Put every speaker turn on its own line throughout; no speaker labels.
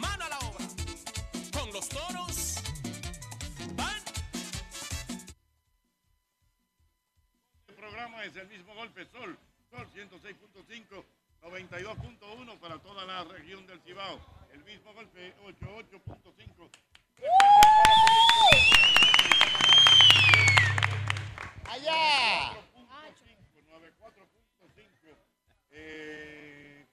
Mano a la obra. Con los toros. Van.
El programa es el mismo golpe Sol, Sol 106.5, 92.1 para toda la región del Cibao. El mismo golpe 88.5.
Allá.
94.5. Eh,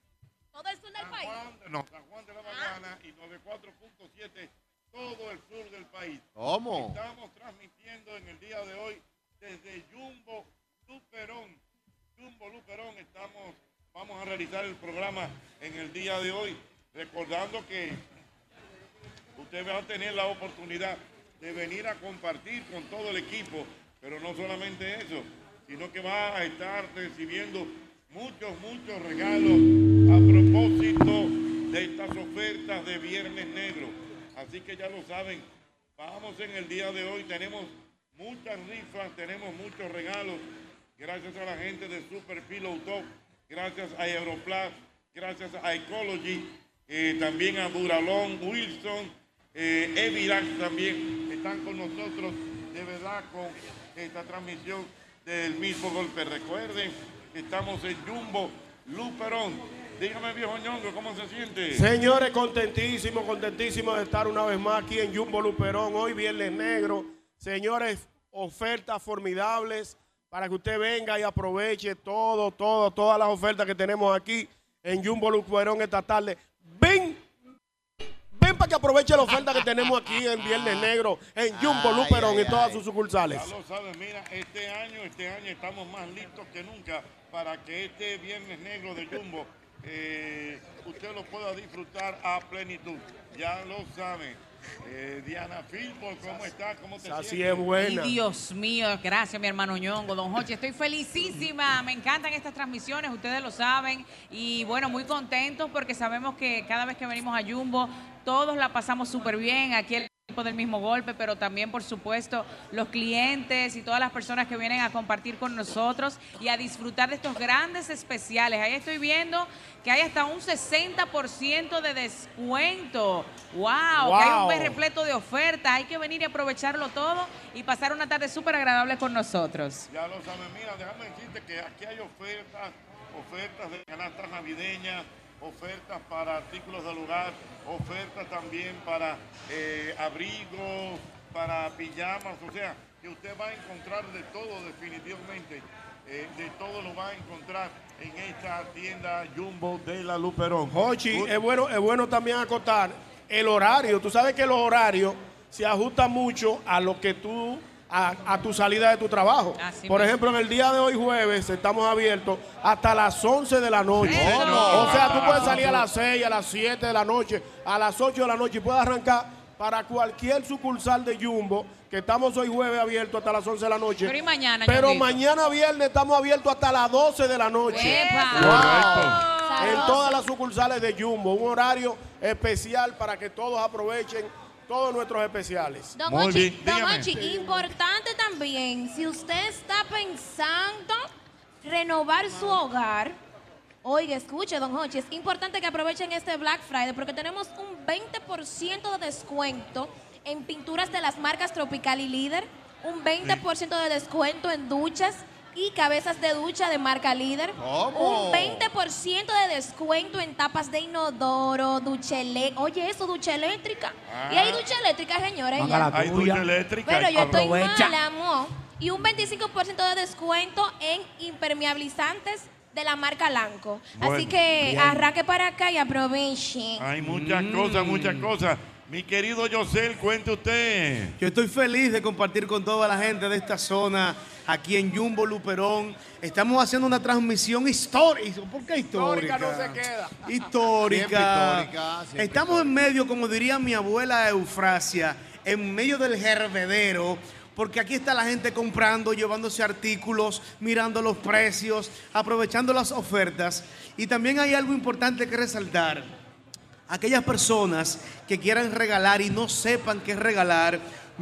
Todo el sur del país.
no, San Juan de la Maguana y 94.7. Todo el sur del país.
¿Cómo?
Estamos transmitiendo en el día de hoy desde Jumbo Luperón. Jumbo Luperón, estamos, vamos a realizar el programa en el día de hoy, recordando que usted va a tener la oportunidad de venir a compartir con todo el equipo, pero no solamente eso, sino que va a estar recibiendo muchos, muchos regalos a propósito de estas ofertas de Viernes Negro. Así que ya lo saben, vamos en el día de hoy, tenemos muchas rifas, tenemos muchos regalos, gracias a la gente de Super Pillow Top, gracias a Aeroplast, gracias a Ecology, eh, también a Duralón, Wilson, eh, Evirax también están con nosotros de verdad con esta transmisión del mismo golpe. Recuerden, estamos en Jumbo Luperón. Dígame, viejo ñongo, ¿cómo se siente?
Señores, contentísimo, contentísimo de estar una vez más aquí en Jumbo Luperón, hoy Viernes Negro. Señores, ofertas formidables para que usted venga y aproveche todo, todo, todas las ofertas que tenemos aquí en Jumbo Luperón esta tarde. Ven, ven para que aproveche la oferta que tenemos aquí en Viernes Negro, en Jumbo Luperón y todas sus sucursales.
Ya lo sabes, mira, este año, este año estamos más listos que nunca para que este Viernes Negro de Jumbo eh, usted lo pueda disfrutar a plenitud. Ya lo saben. Eh, Diana Filpo, ¿cómo está? ¿Cómo te
Así
sientes?
es buena.
Y Dios mío, gracias mi hermano Ñongo, don Joche, estoy felicísima, me encantan estas transmisiones, ustedes lo saben, y bueno, muy contentos porque sabemos que cada vez que venimos a Jumbo, todos la pasamos súper bien, aquí el equipo del mismo golpe, pero también por supuesto los clientes y todas las personas que vienen a compartir con nosotros y a disfrutar de estos grandes especiales. Ahí estoy viendo que hay hasta un 60% de descuento. ¡Wow! Que hay un
Wow.
mes repleto de ofertas. Hay que venir y aprovecharlo todo y pasar una tarde súper agradable con nosotros.
Ya lo saben, mira, déjame decirte que aquí hay ofertas, ofertas de canastas navideñas, ofertas para artículos del hogar, ofertas también para eh, abrigos, para pijamas, o sea, que usted va a encontrar de todo definitivamente, eh, de todo lo va a encontrar en esta tienda Jumbo de la Luperón.
Jochi, es bueno, es bueno también acotar el horario. Tú sabes que los horarios se ajustan mucho a lo que tú, a, a tu salida de tu trabajo.
Así
Por
mismo.
ejemplo, en el día de hoy jueves estamos abiertos hasta las 11 de la noche.
¡Eso!
O sea, tú puedes salir a las 6, a las 7 de la noche, a las 8 de la noche y puedes arrancar para cualquier sucursal de Jumbo, que estamos hoy jueves abiertos hasta las 11 de la noche.
Pero ¿y mañana,
Pero
Ñonguito?
mañana viernes estamos abiertos hasta las 12 de la noche.
¡Epa!
En todas las sucursales de Jumbo, un horario especial para que todos aprovechen todos nuestros especiales.
Don Ochi, don Ochi, importante también, si usted está pensando renovar su hogar, oiga, escuche, Don Hochi, es importante que aprovechen este Black Friday porque tenemos un 20% de descuento en pinturas de las marcas Tropical y Líder, un 20% de descuento en duchas y cabezas de ducha de marca Líder,
¿Cómo?
un 20% de descuento en tapas de inodoro, ducha eléctrica, oye, eso, ducha eléctrica.
Ah.
Y hay ducha eléctrica, señores, ya.
Hay ducha eléctrica.
Pero
hay
yo estoy
parrón.
mal, amor. Y un 25% de descuento en impermeabilizantes de la marca Lanco. Así
Bueno.
que
Bien.
arraque para acá y aproveche.
Hay muchas cosas, muchas cosas. Mi querido Yosel, cuente usted.
Yo estoy feliz de compartir con toda la gente de esta zona, aquí en Jumbo Luperón. Estamos haciendo una transmisión histórica. ¿Por qué histórica?
Histórica no se queda.
Histórica.
Siempre histórica, siempre
Estamos en medio, como diría mi abuela Eufrasia, en medio del hervedero. Porque aquí está la gente comprando, llevándose artículos, mirando los precios, aprovechando las ofertas. Y también hay algo importante que resaltar aquellas personas que quieran regalar y no sepan qué regalar,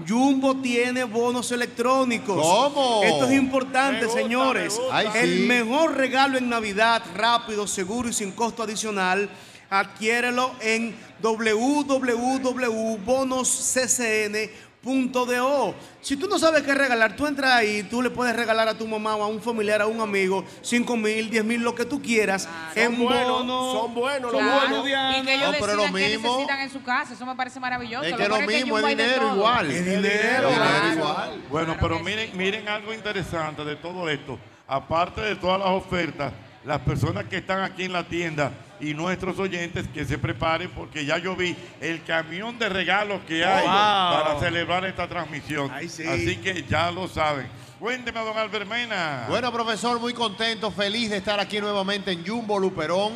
Jumbo tiene bonos electrónicos.
¿Cómo?
Esto es importante,
Me gusta,
señores.
me gusta. Ay,
El
sí.
mejor regalo en Navidad, rápido, seguro y sin costo adicional. Adquiérelo en www.bonosccn.do. Si tú no sabes qué regalar, tú entras ahí, tú le puedes regalar a tu mamá o a un familiar, a un amigo, 5 mil, 10 mil, lo que tú quieras. en
Ah, Son buenos,
bonos.
son buenos los
Claro,
bonos.
Y que ellos
No, pero
decidan
lo
qué
mismo.
necesitan en su casa. Eso me parece maravilloso.
Es
Lo
que lo
peor que
mismo,
Jumbo
es
hay de
dinero
todo.
igual. Es dinero,
Claro.
Bueno, pero miren, miren algo interesante de todo esto. Aparte de todas las ofertas, las personas que están aquí en la tienda y nuestros oyentes que se preparen porque ya yo vi el camión de regalos que hay
Wow.
para celebrar esta transmisión. Así que ya lo saben. Cuénteme, don Albermena.
Bueno, profesor, muy contento, feliz de estar aquí nuevamente en Jumbo Luperón.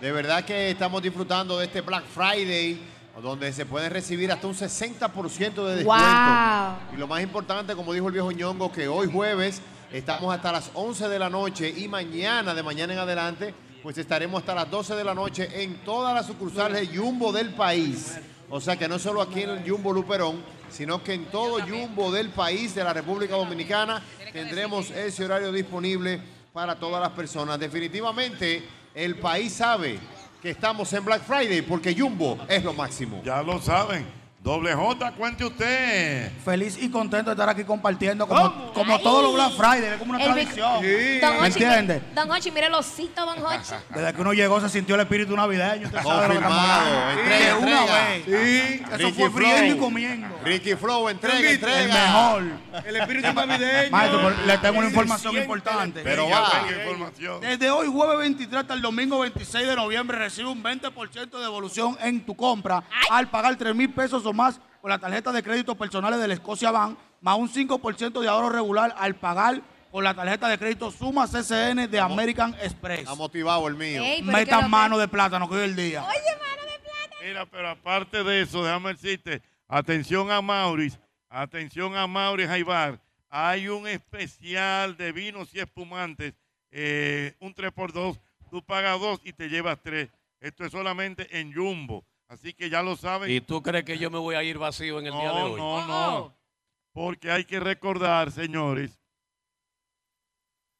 De verdad que estamos disfrutando de este Black Friday, donde se pueden recibir hasta un 60% de descuento.
Wow.
Y lo más importante, como dijo el viejo ñongo, que hoy jueves estamos hasta las 11 de la noche y mañana, de mañana en adelante, pues estaremos hasta las 12 de la noche en todas las sucursales de Jumbo del país. O sea que no solo aquí en el Jumbo Luperón, sino que en todo Jumbo del país, de la República Dominicana, tendremos ese horario disponible para todas las personas. Definitivamente, el país sabe que estamos en Black Friday porque Jumbo es lo máximo.
Ya lo saben. Doble J, cuente usted.
Feliz y contento de estar aquí compartiendo como, como todos los Black Friday, es como una
El big-
tradición.
Don
¿Me
Hochi,
entiendes?
Don Hochi, mire el osito, Don Hochi.
Desde que uno llegó se sintió el espíritu navideño. usted sabe lo que estamos
Confirmado,
hablando.
entrega,
De una
entrega.
vez.
Sí.
Eso
Ricky
fue friendo y
Flow.
comiendo.
Ricky Flow, entrega,
El
entrega.
mejor.
El espíritu navideño.
Maestro, por- le tengo una
Se
información
siente
importante.
Pero va.
Desde hoy, jueves 23 hasta el domingo 26 de noviembre, recibe un 20% de devolución en tu compra al pagar 3 mil pesos o más con la tarjeta de crédito personales del Escocia Bank, más un 5% de ahorro regular al pagar con la tarjeta de crédito Suma CCN de American Express. Ha
motivado el mío.
Ey, pero que
Metan
lo-
mano de plátano que hoy es el día.
Mira, pero aparte de eso, déjame decirte, atención a Maurice, atención a Maurice Jaibar, hay un especial de vinos y espumantes, eh, un 3x2, tú pagas 2 y te llevas 3. Esto es solamente en Jumbo, así que ya lo saben.
¿Y tú crees que yo me voy a ir vacío en el día de
No,
hoy?
no,
Oh,
no. Porque hay que recordar, señores,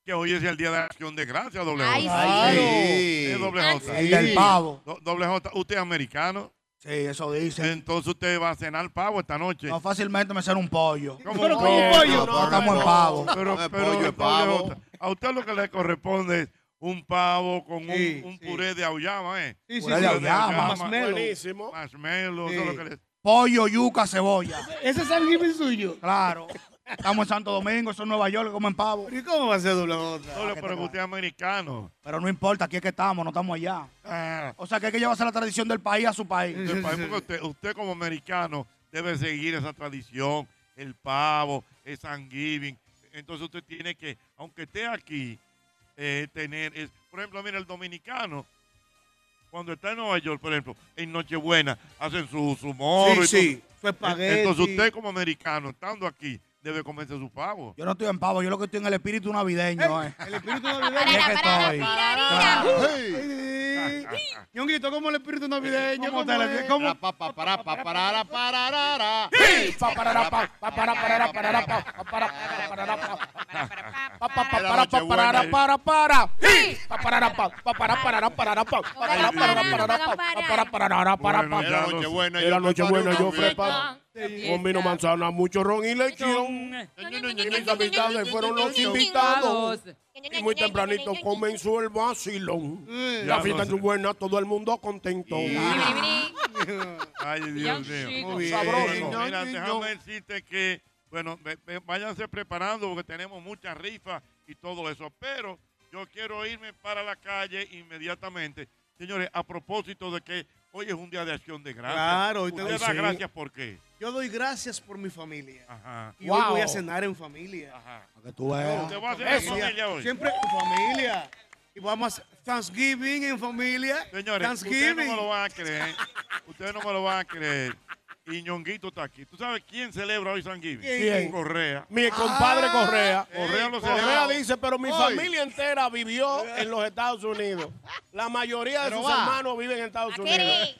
que hoy es el Día de Acción de Gracias, doble
Ay,
J.
Ay, sí.
Es doble
Ay,
J.
sí. El del pavo.
Do- Doble J, usted es americano.
Sí, eso dice.
Entonces usted va a cenar pavo esta noche.
No fácilmente me sale un pollo.
¿Cómo
Pero como un pollo. No, estamos en pavo.
Pero,
No es
pero,
pollo, es
doble
pavo.
J, a usted lo que le corresponde es un pavo con un, un puré de auyama, ¿eh?
Sí, sí, Puré de sí. auyama. Marshmallow.
Buenísimo. Marshmallow, eso es lo que le...
Pollo, yuca, cebolla. ¿Ese es el suyo? Claro. Estamos en Santo Domingo, eso es Nueva York, comen pavo. Ah,
¿Y cómo va a ser doble jota?
Doble, pero usted es americano. Ah.
Pero no importa, aquí es que estamos, no estamos allá. O sea que hay que llevarse la tradición del país a su país.
Del país, porque usted, usted como americano debe seguir esa tradición, el pavo, el Thanksgiving. Entonces usted tiene que, aunque esté aquí, eh, tener, es- por ejemplo, mira, el dominicano, cuando está en Nueva York, por ejemplo, en Nochebuena, hacen su, su moro.
Sí, sí,
todo.
su espagueti.
Entonces usted como americano, estando aquí, debe comerse su pavo.
Yo no estoy en pavo, yo lo que estoy en el espíritu navideño. eh.
El espíritu
Y es que estoy. Claro.
Ay, Ñonguito, ¿cómo el espíritu navideño? ¿Cómo, te le- cómo?
Ah,
Sí, pa, parara, pa, pa, para, parara, parara, pa, pa, para, para, parara, pa, pa, pa, pa, para, pa, parara, para, para. Sí, pa, parara, pa, pa, para, parara, parara, pa, pa, para, parara, parara, pa, pa, para, parara, para, pa.
Era
Nochebuena,
Era
yo preparo
Nochebuena,
una fiesta.
yo preparo. Con vino manzana, mucho ron y lechón. Mis invitados fueron los invitados. Y muy tempranito comenzó el vacilón. La
Ya
fiesta
lo sé.
es buena, todo el mundo contento. Ah.
Ay, Dios
Ya,
mío.
chicos. Sabroso.
Bueno, Mira,
Ya,
déjame decirte que, bueno, ve- ve- váyanse preparando porque tenemos muchas rifas y todo eso. Pero yo quiero irme para la calle inmediatamente. Señores, a propósito de que hoy es un día de acción de gracias.
Claro, hoy te-
Usted
Ay,
da
sí.
gracias por qué.
Yo doy gracias por mi familia.
Ajá.
Y hoy voy a
Wow.
cenar en familia. Ajá.
que tú veas.
Usted va a cenar en familia hoy.
Siempre en familia. Y vamos a Thanksgiving en familia.
Señores, ustedes no
Thanksgiving.
me lo van a creer. Ustedes no me lo van a creer. Y Ñonguito está aquí. ¿Tú sabes quién celebra hoy San
¿Quién?
Correa. Ah.
Mi compadre Correa. Eh,
Correa lo celebra.
Correa dice, pero mi
Hoy.
familia entera vivió en los Estados Unidos. La mayoría de
Pero
sus
va.
hermanos viven en Estados Unidos.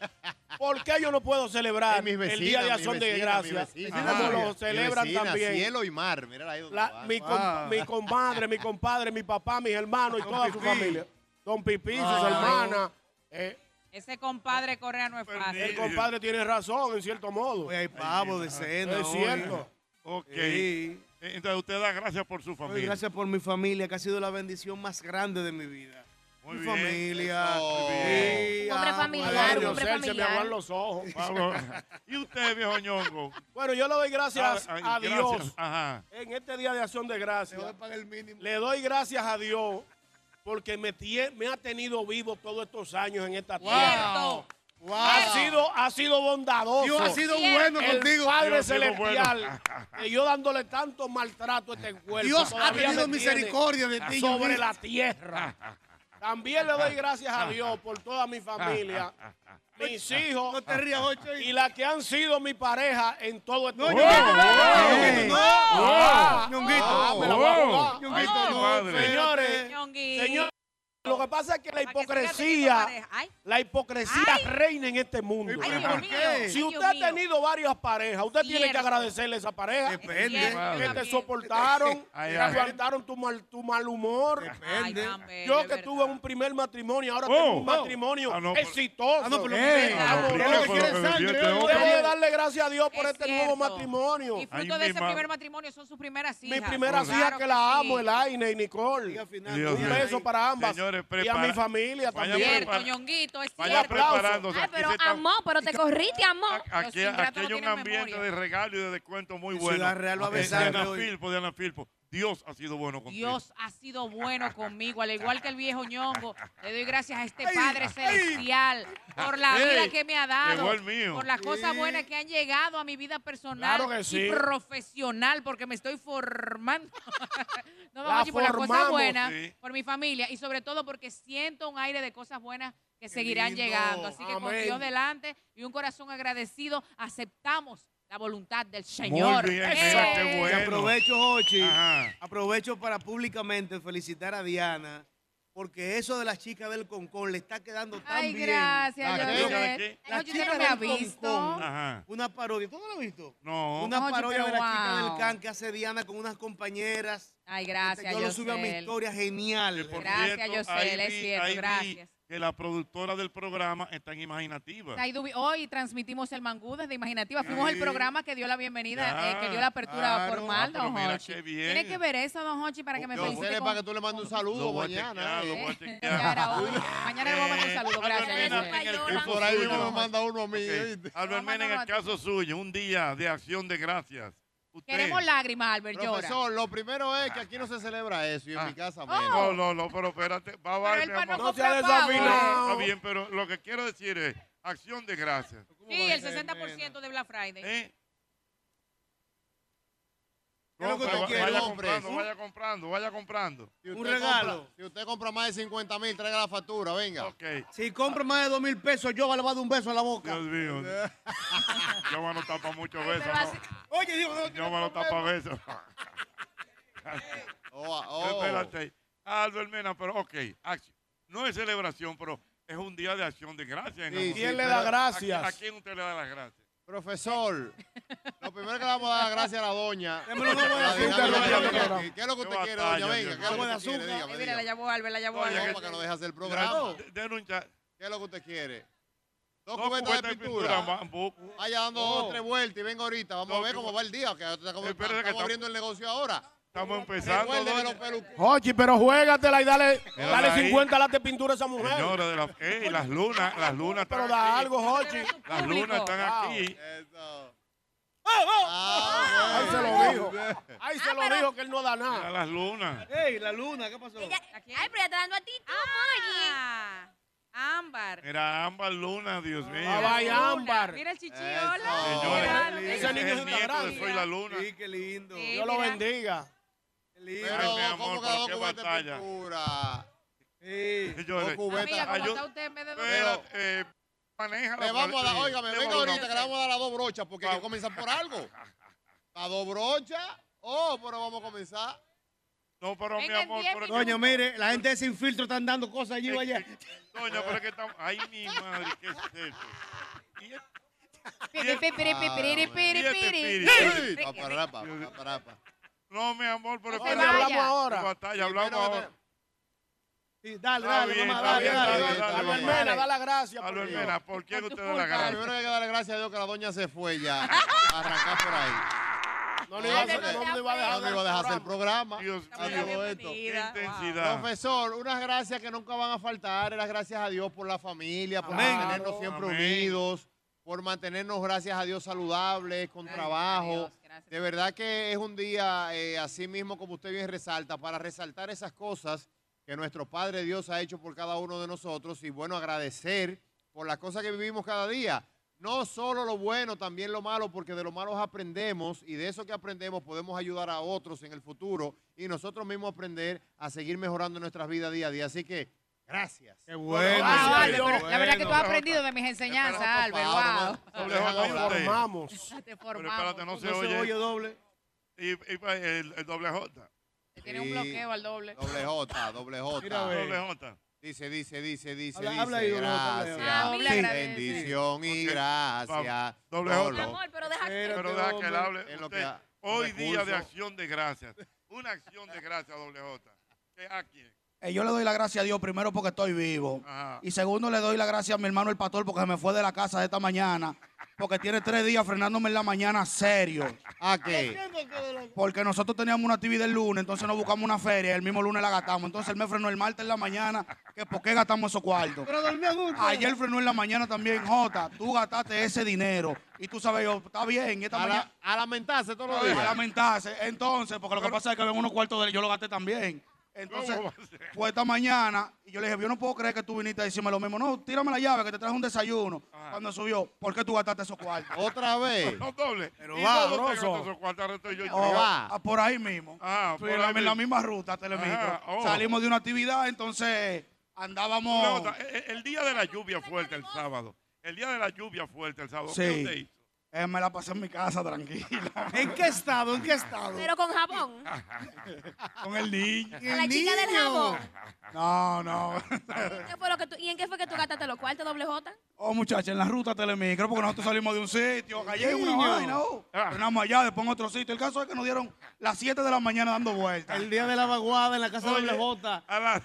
¿Por qué yo no puedo celebrar el Día de Acción de Gracias? Como lo celebran también.
Cielo y mar, mira ahí donde
La-
tú vas.
mi, com- mi compadre, mi compadre, mi papá, mis hermanos y toda su
Pipí.
familia. Don Pipí, sus
Wow.
hermanas. Eh,
Ese compadre Correa no es fácil.
El compadre tiene razón, en cierto modo.
hay pavo de cena.
Es
hoy.
cierto.
Ok. Eh,
Sí.
Entonces usted da gracias por su
Doy
familia.
gracias por mi familia, que ha sido la bendición más grande de mi vida.
Muy
mi
bien.
familia.
Eso.
Sí,
Un hombre
ah,
familiar,
bueno.
un hombre
Él se me aguan los ojos.
Vamos. ¿Y usted, viejo ñongo?
Bueno, yo le doy gracias
Ah, ay,
a
gracias.
Dios
Ajá.
en este día de acción de gracias. Le, doy gracias a Dios porque me, tie- me ha tenido vivo todos estos años en esta tierra. Ha sido, ha sido bondadoso.
Dios ha sido bueno
El
contigo.
Padre
Dios ha sido
celestial.
bueno.
que yo dándole tanto maltrato a este cuerpo.
Dios ha
todavía
tenido
me tiene
misericordia de ti,
Sobre
Dios.
la tierra. También le doy gracias a Dios por toda mi
Ah,
familia, mis hijos
te rías, Ocho.
y la que han sido mi pareja en todo este
No, Ñonguito, no, Ñonguito, no.
Ah,
Ñonguito,
ah, me la voy a
no.
jugar.
Ñonguito,
Ah,
no,
madre.
espérate.
Señores, señores, lo que pasa es que la hipocresía, la hipocresía reina en este mundo.
Ay, Dios ¿Por qué? mío.
Si
Ay,
usted
Dios
ha
mío.
tenido varias parejas, usted tiene que
Cierto.
agradecerle a esa pareja.
Depende.
Que
Cierto.
te soportaron,
Ay,
que
ay.
aguantaron tu mal, tu mal humor.
Depende. Ay, tan bello,
Yo que tuve un primer matrimonio, ahora
Oh.
tengo un
Oh.
matrimonio
Ah, no, pero-
exitoso.
Ah, no, pero-
Eh,
Ah, no, pero-
amoroso.
pero- pero- pero- pero- pero-
Debo
pero-
de darle gracias a Dios por
Es
este
cierto.
nuevo matrimonio.
Y fruto de ese primer matrimonio son sus primeras hijas.
Mi primera
Claro
hija que la
sí.
amo, Elaine y Nicole.
Dios
Un
mío.
beso para ambas.
Señores,
y a mi
prepara-
familia
Vaya
también.
Cierto, Ñonguito, es
Vaya
cierto.
preparándose.
Ay,
Aquí
pero
se está-
amó, pero te corriste, amó.
Aquí, aquí hay un ambiente de regalo y de descuento muy bueno.
Ciudad Real va a
Eh, de
besarme
Ana
hoy.
Filpo, de Ana Filpo. Dios ha sido bueno contigo.
Dios ha sido bueno conmigo, al igual que el viejo ñongo. Le doy gracias a este
Ay,
Padre
ay.
Celestial por la
Ey,
vida que me ha dado,
llegó el mío.
por las cosas
Sí.
buenas que han llegado a mi vida personal
Claro que sí.
y profesional, porque me estoy formando. no,
La
vamos por las cosas
formamos,
buenas,
sí.
por mi familia y sobre todo porque siento un aire de cosas buenas que seguirán
lindo.
llegando. Así que con
Amén.
Dios delante y un corazón agradecido, aceptamos la voluntad del
Muy
Señor.
bien,
¡Eh!
qué bueno. Y aprovecho, Jochi, aprovecho para públicamente felicitar a Diana, porque eso de las chicas del Concón le está quedando tan
Ay,
bien.
gracias,
La
Jochi.
chica-
Ay,
la
Jochi,
chica
usted no me ha
del
visto.
Concón.
Ajá.
Una parodia. ¿Tú no lo has visto?
No.
Una
Jochi,
parodia
pero
de la chica
wow.
del can que hace Diana con unas compañeras. Este,
Ay, gracias.
Yo lo subí a mi
Yosel.
historia, genial.
Por
Gracias,
cierto,
Yosel,
ahí
es
vi-
cierto,
ahí vi
gracias.
que la productora del programa es tan imaginativa.
Ahí tuvi- Hoy transmitimos el mangú desde Imaginativa. Fuimos
Sí.
el programa que dio la bienvenida,
Ya,
eh, que dio la apertura
claro. Ah,
formal,
pero
don
mira
Hochi.
qué bien.
Tiene que ver eso, don Hochi, para que me felicite.
para que tú le mandes un saludo
Lo voy a
mañana.
chequear, lo voy a
¿eh?
Mañana le voy a mandar un saludo. Gracias.
Y por ahí uno me manda uno a mí.
Ok. Albert Mena, en el caso suyo, un día de acción de gracias. Usted-
Queremos lágrimas, Albert. Llora.
Profesor, lo primero es que aquí no se celebra eso y en mi casa menos.
No, no, no, pero espérate. Va,
Ah. Oh.
va,
Pero él
mi
para no
amor.
comprar No se ha pavo. desafinado.
Está bien, pero lo que quiero decir es acción de gracias.
Sí, el 60% de Black Friday.
¿Eh?
¿Qué es lo que
Compra,
usted
va-
quiere,
vaya
hombre?
comprando, vaya comprando, vaya comprando.
Si usted compra- si usted compra más de 50 mil, traiga la factura, venga.
Si compra más de dos mil pesos, yo le voy a dar un beso a la boca.
Dios mío. Yo me lo tapa mucho besos.
pero
¿no?
así- Oye, digo, no
Yo
tiene
me lo tapa
problema.
besos.
oh. ah,
Ah, Espérate. Aldo Mena, pero ok. acción. No es celebración, pero es un día de acción de gracias. en
Sí,
Haití.
¿Quién sí, le da
¿A-
gracias?
¿A, quién usted le da las gracias?
Profesor, lo primero que le vamos a dar las gracias a la doña.
Démelo una buena
La dinámica
azúcar,
que
doña.
tiene aquí. ¿Qué es lo que usted
Qué
quiere,
batalla,
doña? Venga,
Dios
¿qué es lo
mío.
que usted quiere?
Ay,
Dígame,
mira, la
dígame.
llamó Albert, la llamó
Oye,
Albert.
¿cómo que no dejas el programa?
Denuncia.
¿Qué es lo que usted quiere? Dos,
Dos
cubetas,
cubetas
de
de
pintura.
pintura, mambo.
Vaya dando
Oh.
dos, tres vueltas y venga ahorita. Vamos a ver cómo va el día. Que estamos,
que
estamos
estamos-
abriendo el negocio ahora.
Estamos empezando,
Recuerde que
doña.
los peluqueros.
Ochi, pero juégatela y dale,
Mira
dale
ahí.
50 latas de pintura a esa mujer.
Señora de la. ¡Ey, las lunas! Las lunas están
Pero da
aquí.
algo, Jochi.
Las lunas están aquí.
Ahí se lo dijo. Ahí
Ah,
se lo dijo que él no da
Ah, Mira
nada.
las lunas.
Ey, la luna, ¿qué pasó?
Ay, pero ya está dando a ti. tú,
Ah, Ámbar.
Mira, ambas lunas, Dios mío.
Ah, vaya, Ámbar.
Mira el chichi,
Eso.
hola.
Señores,
Mira lo que-
ese
Ese
es
niño es
el nieto de
Instagram.
Soy la Luna.
Sí, qué lindo.
Sí,
Dios lo
mira.
bendiga.
Ay, mi
Pero,
amor,
¿cómo que
pero
dos
qué
cubetas de
batalla.
pintura?
Sí.
Señores,
Amiga, ¿cómo
ayú-
está usted en vez de
Espérate, eh, maneja
Le Eh, vamos a dar, óigame, venga ahorita que le
grabamos.
vamos a dar las dos brochas porque hay que comenzar por algo. Las dos brochas. Oh, pero vamos a comenzar.
No, pero mi
Venga, en
amor,
diez
pero
Doño, mire, la gente de Sin Filtro están dando cosas allí o allá.
Doña, pero es que estamos. Ay, mi madre, ¿qué es esto? este Y
Piri,
es-
piri, piri,
Ah,
piri, piri,
Siete
piri.
piri.
Ah, Sí, paparapa, paparapa.
No, mi amor, pero
No
que
se
ya-
vaya.
Hablamos ahora.
Batalla, hablamos
Primero que
ahora.
Sí, dale,
Está
dale,
bien,
mamá,
está
dale,
bien, está
dale, dale.
bien, está
A
bien.
la hermana, da la gracia.
A
por
lo
Dios.
hermana, ¿por quién usted da
culpa.
la
Lo
gracia?
primero que hay que darle gracias a Dios que la doña se fue ya. Arrancar por ahí.
No le iba a
Ay,
hacer,
no
no
sea
le iba a
feo.
dejar,
No iba a dejar hacer programa.
Dios
Estamos
Adiós,
dando
mío,
esto.
qué
bienvenida. Wow.
intensidad.
Profesor, unas gracias que nunca van a faltar, es las gracias a Dios por la familia, por
Amén.
mantenernos siempre
Amén.
unidos, por mantenernos, gracias a Dios, saludables, con
Gracias a
trabajo.
Dios, gracias.
De verdad que es un día, eh, así mismo como usted bien resalta, para resaltar esas cosas que nuestro Padre Dios ha hecho por cada uno de nosotros y bueno, agradecer por las cosas que vivimos cada día. No solo lo bueno, también lo malo, porque de lo malo aprendemos y de eso que aprendemos podemos ayudar a otros en el futuro y nosotros mismos aprender a seguir mejorando nuestras vidas día a día. Así que, gracias.
Qué bueno.
Wow,
sí,
Albert,
qué
Ah, pero la verdad que tú
bueno.
has aprendido de mis enseñanzas, Albert. Wow.
No
Doble J,
dejan hablar.
doble.
Formamos.
Te
Pero espérate, no
formamos.
se
No se oye
oye.
doble.
Y, y pa- el, el doble J.
Te Tiene un bloqueo al doble.
Doble J, doble
Mira,
J.
ve.
Doble J.
Dice, dice, dice, dice,
Habla-
dice.
habla ahí, doble J, habla ahí.
Ah, doble
gracias.
agradece.
Bendición y
Ok,
gracias.
vamos. Doble J.
Solo.
Amor, pero deja que.
Pero deja que él hable.
Es lo
Usted,
que ha-
hoy
recurso.
día de acción de gracias. Una acción de gracias, doble J. ¿Qué a quién?
Eh, yo le doy la gracia a Dios primero porque estoy vivo.
Ajá.
Y segundo le doy la gracia a mi hermano el pastor porque se me fue de la casa esta mañana. Porque tiene tres días frenándome en la mañana serio.
¿A qué?
Porque nosotros teníamos una actividad el lunes, entonces nos buscamos una feria, el mismo lunes la gastamos. Entonces él me frenó el martes en la mañana, que por qué gastamos esos cuartos.
Pero dormí a gusto.
Ayer frenó en la mañana también, Jota, tú gastaste ese dinero. Y tú sabes, yo, está bien, y esta
A,
mañana
la- a lamentarse todos los
a
días.
lamentarse. Entonces, porque lo que pasa es que ven unos cuartos de él, yo lo gasté también. Entonces,
¿Cómo va a ser?
fue esta mañana y yo le dije, yo no puedo creer que tú viniste a decirme lo mismo. No, tírame la llave que te traje un desayuno. Cuando subió, ¿por qué tú gastaste esos cuartos?
Otra vez.
No, doble.
Pero
Y
va,
no, no te
Rosso.
gastas esos cuartos, ahora estoy yo.
Oh,
Ah,
va.
ah, por ahí mismo.
Ah,
Sí,
por ahí
la- en
mismo.
la misma ruta, Telemicro.
Ajá, oh.
Salimos de una actividad, entonces
Doble
andábamos.
J, e- e- El día de la lluvia fuerte el sábado. El día de la lluvia fuerte el sábado. ¿Qué
Sí.
usted hizo?
Eh, me la pasé en mi casa tranquila.
¿En qué estado? ¿En qué estado?
Pero con jabón.
Ah.
con el niño.
A la chica del jabón.
No, no.
¿Qué fue lo que tú- ¿Y en qué fue que tú gastaste los cuartos, doble J?
Oh, muchacha, en la ruta Telemicro, porque nosotros salimos de un sitio, allá en una vaina, oh.
Ah.
Frenamos allá, después en otro sitio. El caso es que nos dieron las 7 de la mañana dando vueltas.
El día de la vaguada en la casa
Oye.
de WJ.
A las,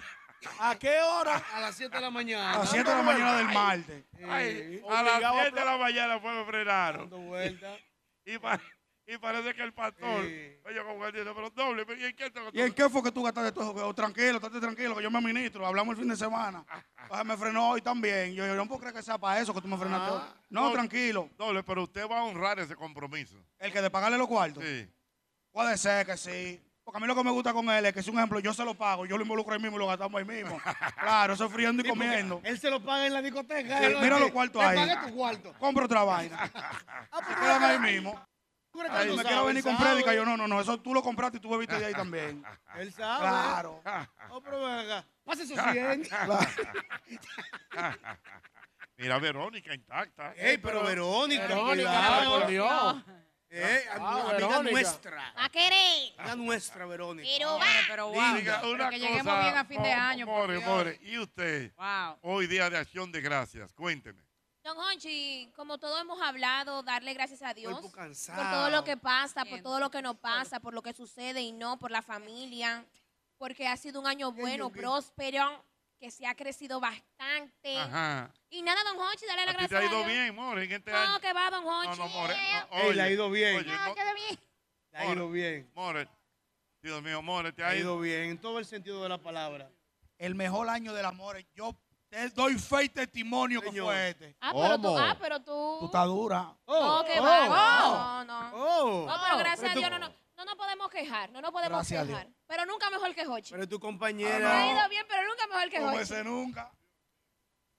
¿A qué hora?
A las 7 de la
A
mañana.
las 7 de la mañana del martes.
ay, a
obligado
las
a
10 de la mañana fue me frenaron.
Dando vueltas.
Y, pa- y parece que el pastor.
Sí.
Oye, como él dice, pero doble, pero ¿y en qué te lo
¿Y en qué fue que tú gastaste todo? eso? Tranquilo, estate tranquilo, que yo me administro. Hablamos el fin de semana. Entonces me frenó hoy también. Yo, yo no puedo creer que sea para eso que tú me frenaste
Ah.
hoy. Ah. No,
No.
tranquilo.
Doble, pero usted va a honrar ese compromiso.
El que de pagarle los cuartos.
Sí.
Puede ser que sí. Porque a mí lo que me gusta con él es que si un ejemplo yo se lo pago, yo lo involucro ahí mismo y lo gastamos ahí mismo. Claro, eso es friendo y comiendo.
Él se lo paga en la discoteca.
Sí,
él lo
mira
hace.
los cuartos
Le
ahí.
paga tu cuarto.
Compro otra vaina.
Ah,
Se
pues,
quedan ahí mismo.
Seguro que
Ay,
él
me
lo
quiero
sabe,
venir
él
con
sabe.
prédica. Yo, no, no, no. Eso tú lo compraste y tú bebiste de ahí también.
Él sabe.
Claro.
Oh, pero ven acá. Pase esos 100.
Mira, Verónica intacta.
Ey, pero Verónica,
Verónica,
cuidado.
por Dios.
Eh,
Ah,
amiga
Verónica.
nuestra.
Va a querer.
Amiga nuestra, Verónica.
Pero va.
Pero
Diga
pero
una
que lleguemos
cosa,
bien a fin de
mo-
año, por
More,
Dios.
more. ¿Y usted?
Wow.
Hoy día de acción de gracias. Cuénteme.
Don Honchi, como todos hemos hablado, darle gracias a Dios
Cuerpo
por
cansado.
todo lo que pasa, por todo lo que nos pasa, por lo que sucede y no, por la familia, porque ha sido un año bueno,
bien.
próspero, que se ha crecido bastante.
Ajá.
Y nada, Don Honchi, darle las
A ti
gracias
te ha ido
a Dios.
bien, More, en este
No,
año.
que va, Don
No,
Honchi. Ah,
no, More. no,
Ey, le ha
oye,
ido bien.
oye, Mo-
quedó bien.
Le ha ido bien.
More. Dios mío, More, te
Le
ha
ha
ido
ido bien, en todo el sentido de la palabra.
este El mejor año del amor. Yo te doy fe y testimonio que fue este.
Ah, pero tú, ah, pero
Tú
tú.
estás dura.
Oh,
No, que va. No, no.
Oh.
No, pero
Oh.
gracias a
Pero
Dios
tú-
no, no, no nos podemos quejar, no nos podemos
Gracias a Dios.
quejar. Pero nunca mejor que Hochi.
Pero
Ah,
Me
Ah,
tu
ha
compañera.
ido bien, pero nunca mejor que Hochi.
nunca.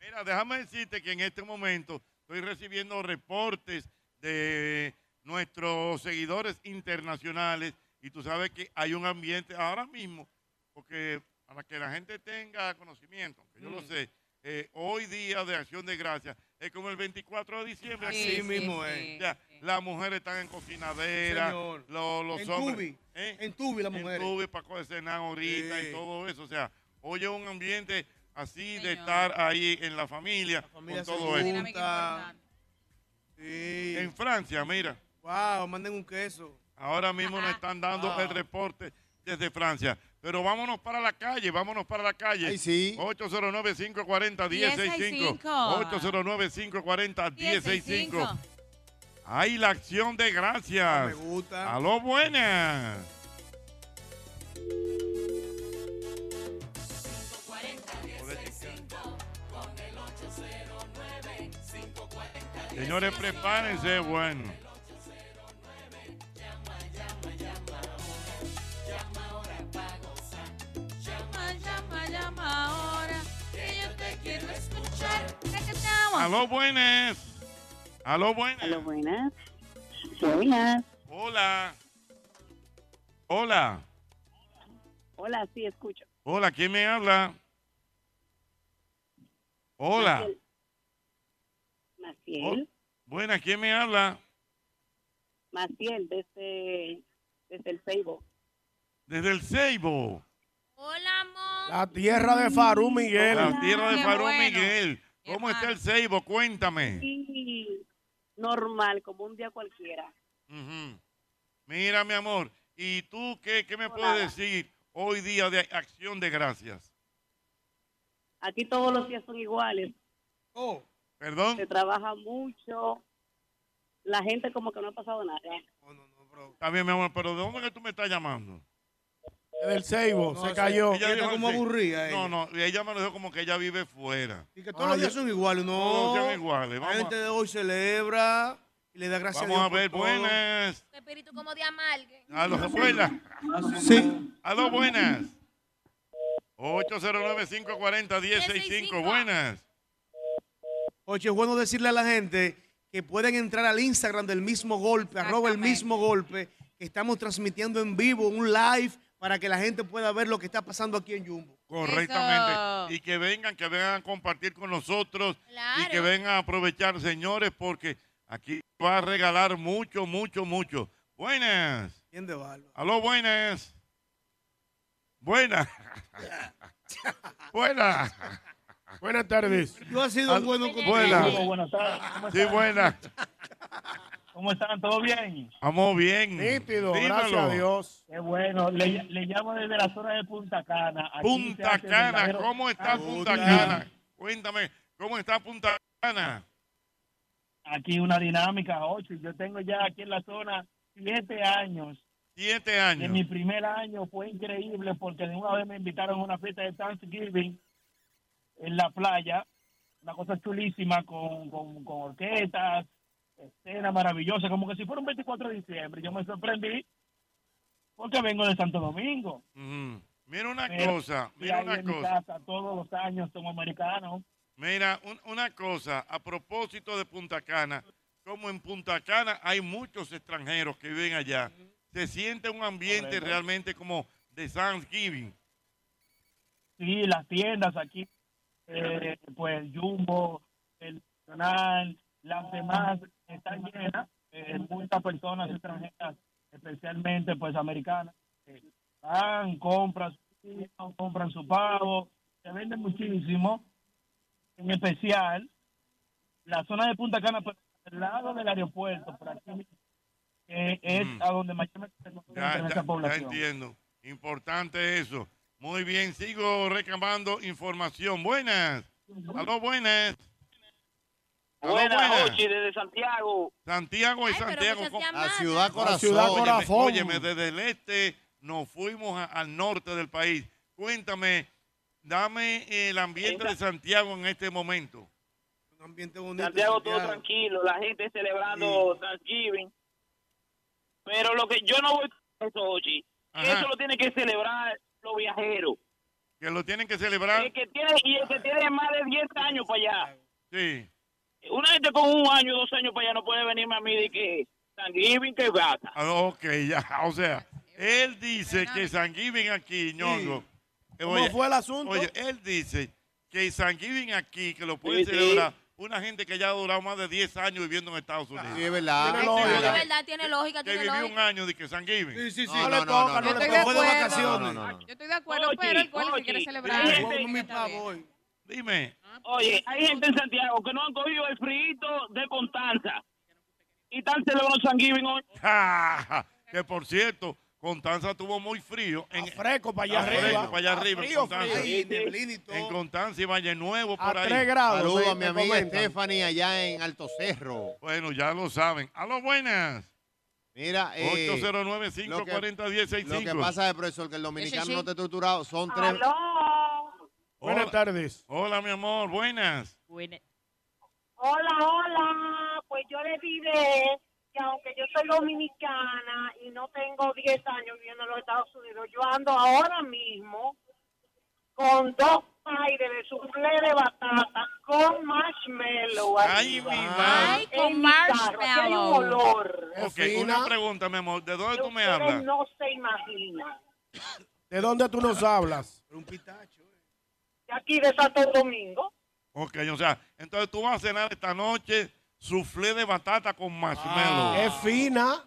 Mira, déjame decirte que en este momento estoy recibiendo reportes de nuestros seguidores internacionales y tú sabes que hay un ambiente ahora mismo, porque para que la gente tenga conocimiento, que yo lo
Mm.
sé, eh, hoy día de Acción de Gracias es como el 24 de diciembre.
Así Sí, mismo sí, es. sí,
Ya, las mujeres están en cocinadera,
Señor.
lo- los
En
hombres...
tubi.
¿eh?
En tubi las mujeres.
En tubi para cocinar ahorita
Sí.
y todo eso, o sea, hoy es un ambiente así de estar ahí en la familia,
familia
con
se
todo eso.
junta.
En Francia, mira,
Wow, manden un queso.
ahora mismo nos están dando
Wow.
el reporte desde Francia. Pero vámonos para la calle, vámonos para la calle.
Ay, sí.
809-540-1065. 809-540-1065.
1065.
Ahí la acción de gracias.
Ah, Me gusta.
Aló, buenas.
540-165 con el 809 540
Señores, prepárense, bueno.
Llama ahora para gozar.
Llama, llama, llama ahora. Que yo te quiero escuchar. Ya que te amo.
Ah,
Aló, buenas. Aló, buenas. Aló,
buenas. Hola.
Hola. Hola.
Hola, sí, escucho.
Hola, ¿quién me habla? Hola. Oh,
Maciel. Maciel,
Buenas, ¿quién me habla?
Maciel, desde, desde el Facebook.
Desde el Ceibo.
La tierra de Farú Miguel.
La tierra de
Qué
Farón
bueno.
Miguel. ¿Cómo está el Ceibo? Cuéntame.
Sí, normal, como un día cualquiera.
Ujú. Mira, mi amor, ¿y tú qué, qué me puedes decir hoy día de Acción de Gracias?
Aquí todos los días son iguales.
Oh.
¿Perdón?
Se trabaja mucho. La gente como que no ha pasado nada.
Está bien, mi amor, pero ¿de dónde que tú me estás llamando?
Del Ceibo,
No,
se
se-
cayó.
ella está
dijo
como
así.
eh.
aburrida,
No,
ella.
no, ella me lo dijo como que ella vive fuera.
Y que todos
Ah,
los días son iguales, Ah, no.
Todos son iguales.
La
Vamos,
gente de hoy celebra y le da
a,
gracias
vamos a
a Dios.
ver,
por todo.
buenas.
Tu espíritu como de amargue.
A los buenas.
Sí.
A los buenas. 809-540-1065. Buenas.
Oye, es bueno decirle a la gente que pueden entrar al Instagram del mismo golpe, arroba el mismo golpe, que estamos transmitiendo en vivo un live para que la gente pueda ver lo que está pasando aquí en Jumbo.
Correctamente. Y que vengan, que vengan a compartir con nosotros y que vengan a aprovechar, señores, porque aquí va a regalar mucho, mucho, mucho. Buenas.
Bien de bárbaro.
Aló, buenas. Buenas. buenas.
Buenas tardes.
Yo ha sido bueno
con-
Buenas.
Buenas tardes. ¿Cómo
Sí,
están?
buenas.
¿Cómo están? ¿Todo bien?
Vamos bien.
Nítido,
Dímelo.
Qué bueno. Le, le llamo desde la zona de Punta Cana. Aquí se
Punta
hace
Cana,
verdadero-
¿cómo está
Ah,
Punta Cana? Cuéntame, ¿cómo está Punta Cana?
Aquí una dinámica, ocho. Yo tengo ya aquí en la zona siete años.
Siete años.
En mi primer año fue increíble porque de una vez me invitaron a una fiesta de Thanksgiving en la playa. Una cosa chulísima con, con, con orquestas, escena maravillosa, como que si fuera un 24 de diciembre. Yo me sorprendí porque vengo de Santo Domingo.
Ujú. Mira una
Pero
cosa,
estoy
mira
ahí
una
en mi
cosa.
casa todos los años somos americanos.
Mira, un- una cosa, a propósito de Punta Cana, como en Punta Cana hay muchos extranjeros que viven allá, se siente un ambiente
Correcto.
realmente como de Thanksgiving.
Sí, las tiendas aquí, eh, pues Jumbo, el Nacional, las demás están llenas. Eh,
eh, muchas personas extranjeras, especialmente pues americanas, eh, van, compran su vino, compran su pavo, se vende muchísimo, en especial la zona de Punta Cana, pues, al lado del aeropuerto, por aquí mismo, que es
Mm.
a donde mayormente se concentra
Ya, ya,
esa
ya
población.
entiendo. Importante eso. Muy bien, sigo recabando información. Buenas. Aló, buenas. Aló,
Buenas, Ochi, desde Santiago.
Santiago y Santiago.
muchas
¿cómo?
llamadas. La ciudad corazón.
Óyeme,
corazón.
óyeme, desde el este nos fuimos a- al norte del país. Cuéntame, dame el ambiente de Santiago en este momento.
Un ambiente bonito.
Santiago todo
Santiago.
tranquilo, la gente celebrando Thanksgiving. Pero lo que yo no voy con eso, Ochi, que
Ajá.
eso lo tienen que celebrar los viajeros.
Que lo tienen que celebrar.
El que tiene, y el que tiene más de 10 años para allá.
Sí.
Una gente con un año, dos años para allá no puede venirme a mí de que Thanksgiving, que gata.
Ah, ok, ya. O sea, él dice que Sanguivin aquí, ñongo. Eh,
¿Cómo fue el asunto?
Oye, él dice que Sanguivin aquí, que lo
Sí,
puede
sí.
celebrar una gente que ya ha durado más de 10 años viviendo en Estados Unidos.
Sí, es verdad.
Que-
Sí, es verdad, tiene lógica,
Que
tiene
vivió
lógica.
un año de que Sanguivin. Sí,
sí, sí.
No, no, no, no, no,
no, fue de
vacaciones. No, no, no.
Yo estoy de acuerdo, pues, pero el cual que quiere celebrar.
Oye,
Está bien. Ah.
Dime.
Oye, hay gente en Santiago que no han cogido el frito de Constanza. Y están celebrando Thanksgiving hoy.
Ah, que por cierto, Constanza tuvo muy frío. En,
fresco para allá arriba.
para allá arriba.
Frío,
en Constanza.
frío. Ay,
En Constanza y Valle Nuevo,
A
por ahí.
tres grados,
Saludos a mi amiga Stephanie allá en Alto Cerro.
Bueno, ya lo saben. A lo buenas.
Mira, eh, lo que-
809-540-165.
Lo que pasa es, profesor, que el dominicano no está estructurado. Son
Ah,
tres.
Buenas
tardes.
Hola, mi amor. Buenas.
Hola, hola. Pues yo le diré que aunque yo soy dominicana y no tengo 10 años viviendo en los Estados Unidos, yo ando ahora mismo con dos aires de soufflé de batata con marshmallow.
Ay, mi madre.
En mi carro. Aquí hay un olor.
Ok, una pregunta, mi amor. ¿De dónde tú me hablas?
Ustedes no se imaginan.
¿De dónde tú nos hablas?
De aquí de Santo Domingo.
Ok, o sea, entonces tú vas a cenar esta noche soufflé de batata con marshmallow.
Es fina.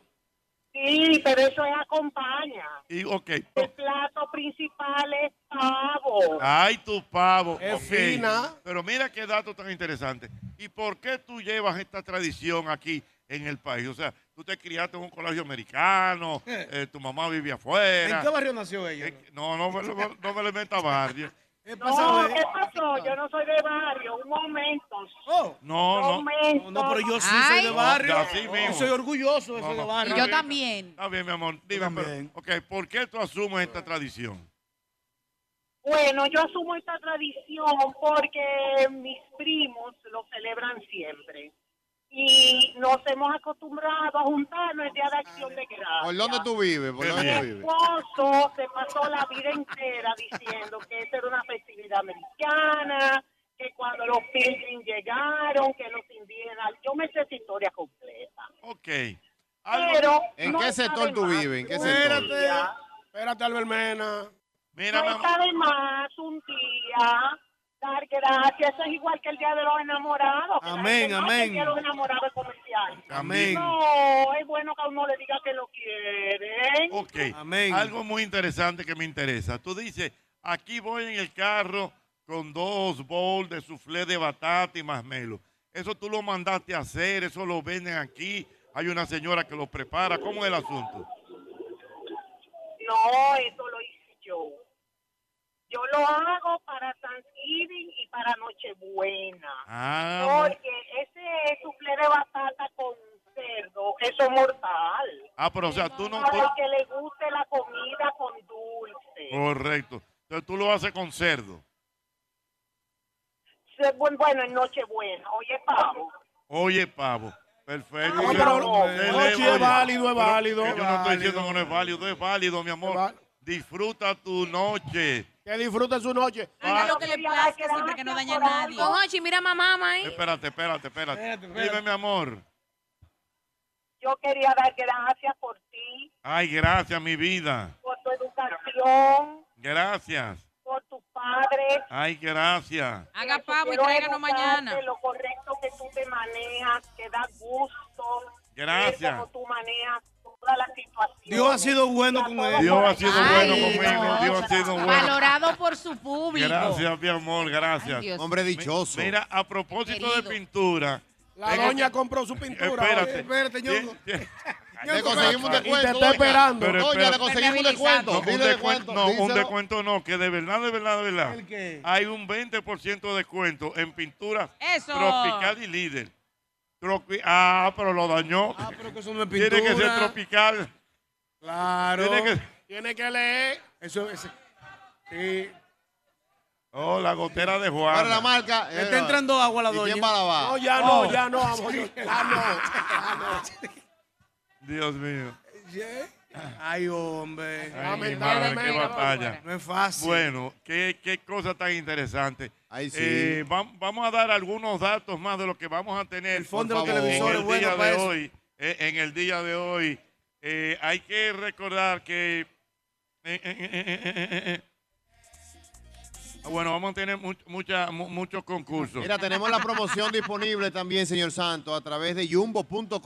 Sí, pero eso es acompaña.
Y, ok.
El plato principal es pavo.
Ay, tu pavo.
Es
ok.
fina.
Pero mira qué dato tan interesante. ¿Y por qué tú llevas esta tradición aquí en el país? O sea, tú te criaste en un colegio americano, eh, tu mamá vivía afuera.
¿En qué barrio nació ella?
No, no, me- no, no me le meta barrio.
No, ¿qué pasó? Yo no soy de barrio. Un momento.
No, no.
Un momento.
Oh. No, pero yo sí soy de barrio.
así
Yo
mismo.
soy orgulloso de
No,
ser de
no.
barrio.
Y yo
también.
Está bien, mi amor. Dime, pero, ok, ¿por qué tú asumes esta tradición?
Bueno, yo asumo esta tradición porque mis primos lo celebran siempre. Y nos hemos acostumbrado a juntarnos el Día de Acción de Gracias.
¿Por dónde tú vives? ¿Por
Ah, Qué
dónde tú
bien.
Mi
vives?
esposo se pasó la vida entera diciendo que esa era una festividad americana, que cuando los pilgrims llegaron, que los indígenas, yo me sé esa historia completa.
Ok.
Pero
¿En
no
qué
está
sector
de
tú
más.
vives? ¿En qué sector?
Espérate. Espérate, Albermena.
Mira,
no está de más un día dar gracias. Eso es igual que el Día de los Enamorados. que la
Amén,
gente, "No, que
amén.
El Día de los Enamorados es comercial.
Amén.
No, es bueno que a uno le diga que lo quieren.
Ok. Algo muy interesante que me interesa. Tú dices, aquí voy en el carro con dos bowls de soufflé de batata y masmelo. Eso tú lo mandaste a hacer, eso lo venden aquí. Hay una señora que lo prepara. ¿Cómo es el asunto?
No, eso lo hice yo. Yo lo hago para Thanksgiving y para Nochebuena.
Ah,
Porque ese suple de batata con cerdo, eso es mortal.
ah, pero o sea, tú no...
Para
tú-
el que le guste la comida con dulce.
correcto. Entonces tú lo haces con cerdo.
Se- bu- Bueno, en Nochebuena, hoy es pavo.
Oye, pavo. Perfecto.
Ah,
Oye,
pero-
pavo.
no,
Oye,
no, sí, es
oye.
válido, es
Pero
válido,
que
es
Yo no estoy
válido.
diciendo que no es válido, es válido, mi amor. Disfruta tu noche.
Que disfrute su noche.
ah.
Ah.
Haga lo que le plazca siempre que no dañe a nadie.
Don Hochi, mira a mamá, mamá. ¿eh?
Espérate, espérate, espérate. Dime, mi amor.
Yo quería dar gracias por ti,
Ay, gracias, mi vida.
por tu educación,
Gracias.
por tus padres.
Ay, gracias.
Haga
Eso
pavo y
quiero
tráiganos
evocarte
mañana.
Lo correcto que tú te manejas, que da gusto.
Gracias.
cómo tú manejas toda la situación.
Dios ha sido bueno con él.
Dios ha sido
Ay,
bueno conmigo.
no,
Dios ha sido bueno.
Valorado por su público.
Gracias, mi amor, gracias.
Ay, Dios.
Hombre
Mi-
dichoso.
Mira, a propósito de pintura.
La
tengo-
doña compró su pintura.
Espérate.
Espérate, Ñongo.
Le conseguimos un
Y te
descuento.
está
doña.
esperando.
Doña,
Pero espera.
le conseguimos un descuento.
No, un
Dile
descuento,
descuento.
no, un
díselo.
descuento no, que de verdad, de verdad, de verdad.
¿El qué?
Hay un 20% de descuento en pinturas
Eso.
tropical y líder. Tropi- ah, pero lo dañó. Ah, pero que eso no es Tiene que ser
pintura.
tropical.
Claro.
Tiene que-
Tiene que leer. Eso es. Sí.
Oh, la gotera de Juan.
Para la marca.
Le está entrando
agua
la
¿Y quién
doña.
va a lavar? Oh.
No, ya no, ya no, amor. Ya no.
Dios mío.
Ay, hombre.
Ay, mi madre, qué batalla.
No es fácil.
Bueno, qué, qué cosa tan interesante.
sí.
Eh, vam- vamos a dar algunos datos más de lo que vamos a tener. El
fondo de los televisores,
en el
bueno,
día
para
de
eso.
hoy. eh, en el día de hoy. Eh, hay que recordar que. eh, eh, eh, eh, eh, eh, eh. Ah, Bueno, vamos a tener much- mucha- mu- muchos concursos.
Mira, tenemos la promoción disponible también, señor Santo, a través de jumbo.com.do.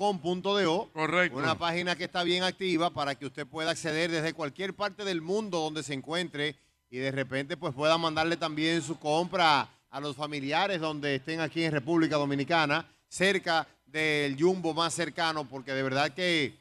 Correcto.
Una página que está bien activa para que usted pueda acceder desde cualquier parte del mundo donde se encuentre y de repente pues pueda mandarle también su compra a los familiares donde estén aquí en República Dominicana, cerca del Jumbo más cercano, porque de verdad que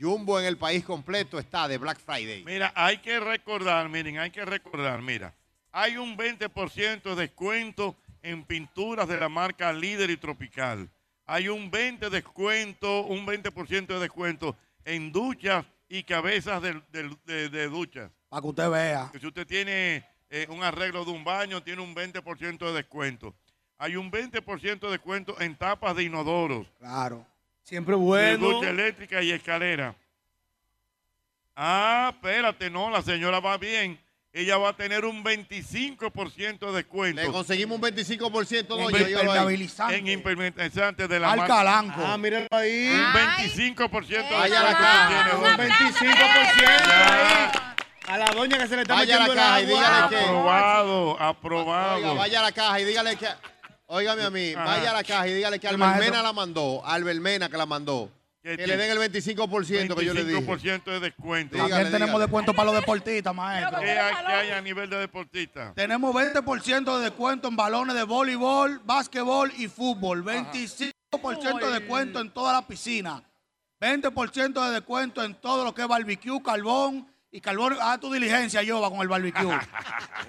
Jumbo en el país completo está de Black Friday.
Mira, hay que recordar, miren, hay que recordar, mira, hay un 20% de descuento en pinturas de la marca Líder y Tropical. Hay un 20 descuento, un 20% de descuento en duchas y cabezas de, de- de- de duchas.
Para que usted vea.
Que Si usted tiene eh, un arreglo de un baño, tiene un 20% de descuento. Hay un 20% de descuento en tapas de inodoros.
Claro. Siempre
De
bueno.
ducha eléctrica y escalera. Ah, espérate, no, la señora va bien. Ella va a tener un 25% de descuento.
Le conseguimos un 25%, doña.
En
dígalo ahí.
impermeabilizante. En impermeabilizante de la
Al
marca.
calanco.
Ah, míralo ahí.
Un 25% de descuento.
Vaya la caja.
tiene,
Un
doña.
25%
Ya.
A la doña que se le está
Vaya la
metiendo el
caja y dígale
agua.
que-
Aprobado, aprobado.
Oiga, vaya a la caja y dígale que. Óigame a mí,
Ajá.
vaya a la caja y dígale que
El
Albert
maestro.
Mena la mandó. Albert Mena que la mandó.
Que
Que,
tiene-
le den el 25% que yo le dije.
25% de descuento.
Dígale,
También tenemos
dígale. Eh,
descuento para los deportistas, maestro.
¿Qué hay, qué hay a nivel de deportista?
Tenemos 20% de descuento en balones de voleibol, básquetbol y fútbol. 25% de descuento en toda la piscina. 20% de descuento en todo lo que es barbecue, carbón y carbón. Haz tu diligencia, Yoba, con el barbecue.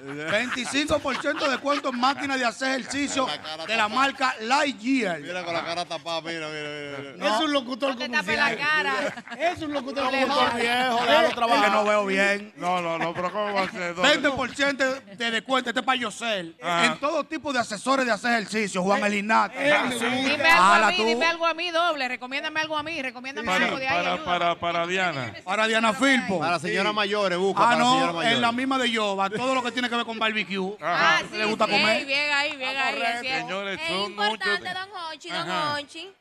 25% de descuento en máquinas de hacer ejercicio de la marca Lightyear.
Mira con la cara tapada, mira, mira, mira.
No.
mira.
Es un locutor
Te tapa la cara.
Es un locutor
Locutor viejo, déjalo trabajar. Que no veo bien.
No, no, no, pero ¿cómo va a ser? ¿Dónde? Ah,
20% de descuento, este es para Yosel.
Eh,
Ajá.
En todo tipo de asesores de hacer ejercicio, Juan Elinata.
eh, Dime algo
Ah,
a mí, dime Ah, algo a mí doble. Recomiéndame algo a mí, recomiéndame algo pues, de ahí.
Para,
ayuda.
para, para Diana.
Para Diana Filpo.
Para señora mayores, busca
Ah,
para
no,
señora mayores.
en la misma de Yoba. Todo lo que tiene que ver con barbecue.
Ah,
que
sí,
le gusta
sí,
comer.
bien ahí, bien ahí. es cierto.
Señores,
Es
son
importante,
muchos-
don Hochi, don
Ajá.
Hochi,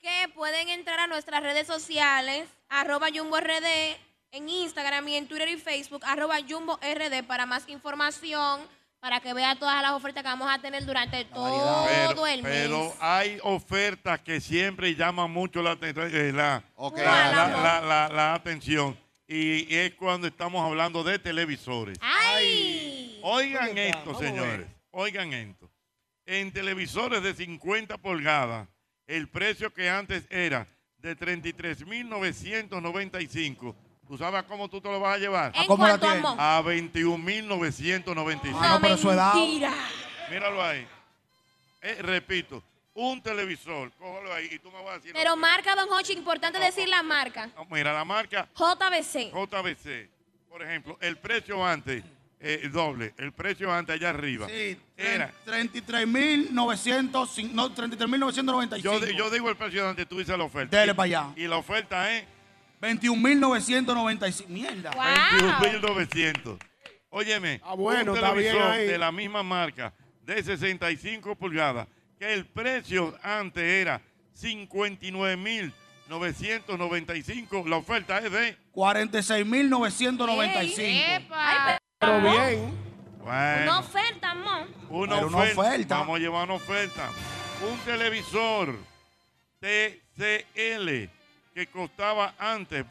que pueden entrar a nuestras redes sociales, arroba Jumbo RD, en Instagram y en Twitter y Facebook, arroba Jumbo RD, para más información, para que vea todas las ofertas que vamos a tener durante todo
Pero,
el mes.
pero hay ofertas que siempre llaman mucho la, aten- eh, la,
Ok.
la, la-
¿Cuál,
la- la- la atención. Y es cuando estamos hablando de televisores. Oigan
¿Dónde está?
esto,
Vamos a ver.
señores. Oigan esto. En televisores de 50 pulgadas, el precio que antes era de 33.995. ¿Tú sabes a cómo tú te lo vas a llevar?
¿En ¿A cómo la cuánto, tienes? amor?
A 21.995.
Ah, no, pero eso es dado.
Mentira.
Míralo ahí. Eh, repito, un televisor, cógelo ahí y tú me vas a decir.
Pero marca, don Hochi, importante decir la marca.
Mira, la marca
JBC.
JBC. Por ejemplo, el precio antes, eh, doble, el precio antes allá arriba.
Sí,
Era.
33.900, no, 33.995.
Yo, di- yo digo el precio antes, tú dices la oferta.
Dele para allá.
Y la oferta es
21.995. Mierda.
21.900. Óyeme,
Ah, bueno,
un
está bien
televisor
ahí.
de la misma marca, de 65 pulgadas, que el precio antes era 59.995, la oferta es de...
46.995.
Epa.
Pero bien.
Una
Bueno,
oferta, amor.
una,
Pero
oferta.
una oferta.
Vamos a llevar una oferta. Un televisor TCL que costaba antes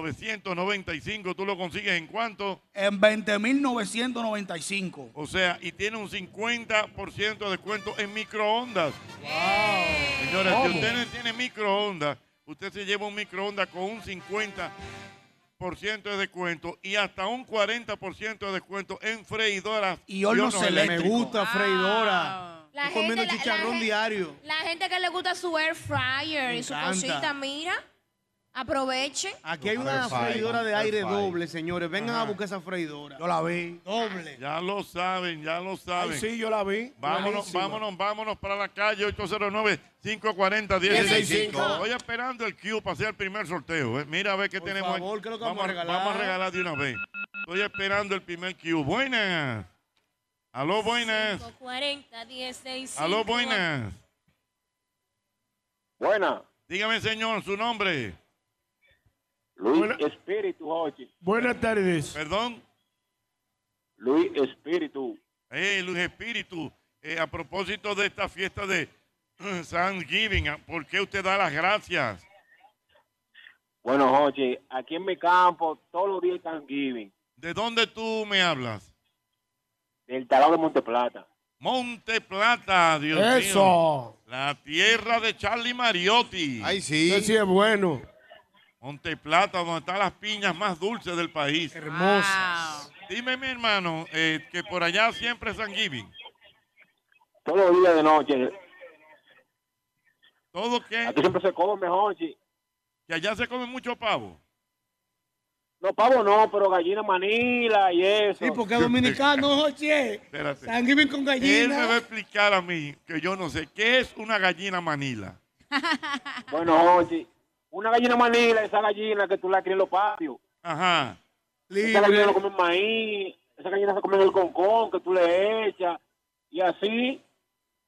29.995, tú lo consigues en cuánto?
En 20.995.
O sea, y tiene un 50% de descuento en microondas. Señores, si
¿Cómo?
usted no tiene microondas, usted se lleva un microondas con un 50% de descuento y hasta un 40% de descuento en freidoras
Y hornos eléctricos. Me gusta
freidora.
Ah. La gente- comiendo la- la chicharrón gente- diario. La gente que le gusta su air fryer
Me
y su
encanta.
cosita, mira, aprovechen.
Aquí hay
No,
una
perfecto,
freidora de aire
perfecto.
doble, señores. Vengan
Ajá.
a buscar esa freidora.
Yo la vi.
Doble.
Ya lo saben, ya lo saben.
Ay, sí, yo la
vi.
Vámonos,
Buenísima.
vámonos, vámonos para la calle 809-540-165. Voy esperando el Q para hacer el primer sorteo. eh. Mira a ver qué tenemos.
favor,
aquí.
¿qué es lo que
vamos,
vamos a regalar?
vamos a regalar de una vez. Estoy esperando el primer Q. Buenas. Aló, buenas.
40, 16.
Aló, buenas. Buenas. Dígame, señor, su nombre.
Luis Espíritu, Jochi.
Buenas tardes.
Perdón.
Luis Espíritu.
Eh, Luis Espíritu, eh, a propósito de esta fiesta de Thanksgiving, ¿a- ¿por qué usted da las gracias?
Bueno, Jochi, aquí en mi campo, todos los días hay Thanksgiving.
¿De dónde tú me hablas?
Del Tarado de Monteplata.
Monte Plata, Dios mío.
Eso.
La tierra de Charlie Mariotti. Ay,
Ese sí es bueno.
Monte Plata, donde están las piñas más dulces del país.
Hermosas.
Dime, mi hermano, eh, que por allá siempre es Thanksgiving.
Todos los días de noche.
¿Todo qué?
Aquí siempre se come, Jochi.
Que allá se come mucho pavo.
No, pavo no, pero gallina manila y eso.
Sí, porque es dominicano,
Jochi.
Espérate.
Thanksgiving con gallina.
Él me va a explicar a mí, que yo no sé, ¿qué es una gallina manila?
Bueno, Jochi, una gallina manila, esa gallina que tú la crías en los patios.
Ajá.
Esa gallina no come maíz, esa gallina se come el concón que tú le echas. Y así.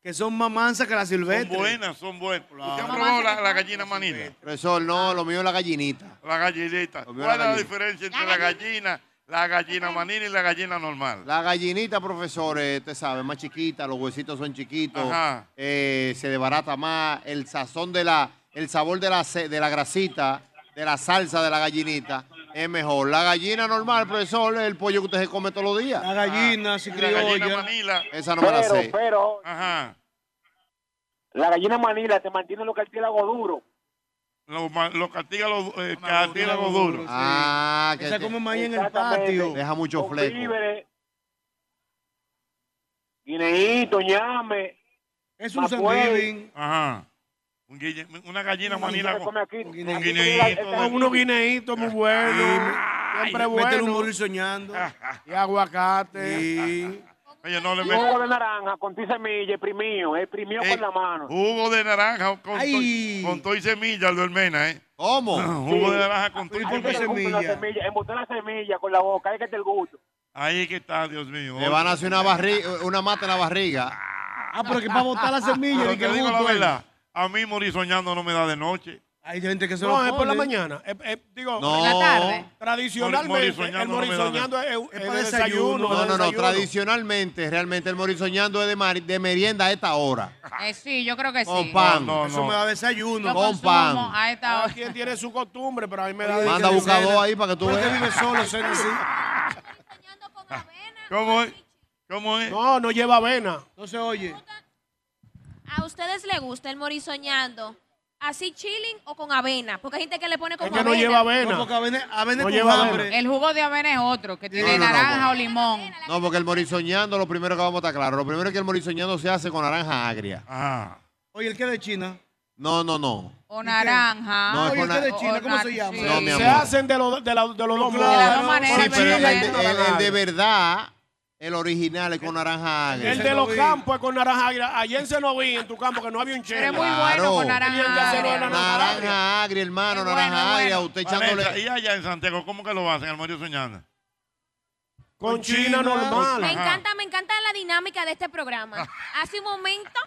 Que son más mansas que la silvestre.
Son buenas, son buenas. ¿Usted ha probado la, la gallina manila?
Profesor, no, lo mío es la gallinita.
La gallinita. ¿Cuál
mío
es
la
la
gallina.
diferencia entre la gallina, la gallina manila y la gallina normal?
La gallinita, profesor, eh, usted sabe, más chiquita, los huesitos son chiquitos,
Ajá.
eh, se desbarata más, el sazón de la, el sabor de la, se- de la grasita, de la salsa de la gallinita es mejor. La gallina normal, profesor, es el pollo que usted se come todos los días. La
gallina, si
Ah, La gallina manila.
Esa no me la
pero,
sé.
pero.
Ajá.
La gallina manila te mantiene lo que el tílago duro.
Lo, ma- lo castiga los eh, castiga los duros.
Ah, que
Esa
te-
come maíz en el
Exactamente.
patio.
Deja mucho
Con
fleco.
víveres, Guineíto, ñame.
Es
un
mapuey.
Thanksgiving. Ajá. Un guille- una gallina manila con, con guineíto.
Con unos guineitos muy buenos. Siempre
Meter un
bueno.
morir soñando.
Ah,
Y aguacate.
Oye, no le
Jugo de naranja con tu semilla, primido, eh, primido con la mano.
Jugo de naranja con, to- con todo y semilla, lo hermena, ¿eh?
¿Cómo?
jugo de naranja con todo y
Hay que
semilla.
te guste la semilla, embotar la semilla con la boca, hay que te gusto.
Ahí que está, Dios mío.
Le van a hacer una, barri- una mata en la barriga.
Ah, pero que para botar la semilla.
Pero
y que
te digo la
justo es.
verdad, a mí morir soñando no me da de noche.
Hay gente que se
No,
lo
es por la
pone.
mañana. Es- es- digo,
No. En la tarde.
Tradicionalmente,
Mori- morisoñando
el
no me da
morisoñando es, es de desayuno.
No,
es
no, no.
desayuno.
Tradicionalmente, realmente, el morisoñando es de, mari- de merienda a esta hora.
Ah,
Eh, sí, yo creo que sí.
Con pan.
Eso me da desayuno.
Lo
Con
consumo
pan.
a esta hora.
Cada quien tiene su costumbre, pero a mí me da
Manda
de
buscador
cena.
ahí para que tú
Pero
veas.
vive solo, cena así.
¿Cómo es? ¿Cómo es?
No, no lleva avena.
No se oye.
¿A ustedes les gusta el morisoñando? ¿Así chilling o con avena? Porque hay gente que le pone con avena.
No, porque avena, avena
No
con
lleva avena.
hambre.
El jugo de avena es otro, que
no,
tiene
no,
naranja
no.
o limón.
No, porque el morisoñando, lo primero que vamos a estar claro, lo primero es que el morisoñando se hace con naranja agria.
Ah.
Oye, el que es de China.
No, no, no.
O naranja.
No, es Oye, con el que na-
de China, ¿cómo se llama?
No, mi
Se
amor.
hacen de, lo- de, la- de los dos
Claro.
modos.
Sí, pero el, de- el- el de verdad, el original es con naranja agria.
El de los campos es con naranja agria. Ayer en Cenoví, en tu campo, que no había un chelo.
Pero es muy bueno Claro. con naranja
Tenían que hacerlo de
agria.
naranja
Naranja agria, hermano, naranja agria. Usted echándole.
Vanessa, y allá en Santiago, ¿cómo que lo hacen al morir soñando?
Con China normal.
Me encanta, me encanta la dinámica de este programa. Hace un momento,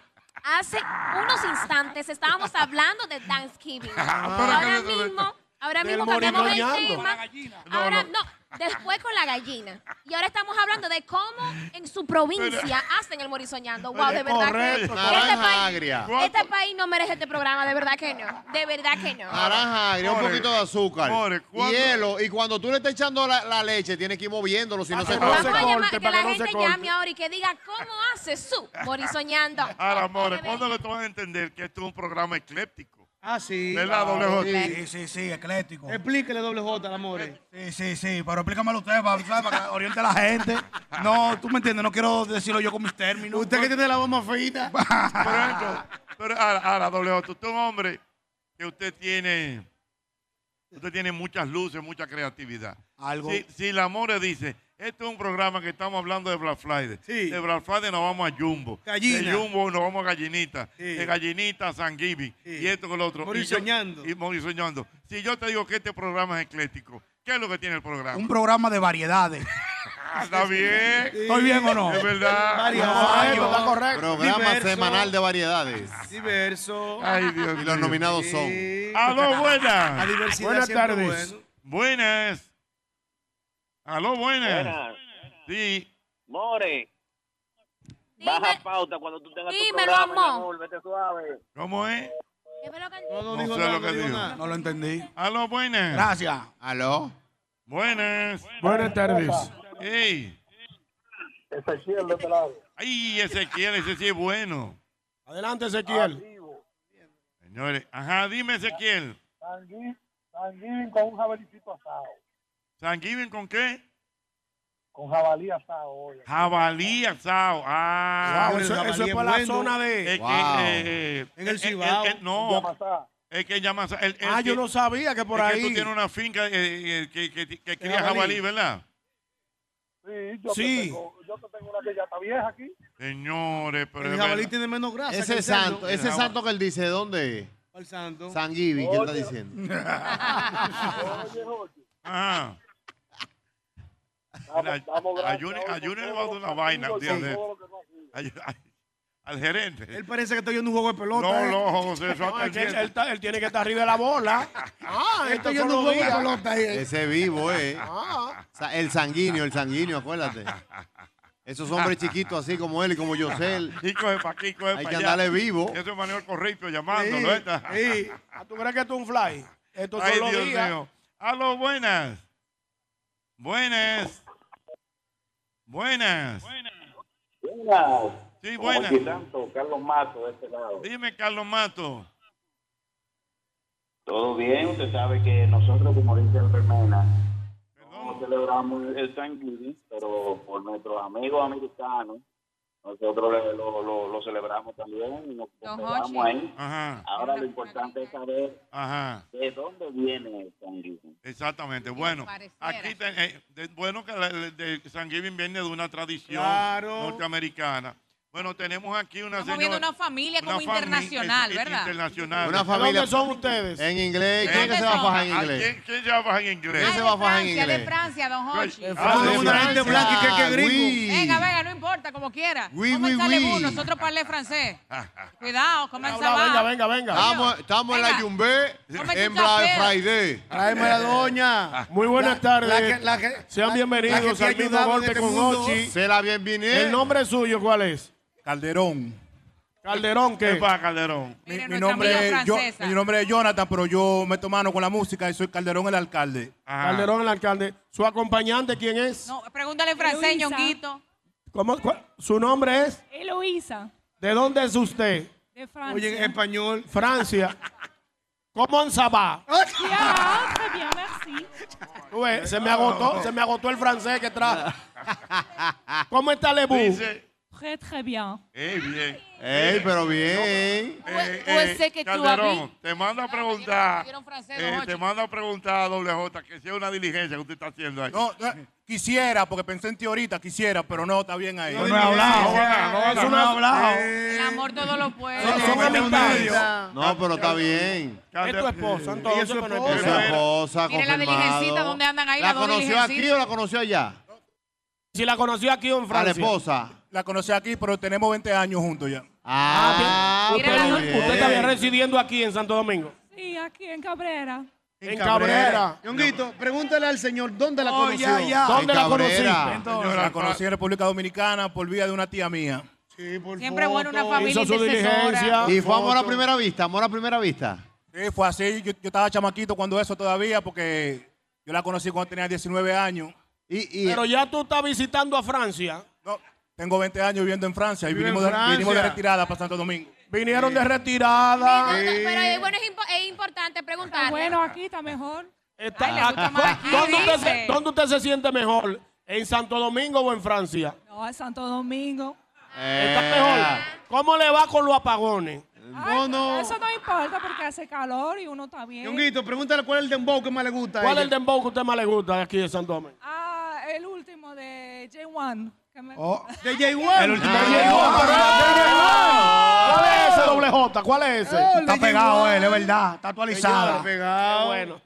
hace unos instantes, estábamos hablando de Thanksgiving.
Ah, pero
Ahora
que-
mismo Ahora
Del
mismo cambiamos el
moritoñando. Con la
tema.
gallina. No,
Ahora,
no.
no. después con la gallina. Y ahora estamos hablando de cómo en su provincia hacen el morisoñando. Wow, de verdad que
Correcto, naranja agria.
este país no merece este programa, de verdad que no. De verdad que no.
Naranja agria, un
More,
poquito de azúcar,
more, ¿cuándo?
hielo, y cuando tú le estás echando la, la leche, tienes que ir moviéndolo, si no se
Vamos
corta.
a llamar, que la gente llame ahora y que diga cómo hace su morisoñando.
Ah,
Ahora, amores, ¿cuándo le tú vas a entender que esto es un programa ecléptico?
Ah, sí.
¿Verdad, doble J?
Sí, sí, sí, ecléctico.
Explíquele doble J, amores.
Sí, sí, sí, pero explícamelo usted para, ¿sabe? para que oriente a la gente. No, tú me entiendes, no quiero decirlo yo con mis términos.
Usted que tiene la bomba feita.
Por ejemplo, pero ahora, ahora doble J, usted es un hombre que usted tiene, usted tiene muchas luces, mucha creatividad.
Algo.
Si, si la More dice, este es un programa que estamos hablando de Black Friday. De Black Friday nos vamos a Jumbo.
Gallina.
De Jumbo nos vamos a Gallinita. De Gallinita a San Gibi. Y esto con lo otro.
Morir
Y yo-
soñando.
Y morir soñando. Si yo te digo que este programa es ecléctico, ¿qué es lo que tiene el programa?
Un programa de variedades.
Ah, Está bien.
¿Estoy bien o no?
Es verdad.
Variedades,
Correcto,
está correcto.
Programa
Diverso.
semanal de variedades.
Diverso.
Ay, Dios
Y los nominados son.
Aló, buenas.
La diversidad
buenas
siempre
tardes.
bueno.
Buenas. Aló, buenas.
Buenas.
Sí.
More. Baja pauta cuando tú tengas tu
Dímelo,
programa, mi
amor.
amor, vete suave.
¿Cómo es?
No,
dijo nada, no dijo nada.
No lo entendí.
Aló, buenas.
Gracias.
Aló.
Buenas.
Buenas tardes.
Ey.
Ezequiel, de este lado.
Ay, Ezequiel, ese sí es bueno.
Adelante, Ezequiel.
Señores, ajá, dime, Ezequiel.
Sanguín, sanguín con un jabelicito asado.
¿San Giving con qué?
Con jabalí asado hoy.
Jabalí asado. Ah,
Wow, eso- Jabalí eso es es para la bueno. zona de-
Es que,
Wow.
eh, eh,
En el
eh, eh,
Cibao.
eh, no.
Yamasá.
Es que llama.
Ah, yo no sabía que por
Es que tú
ahí-
tienes una finca eh, eh, que, que, que, que cría
jabalí.
jabalí, ¿verdad?
Sí, yo,
Sí.
Que tengo, yo que tengo una que ya está vieja aquí.
Señores, pero.
El
es
jabalí
verdad.
tiene menos grasa. que
Ese
el cerdo.
santo, ese santo que él dice, ¿dónde es?
¿Cuál santo?
San Gibi, ¿qué está diciendo?
Oye, Jorge,
Ajá. Mira, a Juni- a Juni le va a dar una vaina un día de
todo
esto. Ay, ay, Al gerente.
Él parece que está oyendo un juego de pelota.
No,
¿eh?
no, José, eso
No, es que él,
atendiendo.
él está- él tiene que estar arriba de la bola. Ah,
Él está
esto
oyendo
todos
un
los
juego de
días.
pelota ahí. ¿eh?
Ese vivo, ¿eh?
Ah.
Sa- El sanguíneo, el sanguíneo, acuérdate. Esos hombres chiquitos así como él y como Yosel.
Y coge pa' aquí, coge
Hay
pa'
que
allá.
andarle vivo.
Eso es Manuel Correcto llamándolo. ¿esta?
Sí. Ah, ¿Tú crees que esto es un fly? Estos
Ay,
son los
Dios
días.
mío. Aló, buenas. Buenas. Buenas. Sí, buenas.
Tanto, Carlos Mato, de este lado.
Dime, Carlos Mato.
Todo bien, usted sabe que nosotros, como dice Albert Mena, no celebramos el Thanksgiving, pero por nuestros amigos americanos, nosotros le- lo, lo- lo celebramos también y nos
Don
celebramos
Hochi.
ahí.
Ajá.
Ahora lo importante es saber
Ajá.
de dónde viene el Thanksgiving.
Exactamente. Bueno,
pareciera.
aquí ten- eh, de- bueno que la- el de San Giving viene de una tradición
Claro.
norteamericana. Bueno, tenemos aquí una
Estamos
señora-
viendo una familia como
familia-
internacional,
es-
¿verdad?
Internacional.
Una familia.
ustedes?
En inglés. ¿Quién
¿Dónde
que se va a
son?
fajar en
¿A
inglés?
quién- quién se va a fajar en inglés?
¿Quién se va a fajar en
Francia, de
inglés?
Francia, don Hochi.
Ay,
Ah, de
una
Francia.
gente blanca y que- que gringo.
Oui.
Venga, venga, no importa, como quiera.
Oui,
Vamos a
oui,
echarle
oui.
bu, nosotros parlé francés. Cuidado, comienza
Habla,
va.
venga.
Estamos, estamos en la Yumbé,
Cómete
en
un
Black
café.
Friday.
Tráeme a la doña. Muy buenas tardes.
Ah. la que-
Sean
la-
bienvenidos
la que te
al mismo
ayudaba en
golpe
este
con
mundo.
Ochi.
Se la bienvenida.
¿El nombre suyo cuál es?
Calderón.
Calderón, ¿qué?
¿Qué pasa, Calderón?
Mi,
Miren,
mi
nuestra
nombre
amiga
es Jo-
francesa.
mi nombre es Jonathan, pero yo meto mano con la música y soy Calderón el alcalde.
Ah. Calderón, el alcalde. ¿Su acompañante quién es?
No, pregúntale en francés,
Eloísa.
ñonguito.
¿Cómo, cuál- ¿Su nombre es?
Eloísa,
¿De dónde es usted?
de Francia.
español. Francia. ¿Cómo se va?
Bien, très bien, merci.
Tú
Eh,
ves, Pues, Se me agotó, se me agotó el francés que trajo. ¿Cómo está Lebu?
Dice,
Très, très bien.
eh, bien.
Ey, pero bien.
Eh,
pues
eh,
sé que tú
Calderón,
habí.
te mando a preguntar.
dieron francés,
eh,
don
te
Hochi.
mando a preguntar a doble J que si es una diligencia que usted está haciendo ahí.
No, no, quisiera, porque pensé en ti ahorita, quisiera, pero no, está bien ahí.
No, no he hablado, no he hablado, no he
Eso no he hablado.
El amor todo lo puede.
No, pero está bien.
Es tu esposa, entonces. pero no hay
Es su
problema.
esposa,
Mire la diligencita,
confirmado.
¿dónde andan ahí?
¿La
Las dos
conoció aquí
diligencitas.
o la conoció allá?
Si la conoció aquí o en
A la
Francia.
esposa.
La conocí aquí, pero tenemos 20 años juntos ya.
Ah,
Usted,
pero
usted
bien.
está bien residiendo aquí en Santo Domingo.
Sí, aquí en Cabrera.
En, Cabrera.
Ñonguito, pregúntale al señor dónde la
Oh,
conoció.
¿Dónde la conocí?
Entonces,
la conocí en República Dominicana por vía de una tía mía.
Sí, por
Siempre bueno una
Hizo
familia
su
intercesora.
diligencia.
Y fue amor a
Foto.
primera vista, amor a primera vista.
Sí, fue así. Yo, yo estaba chamaquito cuando eso todavía, porque yo la conocí cuando tenía 19 años.
Pero ya tú estás visitando a Francia.
Tengo 20 años viviendo en Francia y
Vive en
vinimos, de-
Francia.
vinimos de retirada para Santo Domingo.
Vinieron de retirada.
Pero eh, bueno, es, impo- es importante preguntarle.
Ah, Bueno, aquí está mejor.
Está-
Ay, le gusta más aquí,
¿Dónde, usted
dice.
se, dónde usted se siente mejor? ¿En Santo Domingo o en Francia?
No, es Santo Domingo.
Está mejor. ¿Cómo le va con los apagones?
Eh. No, no.
Eso no importa porque hace calor y uno está bien.
Ñonguito, pregúntale cuál es el dembow que más le gusta. a
¿Cuál
ella.
es el dembow que a usted más le gusta de aquí de Santo Domingo?
Ah, el último de J1. que me-
De J1.
El
Ah.
último de J1. ¿Cuál es ese doble J? ¿Cuál es ese?
Está pegado él, es verdad. Está actualizada.
Bueno.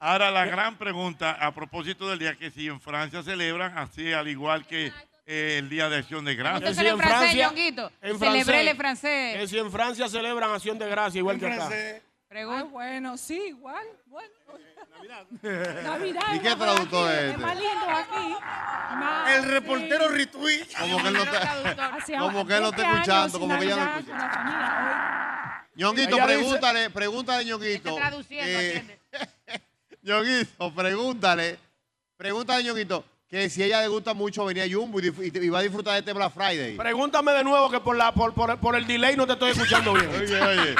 Ahora
Eh.
la gran pregunta a propósito del día que si en Francia celebran así al igual que eh, el Día de Acción de Gracias.
Entonces, en francés, Ñonguito. Celebrele francés.
Que si en Francia celebran acción de gracia igual que acá.
Ah, bueno, sí, igual. Bueno. Navidad.
¿Y qué
es más
traductor
aquí,
es este?
más lindo aquí. Más-
El reportero
sí.
retweet.
Como que él no está,
Hacia
como que él no está
20 años
escuchando,
sin
como que ella no
Navidad
escucha.
con la familia.
Ñonguito,
Ella dice-
pregúntale, pregúntale, Ñonguito. eh, Ñonguito, pregúntale. Pregúntale, Ñonguito, que si a ella le gusta mucho venir a Jumbo y, dif- y te- y va a disfrutar de este Black Friday.
Pregúntame de nuevo que por, la, por, por- por el delay no te estoy escuchando bien.
Oye, oye.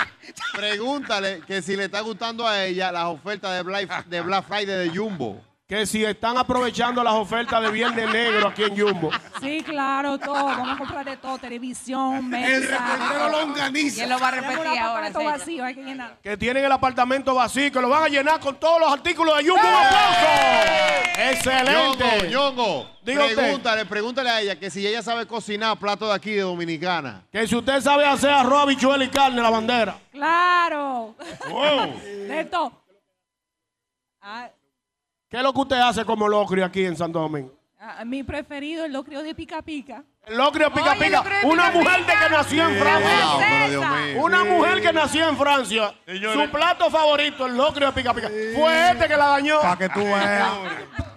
Pregúntale que si le está gustando a ella las ofertas de Black, de Black Friday de Jumbo.
Que si están aprovechando las ofertas de Viernes Negro aquí en Jumbo.
Sí, claro, todo. Vamos a comprar de todo, televisión, mesa.
El reportero lo organiza. Y él lo va a repetir
Tenemos un
ahora,
apartamento
señor.
vacío, hay que llenar.
Que tienen el apartamento vacío, que lo van a llenar con todos los artículos de Jumbo. ¡Un aplauso! ¡Excelente!
Ñongo,
Diga usted.
pregúntale, pregúntale a ella que si ella sabe cocinar plato de aquí de Dominicana.
Que si usted sabe hacer arroz, bichuela y carne, la bandera.
Claro.
Wow.
De todo. Ah,
¿Qué es lo que usted hace como locrio aquí en Santo Domingo?
ah, mi preferido, el locrio de pica pica.
El locrio pica
Oye, el
pica.
locrio de
Una
pica
mujer de
pica.
que nació en
Sí,
Francia.
wow, pero Dios mío.
Una
Sí.
mujer que nació en Francia.
Señores.
Su plato favorito, el locrio de pica pica. Fue este que la dañó. Para que tú
veas.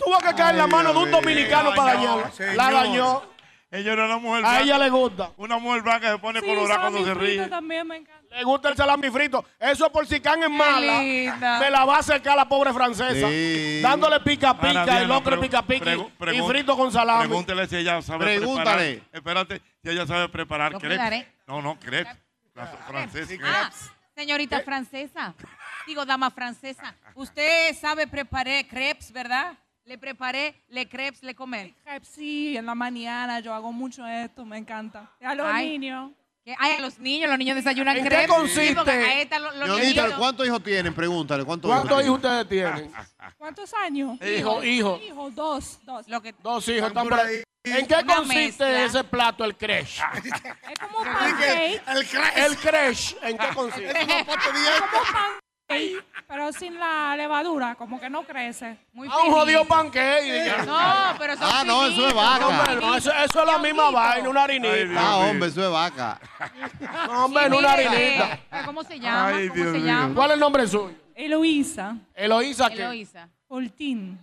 Tuvo que caer en la mano de un
Dios mío.
dominicano para
Dañó,
dañarla.
señor.
La dañó.
Ella era una mujer
A ella
blanca.
le gusta.
Una mujer blanca se pone
Sí,
colorada cuando se
salamifrito
Eh.
ríe.
también me encanta.
Le gusta el salami frito. Eso por si can es mala.
linda.
Me la va a acercar la pobre francesa.
Sí.
Dándole pica
Ahora
pica,
bien,
el locrio
pregu-
pica pica y-
pregu-
y
pregun-
frito con salami.
Pregúntele si ella sabe
Pregúntale.
preparar. Espérate, si ella sabe preparar
No
crepes.
cuidaré.
No, no, crepes. La francés,
Ah,
crepes.
¿Eh?
señorita francesa, digo dama francesa, usted sabe preparar crepes, ¿verdad? Le preparé, le crepes, le comer.
Sí, en la mañana yo hago mucho esto, me encanta. A los
Ay.
niños.
Que- Ay, a los niños, los niños desayunan
¿En
Este
qué
crepes.
consiste?
Sí, porque ahí están los, los niños.
Ñonguito, ¿cuántos hijos tienen? Pregúntale, ¿cuántos,
¿Cuántos hijos
hijos
ustedes tienen?
¿Cuántos años?
Eh, Hijo, hijo.
Hijo, dos, dos.
Dos hijos
Están
están
por
por
ahí.
¿En qué
Una
consiste
mezcla.
ese plato, el creche?
Es como un pancake.
El creche. El creche. ¿En qué
Es
consiste?
como un pancake, pero sin la levadura, como que no crece.
Muy
Ah, un jodido pancake.
No, pero son
Ah, no, eso es vaca.
Hombre, no, eso, eso es la misma vaina, una harinita.
Ah, hombre, eso es vaca.
No, hombre, no una
Sí, mire,
harinita.
eh, ¿Cómo se llama?
Ay,
¿Cómo
Dios
se
mío.
llama?
¿Cuál es el nombre suyo?
Eloísa.
Eloísa, ¿qué?
Eloísa.
Poltín.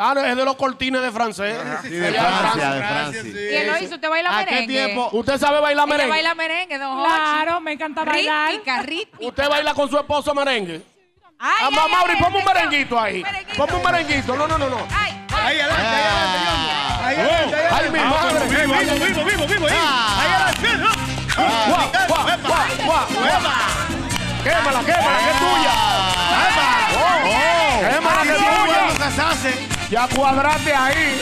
Ah, no, es de los cortines de francés.
Sí, de
Allá en
Francia, de Francia.
Y Eloísa, ¿usted baila
¿A qué
merengue?
tiempo? ¿Usted sabe bailar
Ella
merengue?
baila merengue, don Jorge.
Claro, me encanta bailar.
Rítmica, rítmica.
¿Usted baila con su esposo merengue?
Ay,
ah,
ay,
mamá,
ay,
ponme un
eso.
merenguito ahí. Ponme un merenguito. No, no, no, no.
Ay,
Ahí adelante, ahí adelante, Ñongo. Ahí adelante, ahí
Ay, mi
adelante.
madre.
Vivo, vivo, vivo, vivo, vivo, ahí. Ahí adelante.
Guau, guau, guau, guau. Quémala, quémala, que es tuya. Oh, Quémala, que es tuya. Ya cuadrate ahí.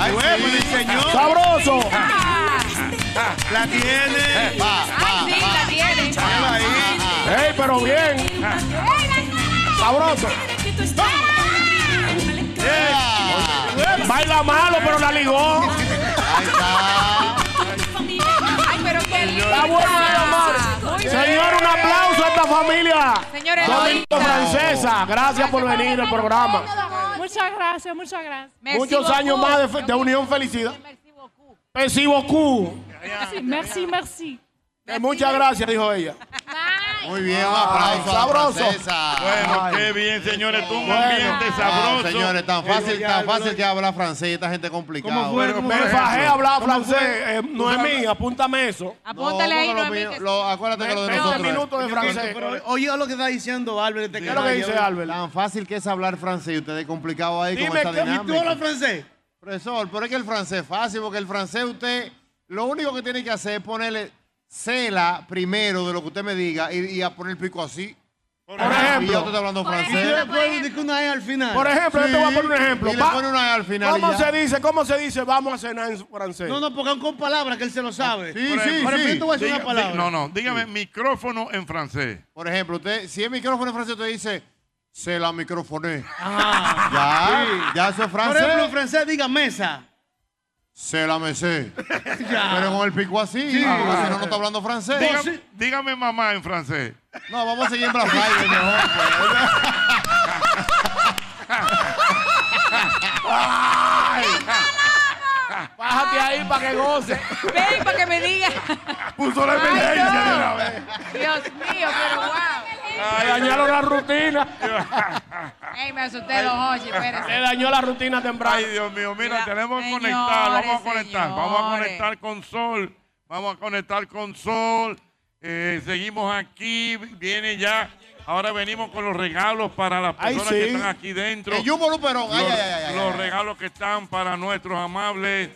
Ay,
huevo,
sí.
señor.
¡Sabroso!
La tiene.
Ay, sí, la tiene.
¡Ey, pero bien! ¡Sabroso! Baila malo, pero la ligó.
Ay, pero qué linda.
Está bueno,
Muy bien.
Señor, un aplauso a esta familia.
Señor Eloísa.
Domingo Francesa, gracias por venir al programa.
Muchas gracias, muchas gracias.
Merci
Muchos
beaucoup.
años más de, fe- de unión felicidad. Merci beaucoup.
Sí, merci, merci.
Eh, muchas gracias, dijo ella.
Muy bien, un
Ah,
aplauso.
sabroso.
A la francesa.
Bueno,
Ay.
qué bien, señores. Tú un
Bueno.
ambiente
Ah,
sabroso.
señores, tan fácil, tan fácil que habla francés, esta gente complicada.
Me fajé a hablar francés. Eh, Noemí, apúntame eso.
Apúntale ahí,
No,
Noemí. que-
acuérdate que lo de
20
nosotros. es.
minutos de francés.
Pero oye lo que está diciendo Albert. ¿Qué
Tan fácil que es hablar francés y ustedes complicado ahí con
Dime,
esta
¿qué- y tú
dinámica.
hablas francés?
Profesor, pero es que el francés es fácil, porque el francés usted, lo único que tiene que hacer es ponerle cela primero de lo que usted me diga y, y a poner el pico así. Por
ejemplo.
Y yo te estoy hablando francés. E
al final.
Por ejemplo, yo te voy a poner un ejemplo.
Y le
Va-
pone una al final.
¿Cómo
y ya.
se dice? ¿Cómo se dice? Vamos a cenar en francés.
No, no, porque con palabras que él se lo sabe.
Sí,
Por ejemplo,
sí,
por ejemplo,
sí.
yo te voy a decir
Diga-
una palabra.
di- no, no,
dígame micrófono en francés.
Por ejemplo, usted, si es micrófono en francés, usted dice, se la microfoné. Ya,
Ah.
ya eso es
Por
francés.
ejemplo, en francés diga mesa.
Se la mesé. Pero con el pico así, porque si no, no está hablando francés.
Dígame, Ah. dígame mamá en francés.
No, vamos a seguir en Black Friday mejor.
Bájate ahí para que goce.
Ven para que me diga.
Puso la emergencia de una vez.
Dios mío, pero wow.
Le dañaron la rutina.
Ey, me asusté, don Hochi,
Le
espérese.
dañó la rutina temprano.
Ay, Dios mío, mira,
Mira,
tenemos que
señores,
conectar, vamos a conectar, vamos a
señores.
conectar con Sol, vamos a conectar con Sol, Eh, seguimos aquí, viene ya, ahora venimos con los regalos para las
Ay,
personas
sí.
que están aquí dentro.
El Jumbo Luperón, ay,
Los-
ay, ay, ay,
Los
ay.
regalos que están para nuestros amables,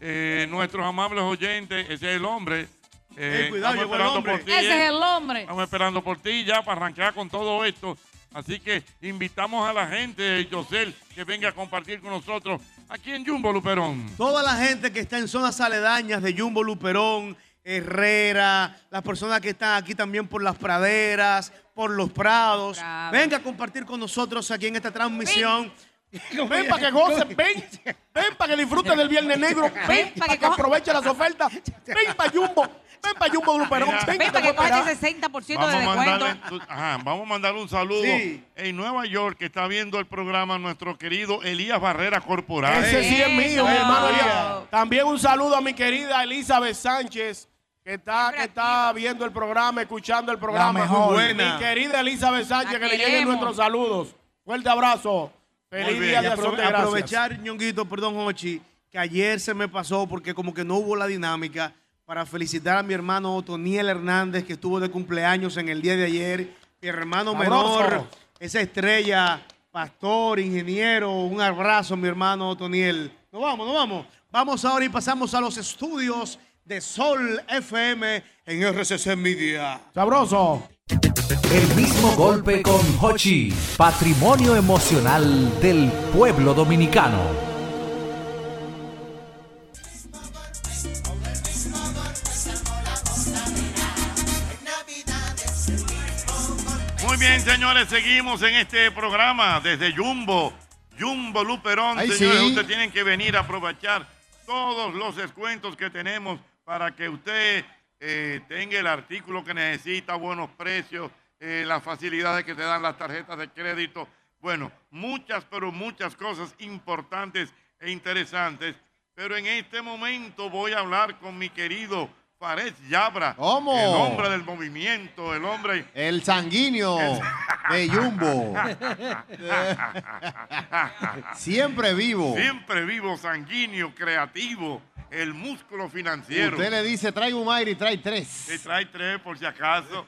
eh, nuestros amables oyentes, ese es el hombre. Eh,
Ey,
estamos
cuidado, llegó el
esperando
hombre.
por ti,
Ese
eh.
es el hombre.
Estamos esperando por ti ya para arrancar con todo esto. Así que invitamos a la gente, Yosel, que venga a compartir con nosotros aquí en Jumbo Luperón.
Toda la gente que está en zonas aledañas de Jumbo Luperón, Herrera, las personas que están aquí también por las praderas, por los prados, venga a compartir con nosotros aquí en esta transmisión.
Ven para que goce, ven. Ven para que disfrute del Viernes Negro. Ven para que aproveche las ofertas. Ven para Jumbo. Ven para Jumbo Luperón. Ven que
Ven
te
para
voy a
que coja
esperar.
ese 60%
Vamos
de
a,
descuento.
mandarle, tú- ajá, vamos a mandarle un saludo
Sí.
en Nueva York que está viendo el programa nuestro querido Elías Barrera Corporal.
Ese sí es mío, mi hermano Elías. También un saludo a mi querida Elizabeth Sánchez, que está, que está viendo el programa, escuchando el programa.
mejor.
Muy
Buena.
Mi querida Elizabeth Sánchez, que le lleguen
queremos.
nuestros saludos. Fuerte abrazo. Feliz día de
Y apro-
acción de gracias.
aprovechar, ñonguito, perdón, Hochi, que ayer se me pasó porque como que no hubo la dinámica para felicitar a mi hermano Otoniel Hernández que estuvo de cumpleaños en el día de ayer. Mi hermano
Sabroso.
menor, esa estrella, pastor, ingeniero, un abrazo, mi hermano Otoniel. Nos vamos, nos vamos. Vamos ahora y pasamos a los estudios de Sol FM en RCC Media.
Sabroso.
El mismo golpe con Hochi, patrimonio emocional del pueblo dominicano.
Muy bien, señores, seguimos en este programa desde Jumbo, Jumbo Luperón.
Ay,
señores,
sí.
ustedes tienen que venir a aprovechar todos los descuentos que tenemos para que usted eh, tenga el artículo que necesita, buenos precios, eh, las facilidades que te dan las tarjetas de crédito. Bueno, muchas, pero muchas cosas importantes e interesantes. Pero en este momento voy a hablar con mi querido Fares Yabra,
¿Cómo?
el hombre del movimiento, el hombre
El sanguíneo de Jumbo. Siempre vivo.
Siempre vivo, sanguíneo, creativo, el músculo financiero.
Usted le dice, traigo un aire y trae tres.
Que trae tres por si acaso.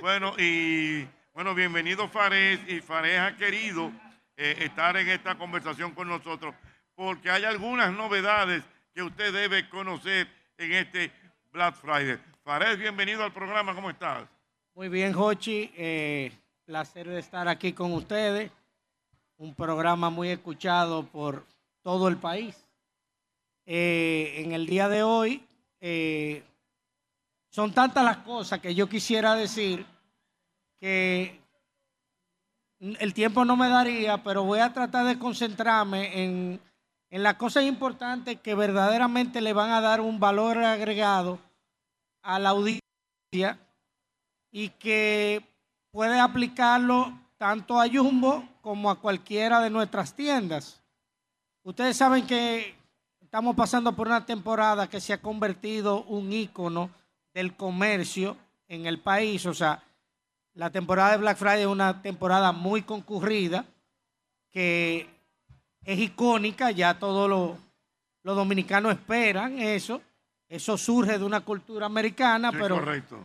Bueno, y bueno, bienvenido Fares. Y Fares ha querido eh, estar en esta conversación con nosotros porque hay algunas novedades que usted debe conocer en este Black Friday. Fares, bienvenido al programa, ¿cómo estás?
Muy bien, Jochi. eh, placer de estar aquí con ustedes. Un programa muy escuchado por todo el país. Eh, en el día de hoy eh, son tantas las cosas que yo quisiera decir que n- el tiempo no me daría, pero voy a tratar de concentrarme en, en las cosas importantes que verdaderamente le van a dar un valor agregado a la audiencia y que puede aplicarlo tanto a Jumbo como a cualquiera de nuestras tiendas. Ustedes saben que estamos pasando por una temporada que se ha convertido un ícono del comercio en el país. O sea, la temporada de Black Friday es una temporada muy concurrida que es icónica, ya todos los los dominicanos esperan eso. Eso surge de una cultura americana,
Sí,
pero
correcto.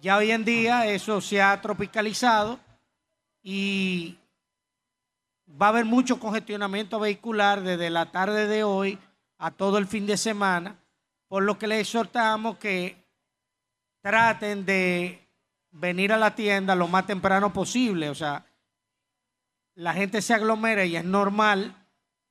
ya hoy en día eso se ha tropicalizado y va a haber mucho congestionamiento vehicular desde la tarde de hoy a todo el fin de semana, por lo que les exhortamos que traten de venir a la tienda lo más temprano posible. O sea, la gente se aglomera y es normal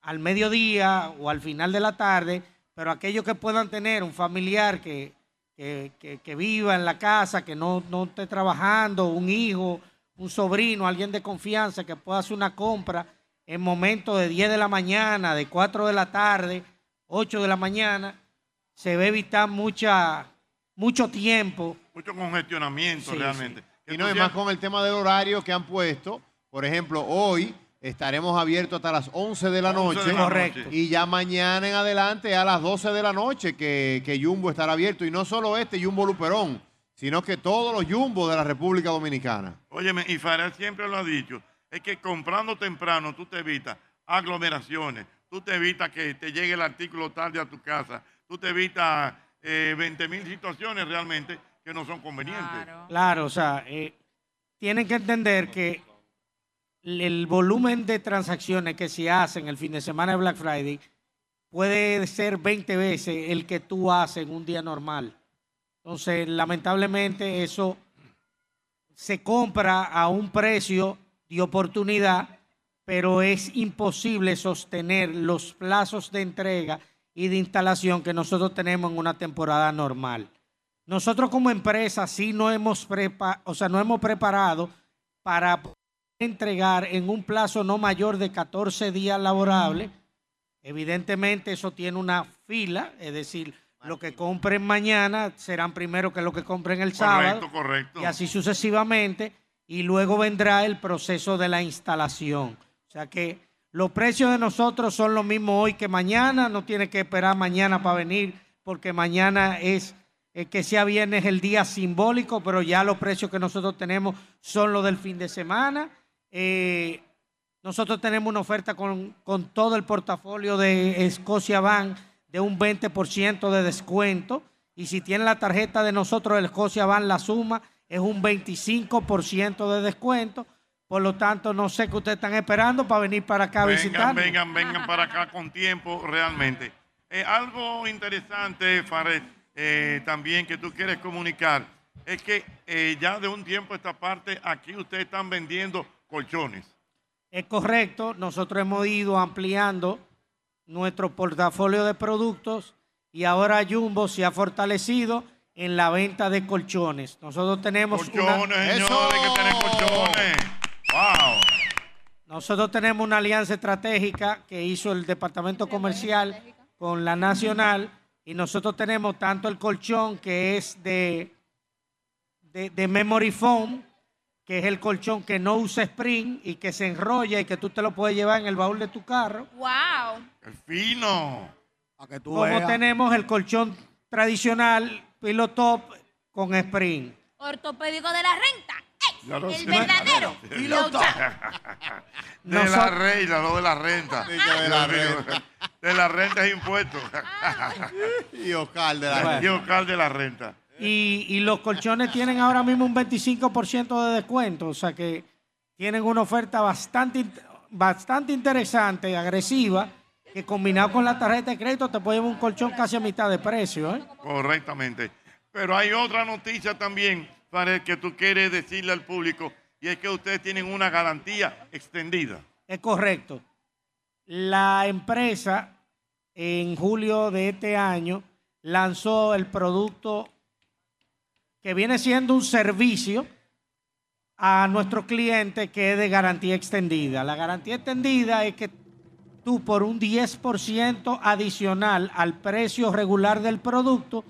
al mediodía o al final de la tarde, pero aquellos que puedan tener un familiar que, que- que- que viva en la casa, que no, no esté trabajando, un hijo, un sobrino, alguien de confianza que pueda hacer una compra en momentos de 10 de la mañana, de 4 de la tarde, 8 de la mañana, se va a evitar mucha, mucho tiempo.
Mucho congestionamiento
Sí,
realmente.
Y no es más con el tema del horario que han puesto. Por ejemplo, hoy estaremos abiertos hasta las 11 de la
11
noche.
de la Correcto. noche.
Y ya mañana en adelante a las 12 de la noche que, que Jumbo estará abierto. Y no solo este Jumbo Luperón, sino que todos los Jumbos de la República Dominicana.
Óyeme, y Farah siempre lo ha dicho, es que comprando temprano tú te evitas aglomeraciones, tú te evitas que te llegue el artículo tarde a tu casa, tú te evitas eh, 20 mil situaciones realmente que no son convenientes.
Claro, o sea, eh, tienen que entender que el- el volumen de transacciones que se hacen el fin de semana de Black Friday puede ser 20 veces el que tú haces en un día normal. Entonces, lamentablemente, eso se compra a un precio de oportunidad, pero es imposible sostener los plazos de entrega y de instalación que nosotros tenemos en una temporada normal. Nosotros como empresa sí no hemos, prepa- o sea, no hemos preparado para entregar en un plazo no mayor de 14 días laborables. Evidentemente eso tiene una fila, es decir, lo que compren mañana serán primero que lo que compren el sábado
Correcto, correcto.
y así sucesivamente, y luego vendrá el proceso de la instalación. O sea que los precios de nosotros son los mismos hoy que mañana, no tiene que esperar mañana para venir, porque mañana es eh, que sea viernes el día simbólico, pero ya los precios que nosotros tenemos son los del fin de semana. Eh, nosotros tenemos una oferta con, con todo el portafolio de Escocia Bank de un 20% de descuento. Y si tienen la tarjeta de nosotros, el Escocia Bank, la suma es un 25% de descuento. Por lo tanto, no sé qué ustedes están esperando para venir para acá a
Vengan,
visitarnos.
vengan, vengan para acá con tiempo realmente. Eh, algo interesante, Fared, eh, también que tú quieres comunicar, es que eh, ya de un tiempo a esta parte aquí ustedes están vendiendo colchones.
Es correcto, nosotros hemos ido ampliando nuestro portafolio de productos y ahora Jumbo se ha fortalecido en la venta de colchones. Nosotros tenemos una-
Colchones, señores, que tienen colchones. ¡Wow!
Nosotros tenemos una alianza estratégica que hizo el Departamento Comercial con la Nacional y nosotros tenemos tanto el colchón que es de, de, de Memory Foam, que es el colchón que no usa spring y que se enrolla y que tú te lo puedes llevar en el baúl de tu carro.
¡Wow!
Fino.
Como
veas.
tenemos el colchón tradicional Pillow Top con spring.
Ortopédico de la renta. ¡Ey!
Ya lo
el
sé.
verdadero.
Piloto. De la
Nosotros-
renta, no de la renta.
que de la renta.
De la renta es impuesto.
y Oscar de
la
renta.
Y Oscar de la renta.
Y, y los colchones tienen ahora mismo un 25% de descuento, o sea que tienen una oferta bastante, in- bastante interesante, agresiva, que combinado con la tarjeta de crédito te puede llevar un colchón casi a mitad de precio. ¿eh?
Correctamente. Pero hay otra noticia también, Fared, que tú quieres decirle al público, y es que ustedes tienen una garantía extendida.
Es correcto. La empresa en julio de este año lanzó el producto que viene siendo un servicio a nuestro cliente que es de garantía extendida. La garantía extendida es que tú por un 10% adicional al precio regular del producto,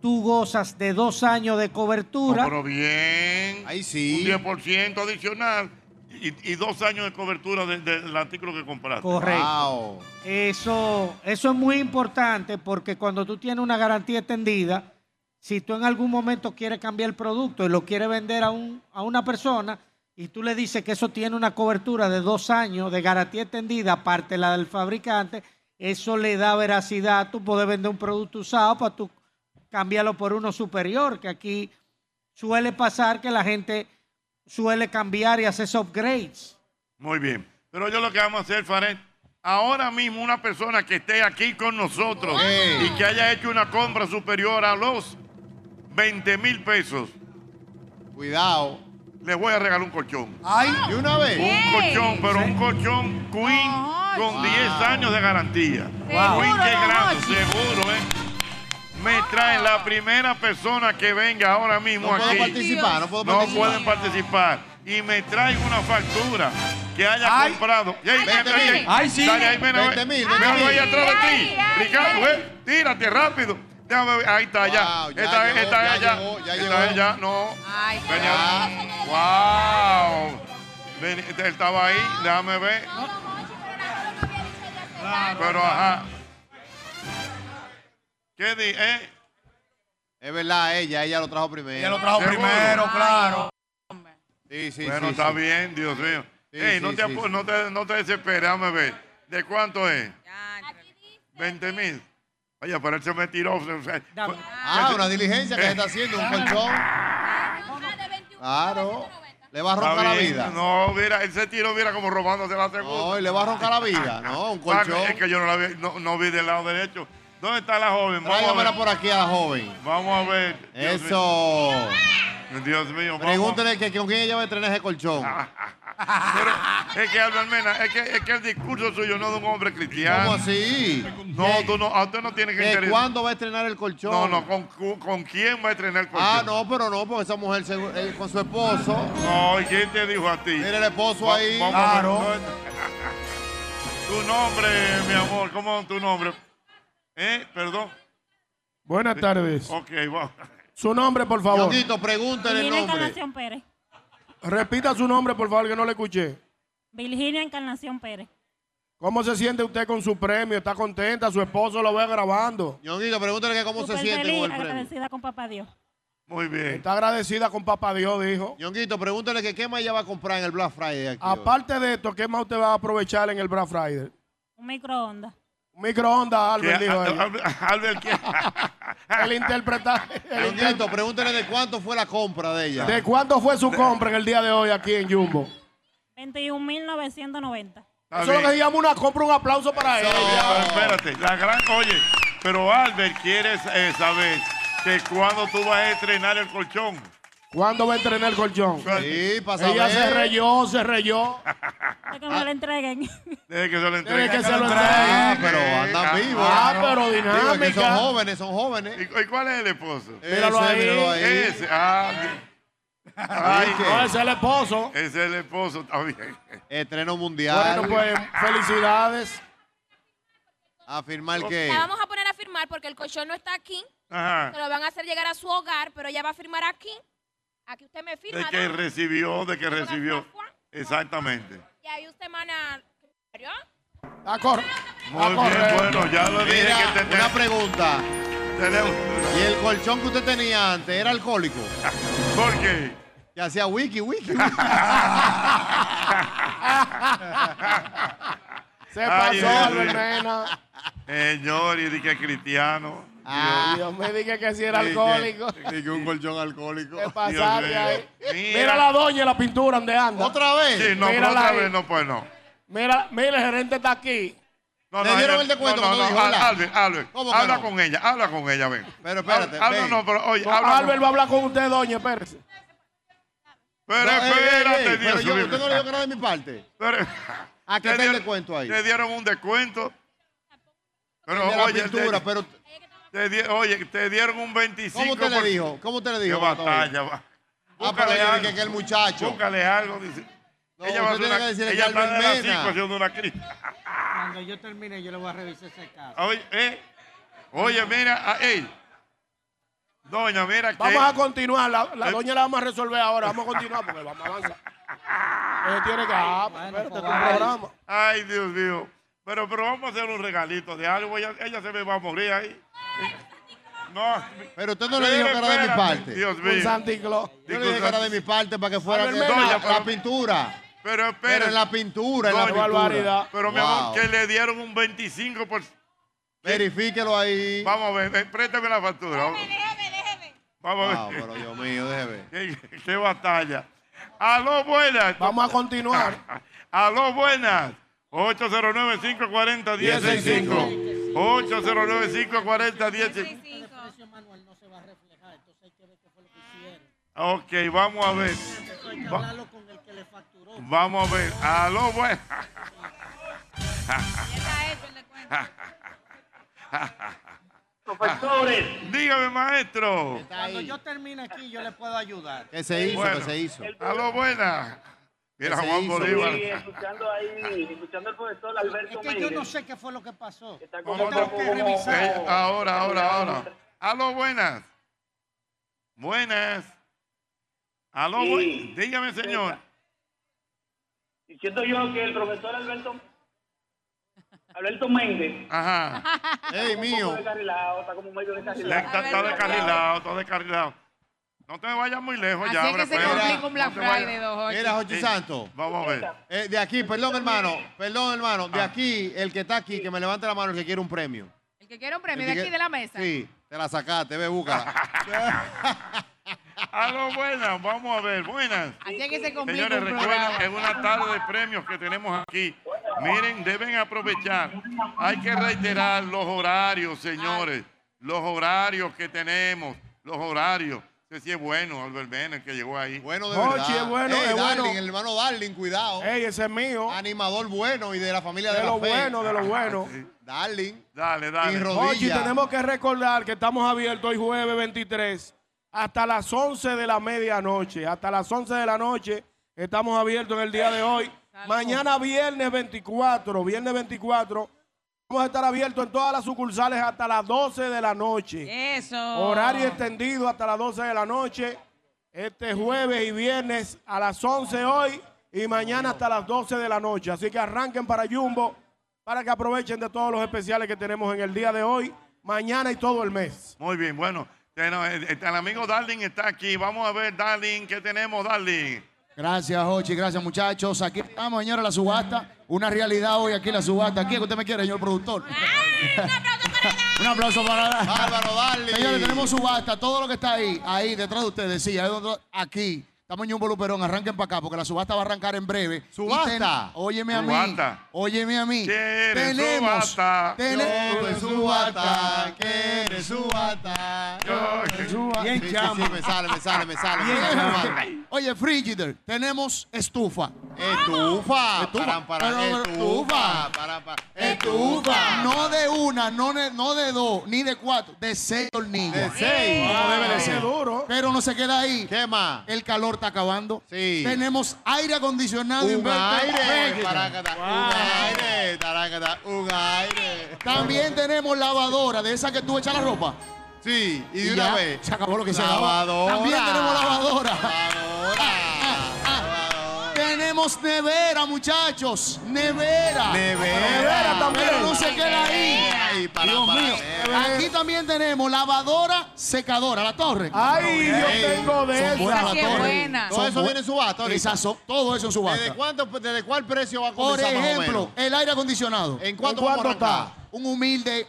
tú gozas de dos años de cobertura.
Pero bien.
Ahí sí.
Un 10% adicional y, y dos años de cobertura de- de- del artículo que compraste.
Correcto. Eso, eso es muy importante porque cuando tú tienes una garantía extendida, si tú en algún momento quieres cambiar el producto y lo quieres vender a, un, a una persona y tú le dices que eso tiene una cobertura de dos años de garantía extendida, aparte la del fabricante, eso le da veracidad. Tú puedes vender un producto usado para tú cambiarlo por uno superior, que aquí suele pasar que la gente suele cambiar y hacer upgrades.
Muy bien. Pero yo lo que vamos a hacer, Faret, ahora mismo una persona que esté aquí con nosotros y que haya hecho una compra superior a los 20 mil pesos.
Cuidado.
Les voy a regalar un colchón.
Ay, de una vez.
Un colchón, pero un colchón Queen con 10 años de garantía.
Wow.
Queen que
Seguro,
grande,
Mochi.
seguro, ¿eh? Me traen la primera persona que venga ahora mismo
No
aquí.
puedo participar, no puedo participar.
pueden participar. Y me traen una factura que haya comprado. Ey, ven,
veinte
ven,
mil.
ven.
Ay, sí.
Dale, ahí, ven, a ver.
Veinte mil,
Míralo
veinte
ahí
mil.
atrás de ti.
Ay, ay,
Ricardo,
ay.
eh, tírate rápido. Déjame ver. Ahí está,
Wow,
ya.
ya
Esta
llegó,
esta
ya
es ya.
llegó, ya
Esta
llegó.
es ya. No.
Ay,
Venía- Wow. Ven, él estaba ahí, déjame ver. Pero ajá. ¿Qué di? Eh?
Es verdad, ella, ella lo trajo primero.
Ella lo trajo ¿Seguro? primero, claro.
Sí, sí,
bueno,
sí,
está
sí.
bien, Dios mío.
Sí,
Ey,
sí,
no, te,
sí,
apu-
sí.
no te, no te desesperes, déjame ver. ¿De cuánto es? 20 mil. Oye, pero él se me tiró. se- se-
Ah, una diligencia que se está haciendo, un colchón. Claro. Le va a
Está
roncar la
bien.
vida.
No, mira, él se tiró, mira, como robándose la segunda.
No, y le va a roncar la vida. No, un
Ah,
colchón.
Es que yo no la vi, no, no vi del lado derecho. ¿Dónde está la joven? Vamos a
Tráigamela
ver.
por aquí a la joven.
Vamos a ver. Dios
Eso.
mío. Dios mío, vamos.
Pregúntele que con quién ella va a estrenar ese colchón.
Ah, Es que Aldo Almena, es que, es que el discurso suyo no es de un hombre cristiano.
¿Cómo así?
No, tú no, a usted no tiene que
¿Que
interesar.
¿Cuándo va a estrenar el colchón?
No, no, ¿con, cu- con quién va a estrenar el colchón?
Ah, no, pero no, porque esa mujer segu- eh, con su esposo.
No, ¿y quién te dijo a ti?
Mira el esposo
Va-
ahí.
vamos a ver,
Claro.
no, Tu nombre, mi amor, ¿cómo es tu nombre? ¿Eh? Perdón.
Buenas tardes.
Ok, vamos.
Su nombre, por favor.
pregúntale
Virginia Encarnación Pérez.
Repita su nombre, por favor, que no le escuché.
Virginia Encarnación Pérez.
¿Cómo se siente usted con su premio? ¿Está contenta? ¿Su esposo lo ve grabando?
Ñonguito, pregúntale que cómo
Súper
se siente
feliz,
con el premio.
agradecida con papá Dios.
Muy bien.
Está agradecida con papá Dios, dijo.
Ñonguito, pregúntale que qué más ella va a comprar en el Black Friday aquí.
Aparte de esto, ¿qué más usted va a aprovechar en el Black Friday?
Un microondas.
Un microondas, Albert,
¿Qué?
dijo
Ah,
Al-
ella.
Albert, ¿qué?
El interpretar.
Ñonguito, pregúntale de cuánto fue la compra ah. de ella.
¿De cuánto fue su compra en el día de hoy aquí en Jumbo?
21.990.
Eso es lo que se llama una compra, un aplauso para
Eso,
ella.
pero espérate, la gran, oye, pero Albert quiere eh, saber que cuando tú vas a estrenar el colchón.
¿Cuándo va a entrenar el colchón?
Sí, pasa
Ella se
saber.
reyó, se reyó.
Para
Ah.
que me lo entreguen.
Desde que se lo entreguen.
que se lo
Ah, pero andan vivos.
Ah, pero
Digo, es que
dinámica.
son jóvenes, son jóvenes.
¿Y, y cuál es el esposo?
Míralo Ese, ahí. míralo ahí.
Ese, ah,
Ay, ¿qué?
No, ese es el esposo.
ese es el esposo también.
Oh, Estreno mundial.
Bueno, pues felicidades.
Afirmar que.
La vamos a poner a firmar porque el colchón no está aquí.
Ah.
Ajá.
Se lo van a hacer llegar a su hogar, pero ella va a firmar aquí. Aquí usted me
De
firma.
que
¿no?
recibió, de que recibió. Exactamente.
Y ahí usted mana.
Ah,
Está cor-
Muy bien, bueno, ya lo dije.
Mira,
que te-
una pregunta. ¿Y el colchón que usted tenía antes era alcohólico?
¿Por qué?
Que hacía wiki, wiki, Ah, wiki.
Se
Ay,
pasó,
Dios
Albert
mío.
Mena.
Señor, y dije cristiano.
Ah.
Dios me dije que si era
Dije-
alcohólico.
Dije un colchón alcohólico.
Se pasaron
Dios mío.
ahí.
Mira.
Mira. la doña, la pintura donde anda. ¿Otra
vez?
Sí, no, pero
Mírala
otra
ahí.
vez no, pues no.
Mira, mira, el gerente está aquí.
No,
Le
no,
dieron
ella-
el descuento
No, no,
cuando
no,
dijo,
Al-
hola.
Albert, Albert,
¿Cómo que
habla
no?
con ella, habla con ella, ven.
Pero espérate,
Habla,
ven.
no, pero oye,
No,
habla.
Albert va a hablar con usted, doña, espérese.
Pero
No, ey, ey,
espérate,
ey,
Dios
Pero yo,
mío.
usted no le dio que nada de mi parte. ¿A qué
Te
está el
dieron-
descuento ahí?
Te dieron un descuento. Pero
El de la
oye,
pintura,
te,
pero-
te di- oye, te dieron un 25.
¿Cómo usted le dijo? ¿Cómo usted le dijo,
Qué batalla,
Antonio?
va.
Ah, pero ella dice que el muchacho.
Búscale algo, dice.
No,
ella va a
usted tiene
hacer una,
que decirle
ella
que
está de
Albert
las
Mena.
5 haciendo una crítica.
Cuando yo termine, yo le voy a revisar ese caso.
Oye, eh, oye, mira, ah, ey. Doña, mira que.
Vamos a continuar. La,
eh,
la doña la vamos a resolver ahora. Vamos a continuar porque vamos a avanzar. Ella tiene que. Ah, espérate, tu programa.
pues, Ay, Dios mío. Pero, pero vamos a hacer un regalito de algo. Ella, ella se me va a morir ahí.
Pero usted no le dijo que era de mi
Espérate,
parte.
Dios mío. Un Santi
Claus.
Yo le dije que era de mi parte para que fuera
Albert
que-
Mena.
la,
Doña, pero-
la pintura.
Pero espera.
Pero en la pintura, en la pintura.
Pero mi amor,
Wow.
que le dieron un 25 por...
Verifíquelo ahí.
Vamos a ver, ven, préstame la factura. Déjeme, déjeme, Vamos a
Wow,
ver.
Ah, pero Dios mío, déjeme.
Qué, qué batalla. Aló, buenas. Vamos a continuar. Aló, buenas. 809-540-1065. 809-540-1065. Ok, vamos a ver. Va- Vamos a ver. Aló, buenas.
Profesores.
Dígame, maestro.
Cuando yo termine aquí, yo le puedo ayudar.
¿Qué se hizo? ¿Qué se hizo?
Aló, buenas. Mira,
¿Qué se
Juan
hizo?
Bolívar.
Sí,
Escuchando ahí, escuchando al profesor Alberto
Es que yo no
Meire.
sé qué fue lo que pasó. Yo
como-
tengo
como-
que revisar.
Eh, ahora, ahora, ahora. Aló, buenas. Buenas. Aló,
Sí.
buen- Dígame, señor.
Diciendo yo que el profesor Alberto Alberto Méndez.
Ajá.
Ey,
mío.
Descarrilado, está como medio
Está,
descarrilado.
está- está descarrilado, está descarrilado. No te me vayas muy lejos
Así
ya.
es
hombre,
que se
pero-
complica un Black
no te vayas.
Friday, don Jorge.
Mira, Jochi
Eh,
Santo.
Vamos a ver. Ah.
Eh, de aquí, perdón, hermano. Perdón, hermano. De aquí, el que está aquí, que me levante la mano, el que quiere un premio.
El que quiera un premio
El que
de aquí
quiere-
de la mesa.
Sí, te la sacaste, ve, búscala.
Aló, buenas. Vamos a ver. Buenas.
Así es que se complica
Señores,
un
recuerden,
programa.
es una tarde de premios que tenemos aquí. Miren, deben aprovechar. Hay que reiterar los horarios, señores. Los horarios que tenemos, los horarios. Ese sí es bueno, Albert Bennett, que llegó ahí.
Bueno, de
Jochi,
verdad.
es bueno,
Ey,
es
Darling,
bueno.
el hermano Darling, cuidado.
Ey, ese es mío.
Animador bueno y de la familia de,
De
la
lo
fe. Ah,
bueno, de lo bueno.
Darling.
Dale,
dale. Y rodilla.
Oye, tenemos que recordar que estamos abiertos hoy jueves 23 hasta las 11 de la medianoche. Hasta las 11 de la noche estamos abiertos en el día de hoy. Mañana viernes 24, viernes 24, vamos a estar abiertos en todas las sucursales hasta las 12 de la noche.
Eso.
Horario extendido hasta las 12 de la noche. Este jueves y viernes a las 11 hoy y mañana hasta las 12 de la noche. Así que arranquen para Jumbo para que aprovechen de todos los especiales que tenemos en el día de hoy, mañana y todo el mes.
Muy bien, bueno. tenemos- El el amigo Darling está aquí. Vamos a ver, Darling, ¿qué tenemos, Darling?
Gracias, Jochi. Gracias, muchachos. Aquí estamos, señores, la subasta. Una realidad hoy aquí, la subasta. Aquí, que usted me quiere, señor productor. Un aplauso para Darling.
Bárbaro, Darling.
Señores, tenemos subasta. Todo lo que está ahí, ahí, detrás de ustedes, sí, ahí donde- aquí. Estamos en Jumbo Luperón. Arranquen para acá, porque la subasta va a arrancar en breve.
Subasta.
Y ten- Óyeme a mí.
Subasta.
Óyeme a mí.
Quiere
Tenemos.
subasta.
Tenemos.
Quiere subasta. Quiere subasta.
Bien,
Sí, sí,
chamo.
sí, me sale, me sale, me sale. me
Bien,
sale, me sale.
chamo. Oye, Frigider, tenemos estufa.
Estufa. Paran, paran,
Pero-
estufa. Paran, paran.
Estufa. No de una, no de, no de dos, ni de cuatro, de seis tornillas.
De seis. Wow. No debe de ser.
duro.
Pero no se queda ahí.
¿Qué más?
El calor está acabando.
Sí.
Tenemos aire acondicionado.
Un
inverter.
aire.
Frigider.
tarácata, Un aire. tarácata, Un aire.
También tenemos lavadora, de esa que tú echas la ropa.
Sí, y de
Y
una
ya,
vez.
se acabó lo que se
Lavadora.
acabó. También tenemos lavadora. Tenemos nevera, muchachos. Nevera.
Nevera.
Pero no se queda ahí.
Ahí, para,
Dios
para,
mío.
nevera.
Aquí también tenemos lavadora, secadora, la torre.
Ay, yo
Ey,
tengo
son
de esas.
buenas las
Esa sí es
torres.
buena.
Son
Todo eso
bu-
viene en subasta ahorita.
Esas son- todo eso en subasta.
¿Desde, cuánto, ¿Desde cuál precio va a
Por
comenzar más o menos?
ejemplo, el aire acondicionado.
¿En cuánto ¿En vamos cuánto a arrancar?
Un humilde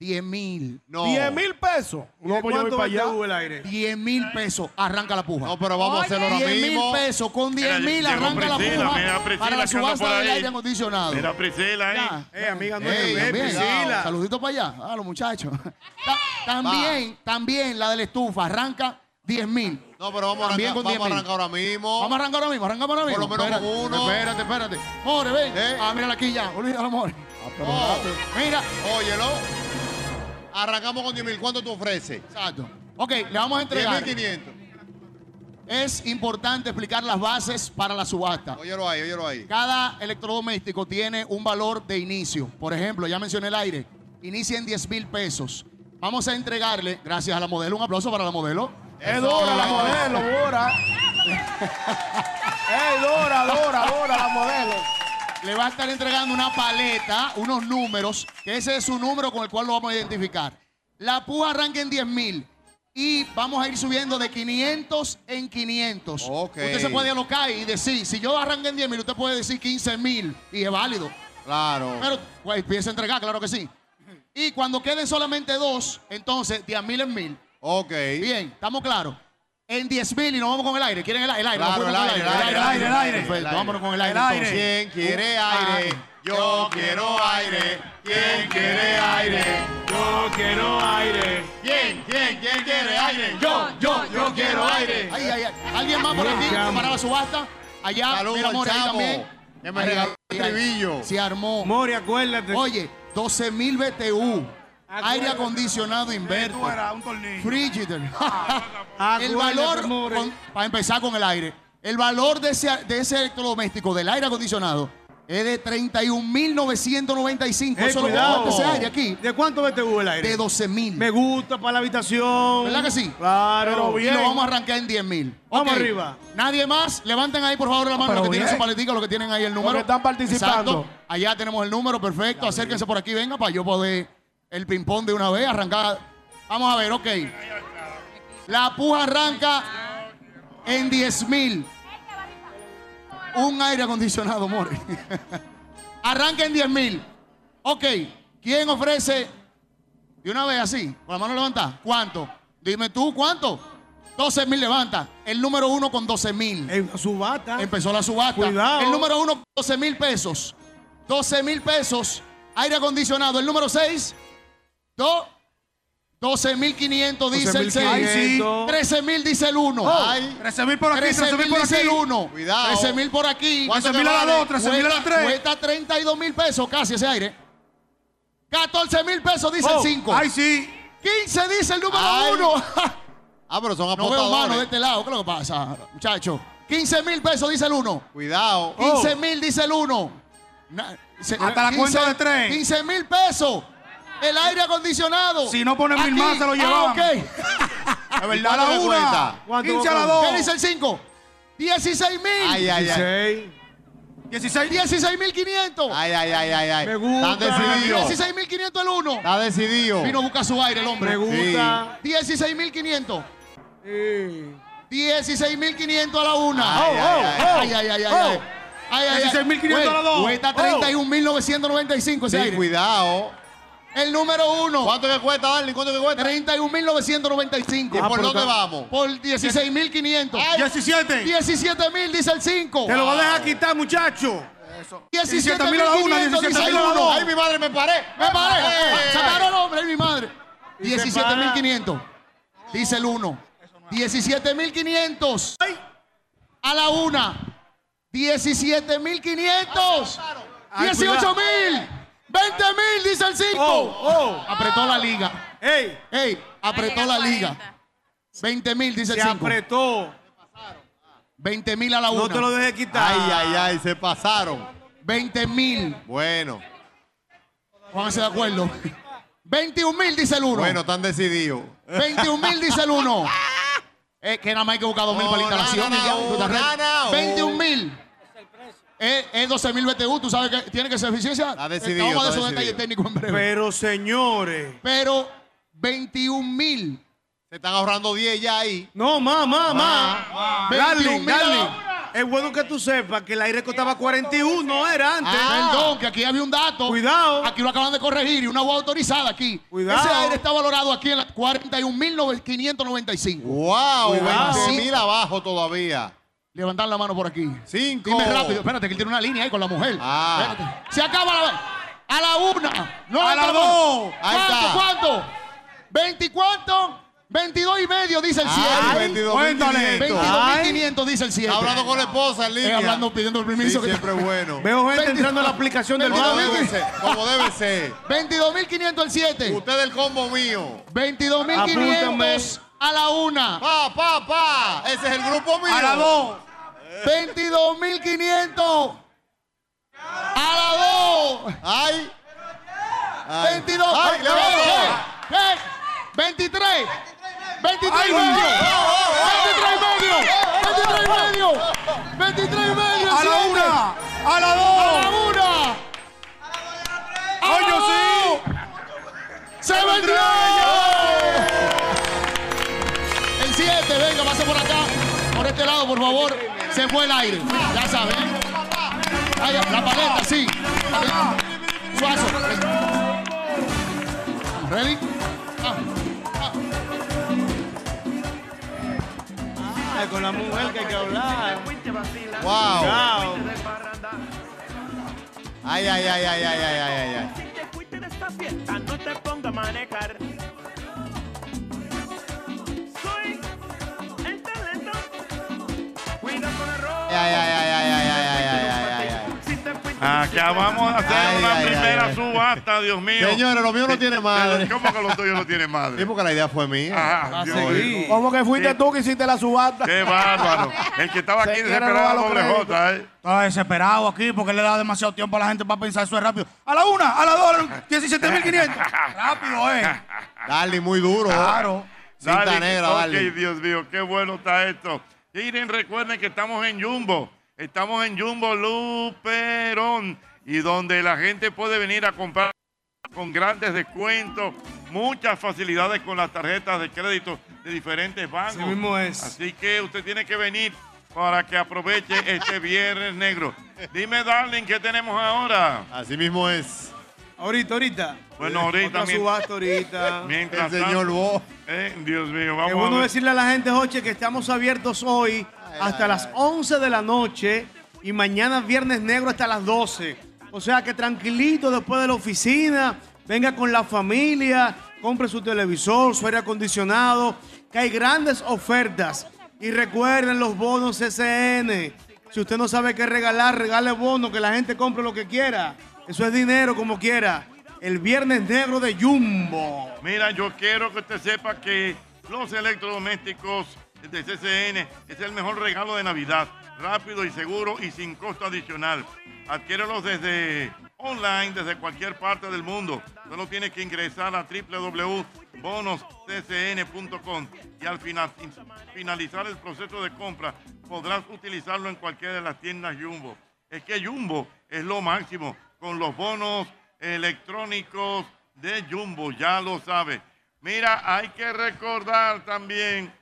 10 mil.
No.
10 mil pesos. No, pues yo voy para allá.
el aire? 10 mil pesos. Arranca la puja. No,
pero vamos a hacerlo ahora mismo.
mil pesos. Con 10
Mira,
mil
llegó
arranca la
Priscila,
puja.
mira, Priscila
para la
que anda por
subasta del
ahí.
aire acondicionado.
Mira, Priscila, ¿eh?
Eh, amiga
nuestra, eh, Priscila.
Saludito para allá. A los muchachos. Ta- también, también la de la estufa. Arranca 10 mil.
No, pero vamos a
También con
arrancar, vamos a
10.000.
arrancar ahora mismo.
Vamos a arrancar ahora mismo, arrancamos ahora
Por
mismo.
lo menos con
Espérate,
uno. Eh.
Espérate, espérate. More, ven. Ah, mírala aquí ya. Olvídalo, More.
Oh.
Mira.
Óyelo. Arrancamos con 10 mil. ¿Cuánto tú ofreces?
Exacto. Ok, le vamos a entregar.
10.500.
Es importante explicar las bases para la subasta.
Óyelo ahí, óyelo ahí.
Cada electrodoméstico tiene un valor de inicio. Por ejemplo, ya mencioné el aire. Inicia en 10 mil pesos. Vamos a entregarle, gracias a la modelo, un aplauso para la modelo.
Es Dora la modelo, Dora. Ey, Dora, Dora, Dora la modelo.
Le va a estar entregando una paleta, unos números, que ese es su número con el cual lo vamos a identificar. La púa arranca en 10 mil. Y vamos a ir subiendo de 500 en 500. Usted se puede alocar y decir, si yo arranco en 10 mil, usted puede decir 15 mil. Y es válido.
Claro.
Pero pues, empieza a entregar, claro que sí. Y cuando queden solamente dos, entonces 10 mil en mil.
Ok.
Bien, estamos claros. En 10 mil y nos vamos con el aire. ¿Quieren el, el aire?
Claro,
Nos fuimos
el
con
aire, el aire, el aire.
Perfecto,
El aire.
vámonos con el aire.
El aire.
entonces. Ah,
¿Quién quiere aire? Yo quiero aire. ¿Quién quiere aire? Yo quiero aire. ¿Quién? ¿Quién? ¿Quién quiere aire? Yo, yo, yo quiero aire.
Ay, ay, ay. ¿Alguien más por
Bien,
aquí
chamo.
para la subasta? Allá,
Saludos
mira,
al
More, ahí
chamo,
también.
que me
Ahí,
regaló
ahí,
el
ahí.
estribillo.
Se armó. More, acuérdate. Oye, 12 mil BTU. Aire acondicionado inverter.
Tú eras un tornillo.
Frigider.
Ah,
el valor, con- para empezar con el aire, el valor de ese, de ese electrodoméstico, del aire acondicionado, es de 31.995.
Ey,
Eso es lo que
Eh, cuidado.
aguanta ese aire aquí.
¿De cuánto BTU el aire?
De 12 mil.
Me gusta para la habitación.
¿Verdad que sí?
Claro.
Pero Y lo vamos a arrancar en 10 mil.
Vamos arriba.
Nadie más. Levanten ahí, por favor, la mano.
pero
los que tienen
bien.
su paletica, los que tienen ahí el número.
que están participando.
Exacto. Allá tenemos el número, perfecto. Acérquense por aquí, venga, para yo poder el ping-pong de una vez, arrancar. Vamos a ver, ok. La puja arranca en 10 mil. Un aire acondicionado, more. arranca en 10 mil. Ok. ¿Quién ofrece de una vez así, con la mano levantada. ¿Cuánto? Dime tú, ¿cuánto? 12 mil levanta. El número uno con 12 mil.
subasta.
Empezó la subasta.
Cuidado.
El número uno con 12 mil pesos. 12 mil pesos. Aire acondicionado. El número 6. 12 mil 500 dice el 6.
12.500.
13 mil dice el 1.
Oh, 13.000 por aquí, 13.000 por
dice
aquí.
el 1.
Cuidado.
13 mil por aquí.
13.000 a la dos, 13.000 a la tres.
Cuesta 32 mil pesos casi ese aire. 14 mil pesos dice
Oh,
el 5.
ay,
sí. 15 dice el
Ay.
número 1.
Ah, pero son
no veo mano
apostadores.
de este lado. ¿Qué es lo que pasa, muchacho? 15 mil pesos dice el 1.
Cuidado. Oh.
15 mil dice el 1.
Oh. Hasta la cuenta de tres.
15 mil pesos. El aire acondicionado.
Si no ponen mil
Aquí.
más, se lo
Ah,
llevaban.
ok.
La verdad, ¿Cuánto la me una, cuesta? ¿Cuánto 15 a la me dos. cuesta?
¿Qué dice el 5? 16 mil.
Ay, ay, ay.
16. 16 mil 500.
Ay, ay, ay, ay, ay. Me
gusta.
Están decididos.
16 mil 500 el 1.
Está decidido.
Vino a buscar su aire el hombre.
Me gusta.
16 mil 500. 16 mil 500 a la 1.
Ay, ay,
ay, ay,
ay.
ay, ay.
Oh.
ay. Ay, ay, ay.
16.500 a la dos.
Cuesta
Oh.
31.995 ese
Sí,
aire.
cuidado.
El número 1.
¿Cuánto que cuesta, Darling? ¿Cuánto que cuesta?
31.995.
¿Y
Ah,
por dónde vamos?
Por 16.500.
Ay.
17. 17.000 dice el 5.
Te lo va a dejar quitar, muchacho.
17
17.000 a la una, 17.000 a la dos.
Ay, mi madre, me paré.
Me paré. Ah,
Eh.
Sacaron el hombre, ay, mi madre.
Y se para.
17.500. Dice el 1. 17.500. A la 1. 17.500.
Ay,
18.000. 20.000, dice el 5.
Oh,
Apretó la liga.
¡Ey!
¡Ey! Apretó la liga. 20.000, dice el 5.
apretó.
20.000 a la 1.
No te lo dejes quitar. Ay, ay, ay, se pasaron.
20.000.
Bueno,
Pónganse de acuerdo. 21.000, dice el 1.
bueno, están decididos.
21 mil dice el 1. Es Eh, que nada más hay que buscar 2 mil para
Oh, No,
instalación.
no,
y ya,
no,
tú te arreglas.
no, no.
21 mil. Es, 12 mil BTU, tú sabes que tiene que ser eficiencia. Está
decidido,
Vamos a
está
esos detalles técnicos
decidido.
en breve.
Pero señores.
Pero 21 mil.
Se están ahorrando 10 ya ahí. Ah,
No, más, más,
Ma,
más.
ma.
Darling,
21.000 a la
Darling. Es bueno que tú sepas que el aire costaba 41, no era antes.
Ah. Perdón, que aquí había un dato.
Cuidado.
Aquí lo acaban de corregir y una agua autorizada aquí.
Cuidado.
Ese aire está valorado aquí en la 41.595.
Wow,
Cuidado.
20 mil abajo todavía.
Levantar la mano por aquí.
Cinco.
Dime rápido. Espérate, que él tiene una línea ahí con la mujer.
Ah.
Espérate. Se acaba la. A la una. No,
A la
otra mano.
dos. Ahí
¿Cuánto,
está.
cuánto? ¿20 cuánto? 22 y medio, dice el cielo.
Ay, 22.500.
22.500, dice el cielo.
Está hablando con la esposa, en
Estoy
línea.
hablando, pidiendo el
Sí,
permiso. que
siempre es bueno.
Veo gente
20.
entrando en la aplicación del
Como
móvil.
debe ser, como debe ser.
22.500 el 7.
Usted es el combo mío.
22.500
Apúntame.
a la una.
Pa, pa, pa. Ese es el grupo mío.
A la dos. 22.500 a la 2.
Ay. Ay.
22.
Ay, le bajó.
¿Qué? ¿Qué? 23. 23
Ay,
y medio.
Dios. Oh, oh,
23 y medio. 23 y medio. 23 y medio.
A la
siete.
una. A la
A la
dos.
una. ¡Oye, sí! ¡Se vendió! este
Colorado, por favor, se fue el aire. Ya saben. Ay, La paleta, sí. Suazo. ¿Ready?
Ay, con la mujer que hay que hablar.
Wow.
Cuidado.
Ay, ay, ay, ay, ay, ay, ay, ay, ay.
no te ponga a manejar. Soy el talento. Cuida con el robo.
Ay, ay, ay, ay, ay, ay, ay, ay, ay, ay, ay.
Acá vamos a hacer
Ay,
una
ay, ay,
primera
ay.
subasta, Dios mío.
Señores, lo mío no tiene madre.
¿Cómo que lo tuyo no tiene madre?
Es porque la idea fue mía.
Ah, Dios mío.
¿Cómo que fuiste
Sí.
tú que hiciste la subasta?
Qué bárbaro. El que estaba aquí desesperado, doble J. eh.
Estaba desesperado aquí porque le da demasiado tiempo a la gente para pensar eso es rápido. A la una, a la dos, 17.500. Rápido, eh.
Dale, muy duro. ¿eh?
Claro.
Cinta
Dale,
negra,
ok,
dale.
Dios mío, qué bueno está esto. Miren, recuerden que estamos en Jumbo. Estamos en Jumbo Luperón. Y donde la gente puede venir a comprar con grandes descuentos, muchas facilidades con las tarjetas de crédito de diferentes bancos.
Así mismo es.
Así que usted tiene que venir para que aproveche este viernes negro. Dime, darling, ¿qué tenemos ahora?
Así mismo es.
Ahorita, ahorita.
Bueno, ahorita.
Otra
mien-
subasta ahorita.
Mientras
El
tanto-
señor Bo.
Eh, Dios mío,
Es
vamos a
bueno
ver.
decirle a la gente, Joche, que estamos abiertos hoy hasta las 11 de la noche y mañana viernes negro hasta las 12. O sea que tranquilito después de la oficina, venga con la familia, compre su televisor, su aire acondicionado, que hay grandes ofertas. Y recuerden los bonos SN. Si usted no sabe qué regalar, regale bonos, que la gente compre lo que quiera. Eso es dinero como quiera. El viernes negro de Jumbo.
Mira, yo quiero que usted sepa que los electrodomésticos de CCN es el mejor regalo de Navidad. Rápido y seguro y sin costo adicional. Adquiérelos desde online, desde cualquier parte del mundo. Solo tiene que ingresar a www.bonosccn.com y al fina- finalizar el proceso de compra podrás utilizarlo en cualquiera de las tiendas Jumbo. Es que Jumbo es lo máximo con los bonos electrónicos de Jumbo, ya lo sabe. Mira, hay que recordar también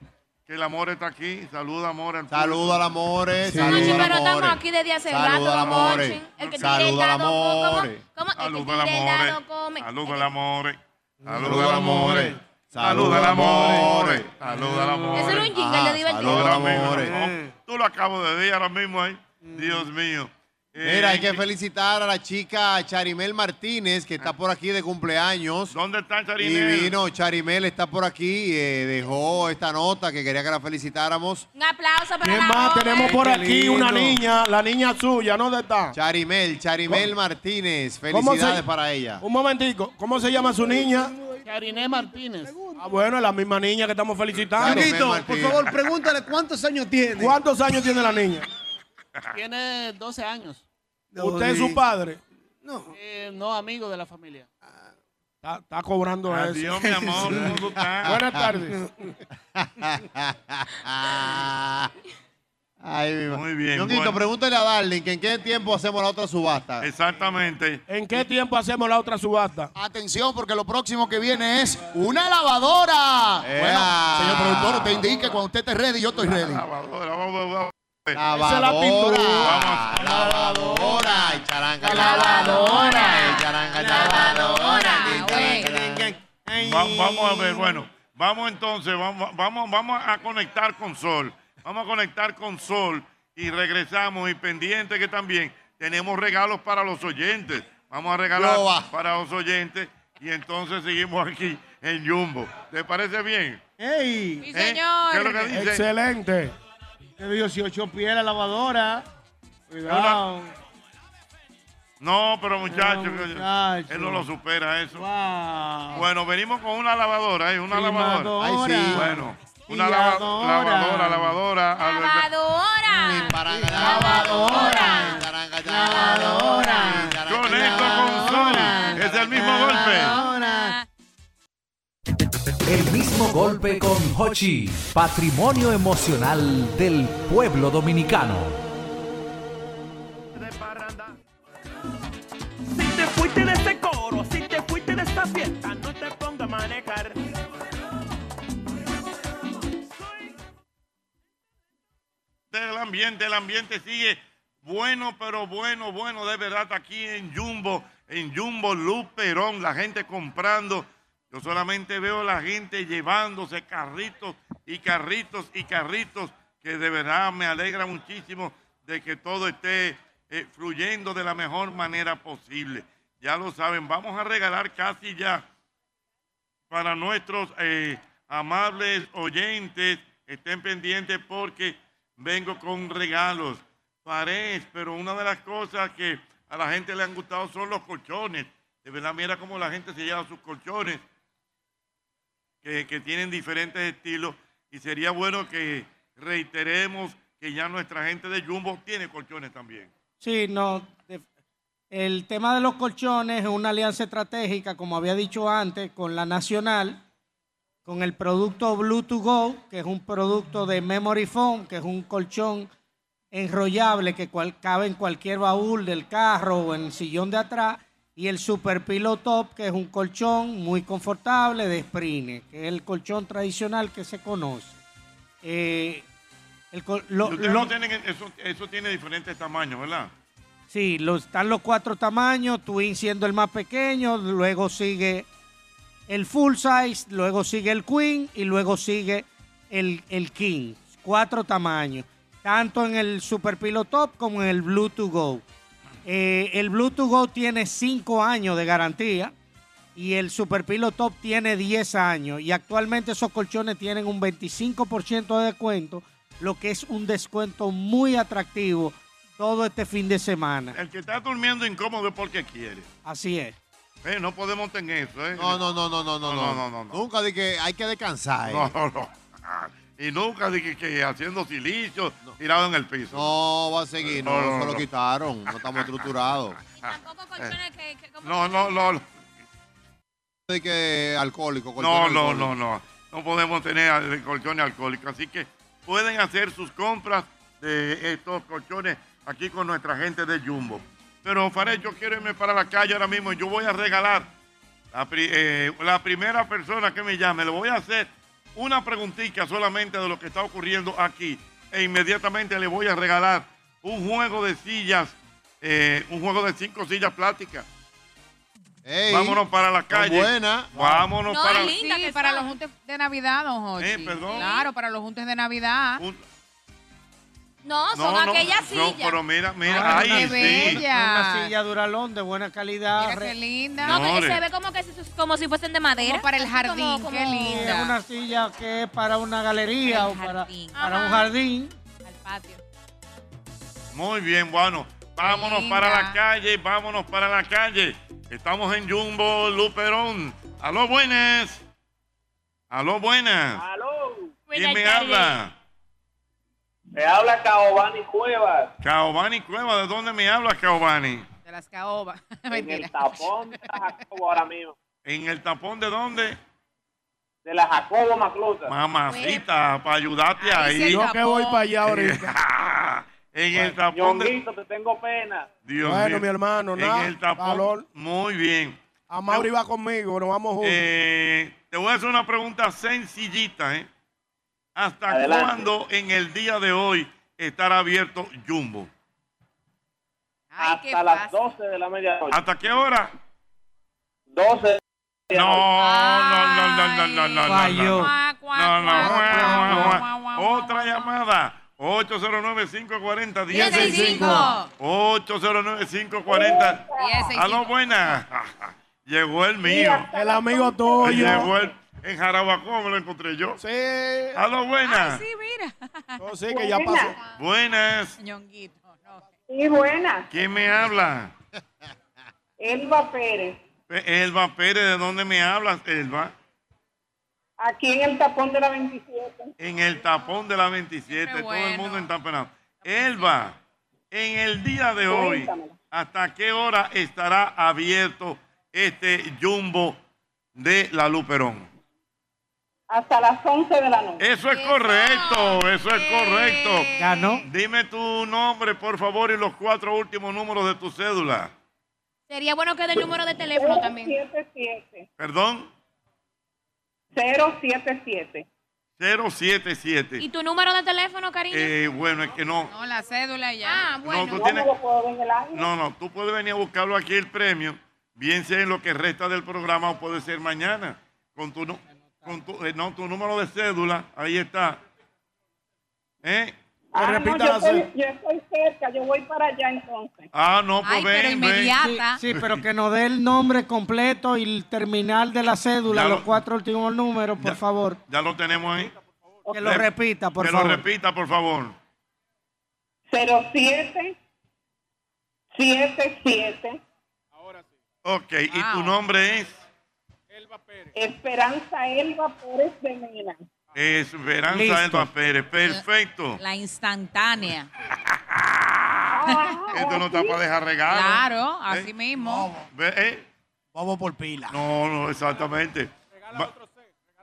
que el amor está aquí. Saluda, amor. al público.
Saluda al amore,
Sí.
saluda
Mochi,
al
pero estamos
amore.
aquí desde hace
Saluda al
rato, don
amore.
Mochi. El que
Saluda
tira el
al
dado, ¿cómo-
amore.
cómo- el Este que
Saluda al
tira el
amore.
dado come?
Saluda al amor.
Saluda
Saluda
al
al amor.
amore.
Saluda al amor. Saluda al amor.
Eso era un jingle de divertido.
saluda al
Ahora mismo,
amore.
¿no? Tú lo acabo de ver ahora mismo ahí. Dios mío. Eh,
Mira, hay que felicitar a la chica Charimel Martínez, que está por aquí de cumpleaños.
Ah. ¿Dónde está Charimel?
Divino, Charimel está por aquí. eh, dejó esta nota que quería que la felicitáramos.
Un aplauso para
¿Quién
la
más
joven.
tenemos por
Qué
aquí? Una
lindo.
niña, la niña suya, ¿no? ¿Dónde está?
Charimel, Charimel Martínez.
¿Cómo se-
Felicidades para ella.
Un momentico, ¿cómo se llama su niña?
Yariné Martínez.
Ah, bueno, es la misma niña que estamos felicitando.
Ñonguito, por
por
Martínez.
favor,
favor,
pregúntale cuántos años tiene. ¿Cuántos años tiene la niña?
Tiene 12 años.
¿Usted es su padre?
No. Eh, no, amigo de la familia.
Está, está cobrando eso.
Adiós, mi amor, ¿cómo estás?
Buenas tardes.
Ay, mi Muy
bien,
Ñonguito,
bueno.
pregúntale a Darling que en qué tiempo hacemos la otra subasta.
Exactamente.
¿En qué tiempo hacemos la otra subasta?
Atención, porque lo próximo que viene es una lavadora.
Ea.
Bueno, señor productor, te indique cuando usted esté ready, yo estoy ready.
Lavadora, vamos, vamos.
Esa es la pintura.
Lavadora, lavadora, y charanga, lavadora, y charanga, lavadora.
Va- vamos a ver, bueno, vamos entonces, vamos, vamos, vamos a conectar con Sol. Vamos a conectar con Sol y regresamos y pendiente que también tenemos regalos para los oyentes. Vamos a regalar
Yoba.
para los oyentes y entonces seguimos aquí en Jumbo. ¿Te parece bien?
¡Ey! Eh,
Sí, señor. ¿Qué es lo que dice?
Excelente.
Tiene 18 pies la lavadora. Cuidado.
No, pero muchachos,
No,
que-
muchacho.
él no lo supera eso.
Wow.
Bueno, venimos con una lavadora, ¿eh? Una lavadora.
Primadora. Ay, sí.
Bueno, una lava-
Lavadora.
lavadora, lavadora. Albert-
Lavadora.
Lavadora. Conecto con Sol. Es el mismo golpe.
El mismo golpe con Hochi, patrimonio emocional del pueblo dominicano.
Si te fuiste de este coro, si te fuiste de esta fiesta, no te ponga a manejar.
del ambiente. El ambiente sigue bueno, pero bueno, bueno, de verdad, aquí en Jumbo, en Jumbo Luperón, la gente comprando. Yo solamente veo la gente llevándose carritos y carritos y carritos, que de verdad me alegra muchísimo de que todo esté eh, fluyendo de la mejor manera posible. Ya lo saben, vamos a regalar casi ya para nuestros eh, amables oyentes, estén pendientes porque vengo con regalos. Parés, pero una de las cosas que a la gente le han gustado son los colchones. De verdad, mira cómo la gente se lleva sus colchones, que, que tienen diferentes estilos. Y sería bueno que reiteremos que ya nuestra gente de Jumbo tiene colchones también.
Sí, no. de- El tema de los colchones es una alianza estratégica, como había dicho antes, con la Nacional, con el producto Bluetooth Go, que es un producto de Memory Foam, que es un colchón enrollable que cual- cabe en cualquier baúl del carro o en el sillón de atrás, y el Super Pillow Top, que es un colchón muy confortable de Sprine, que es el colchón tradicional que se conoce. Eh, el col- lo-
Y ustedes
lo-
no tienen- eso, eso tiene diferentes tamaños, ¿verdad?
Sí, los, están los cuatro tamaños, Twin siendo el más pequeño, luego sigue el full size, luego sigue el queen y luego sigue el, el king. Cuatro tamaños, tanto en el Super Pillow Top como en el Bluetooth Go. Eh, el Bluetooth Go tiene cinco años de garantía y el Super Pillow Top tiene 10 años. Y actualmente esos colchones tienen un 25% de descuento, lo que es un descuento muy atractivo todo este fin de semana.
El que está durmiendo incómodo es porque quiere.
Así es.
Eh, no podemos tener eso, ¿eh?
No, no, no, no, no, no,
No,
no.
no, no,
Nunca de que hay que descansar.
No, no, no. Y nunca dije que, haciendo silicio, tirado en el piso.
No, va a seguir, no, se lo quitaron, no estamos estructurados.
Ah, eh. No, no, no. no.
De que alcohólico.
No,
colchones
no, no,
alcohólicos.
no. No podemos tener al- colchones alcohólicos. Así que pueden hacer sus compras de estos colchones aquí con nuestra gente de Jumbo. Pero, Faré, yo quiero irme para la calle ahora mismo. Yo voy a regalar la, pri- eh, la primera persona que me llame. Le voy a hacer una preguntita solamente de lo que está ocurriendo aquí. E inmediatamente le voy a regalar un juego de sillas, eh, un juego de cinco sillas plásticas.
Ey,
Vámonos para la
son
calle.
buenas.
Vámonos
No,
para
es linda que para los juntes de Navidad, don Hochi.
Eh, perdón.
Claro, para los juntes de Navidad.
No,
Ah,
son aquellas
no,
sillas.
pero mira, mira,
Ay,
ahí
qué
sí.
bella.
Una silla Duralón de buena calidad. re-
linda.
No, que
Señores.
se ve como que si, como si fuesen de madera.
para el
Así
jardín,
como-
qué
como-
lindo.
Es una silla que es para una galería o para, para
Ajá.
un jardín.
Al patio.
Muy bien, bueno. Vámonos
Linda.
para la calle, vámonos para la calle. Estamos en Jumbo Luperón. Aló, buenas. Aló,
Ah,
buenas.
Aló.
¿Quién me habla?
Me habla Caobani Cuevas.
Caobani Cueva, ¿de dónde me habla Caobani?
De las caobas.
En el tapón de la Jacobo ahora mismo.
¿En el tapón de dónde?
De la Jacobo Macluta.
Mamacita, para ayudarte ahí.
Yo que voy para allá
ahorita. en el tapón de...
Ñonguito, te tengo pena.
Dios
bueno,
mío.
mi hermano,
En
nada.
el tapón.
valor.
Muy bien.
A Mauri va conmigo, nos vamos juntos.
Eh, te voy a hacer una pregunta sencillita, ¿eh? ¿Hasta
Adelante.
cuándo en el día de hoy estará abierto Jumbo?
Hasta las 12 de la medianoche.
¿Hasta qué hora?
12.
No, no, no, no, no, no, no, no,
Falló.
no. No, no, guau, guau, guau. Otra llamada. 809-540-105. 809-540. Aló, buena. Llegó el Ah, mío.
El amigo tuyo.
Llegó el, en Jarabacoa me lo encontré yo.
Sí.
Aló,
Ah,
Ah,
buena.
Sí, mira.
No, sí, que ya pasó.
Buenas.
Ñonguito.
Sí, buena.
¿Quién me habla?
Elba Pérez.
Pe- Elba Pérez, ¿de dónde me hablas, Elba?
Aquí en el tapón de la 27.
En el tapón de la 27,
Qué
todo el
bueno.
mundo entampenado. Elba, en el día de hoy,
Cuéntamela.
¿hasta qué hora estará abierto este jumbo de la Luperón?
Hasta las 11 de la noche.
Eso es correcto, eso es correcto.
Ganó.
Dime tu nombre, por favor, y los cuatro últimos números de tu cédula.
Sería bueno que dé el número de teléfono también.
077.
¿Perdón?
077.
077. 077.
¿Y tu número de teléfono, cariño?
Eh, bueno, es que no.
No, la cédula ya.
Ah, bueno.
tú tienes- No, no, tú puedes venir a buscarlo aquí el premio, bien sea en lo que resta del programa o puede ser mañana. Con tu, nu- con tu, eh, no, tu número de cédula, ahí está. ¿Eh?
Ah, no, yo, estoy, yo estoy cerca, yo voy para allá entonces.
Ah, no, pues ven, ven.
Sí, sí, pero que nos dé el nombre completo y el terminal de la cédula,
Ya lo-
los cuatro últimos números, por favor.
Ya lo tenemos ahí.
Que lo repita, por
Que lo
favor.
repita, por favor.
07 77
Ok, y tu nombre es
Esperanza Elba Pérez de Mena.
Esperanza
Listo.
Elba Pérez. Perfecto.
La instantánea.
Esto no está para dejar regalo.
Claro, así mismo.
Vamos por pila. No, no, exactamente. Va-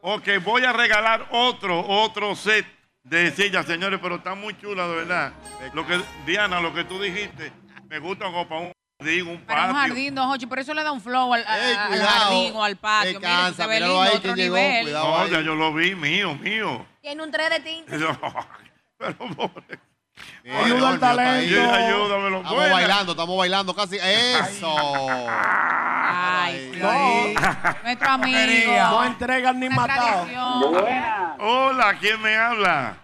Ok, voy a regalar otro, otro set de sillas, señores, pero está muy chula, de verdad. Lo que, Diana, lo que tú dijiste, me gusta como para un jardín, un
Para un
patio.
jardín, don Hochi, por eso le da un flow al, a-
Ey,
al
cuidado.
jardín o al patio. Mire,
Descansa,
se ve
míralo
lindo,
ahí
otro
que llegó,
nivel.
cuidado.
No, ya yo lo vi, mío, mío.
Tiene un 3 de tinta.
Pero, pobre.
Ayuda al talento.
Ayúdamelo.
Eh, Estamos
Buena.
bailando, estamos bailando casi. ¡Eso!
Ay, Nuestro amigo.
No entregan ni
Una
matado.
tradición.
Hola, ¿quién me habla?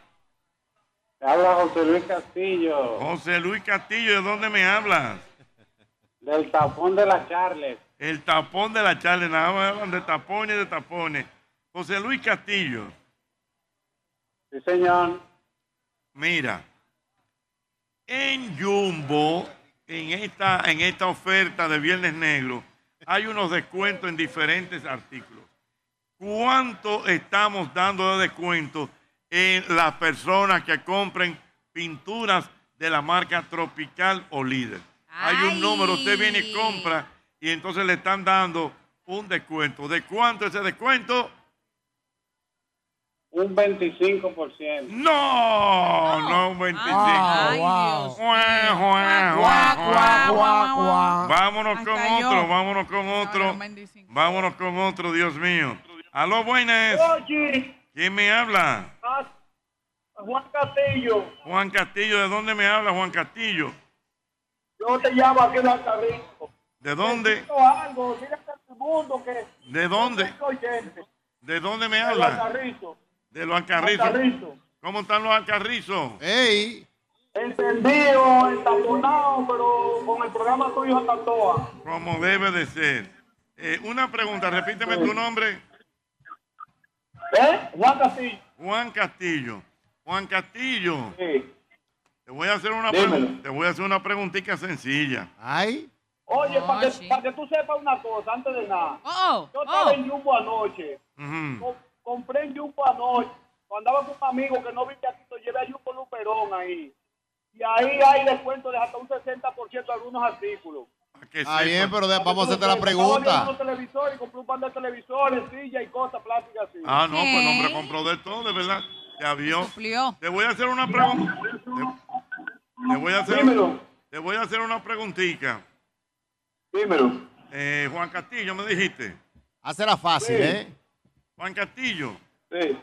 Habla José Luis Castillo,
José Luis Castillo, ¿de dónde me hablas?
del tapón de las Charles.
El tapón de la charla, nada más hablan de tapones, de tapones. José Luis Castillo.
Sí, señor.
Mira, en Jumbo, en esta, en esta oferta de Viernes Negro, hay unos descuentos en diferentes artículos. ¿Cuánto estamos dando de descuento en las personas que compren pinturas de la marca Tropical o Líder? Hay un número, usted viene y compra y entonces le están dando un descuento. ¿De cuánto ese descuento?
Un 25%.
No, no un 25.
Ay,
Guau, guau, guau, guau. Vámonos con
Hasta yo.
otro, vámonos con otro. Vámonos con otro, Dios mío. Aló, buenas.
Oye,
¿Quién me habla?
ah, Juan Castillo,
Juan Castillo, ¿de dónde me habla Juan Castillo?
yo te llamo aquí en la carrera.
¿De dónde?
Necesito algo, dile a todo el mundo que
¿De dónde?
soy oyente.
¿De dónde me
Del
habla?
Alcarrizo.
De los alcarrizos.
Alcarrizo.
¿Cómo están los alcarrizos?
¡Ey!
Encendido, entaponado, pero con el programa tuyo hasta toa.
Como debe de ser. Eh, una pregunta, repíteme tu nombre.
¿Eh? Juan Castillo.
Juan Castillo. Juan Castillo. Te voy a hacer una
Dímelo.
pregun- te voy a hacer una preguntita sencilla.
Ay.
Oye,
Oh,
para que,
sí.
pa' que tú sepas una cosa, antes de nada.
Oh,
yo estaba
oh.
en Jumbo anoche.
Mm.
Com- compré en Jumbo anoche. Cuando andaba con un amigo que no viste aquí, lo llevé a Jumbo Luperón ahí. Y ahí hay descuento de hasta un 60% de algunos artículos.
Ah, bien, pero de- vamos a hacerte
Yo
la
Estaba
pregunta.
viendo televisores y compré un par de televisores, silla y cosas plásticas así.
Ah, no, pues el hombre compró de todo, de verdad. Te avió. Te voy a hacer una pregunta. Te, te voy a hacer Te voy a hacer una preguntita.
Dímelo.
Eh, Juan Castillo, me dijiste.
Hacela fácil,
Sí.
¿eh?
Juan Castillo.
Sí.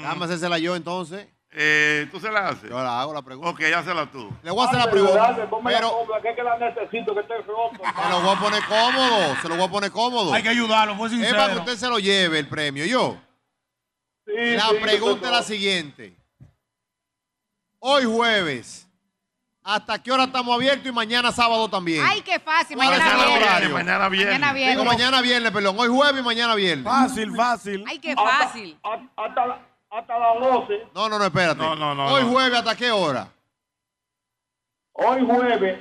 Déjame hacérsela yo entonces.
Eh, ¿Tú se la haces?
Yo la hago la pregunta.
Ok, hazla tú.
Le voy a hacer la
Dale,
pregunta.
dale, ponme la compra, que es que la necesito, que estoy roto.
Se lo voy a poner cómodo, se lo voy a poner cómodo.
Hay que ayudarlo, fue
Es
sincero.
para que usted se lo lleve el premio, yo. la
sí,
pregunta es
doctor.
la siguiente. Hoy jueves, ¿hasta qué hora estamos abiertos y mañana sábado también?
Ay, qué fácil.
¿Cuál es
Mañana
el horario?
viernes. Mañana viernes.
Digo, mañana viernes, perdón. Hoy jueves y mañana viernes.
Fácil, fácil.
Ay, qué fácil.
Hasta, la- hasta las 12.
No, no, no, espérate.
No, no, no,
Hoy
no.
jueves, ¿hasta qué hora?
Hoy jueves.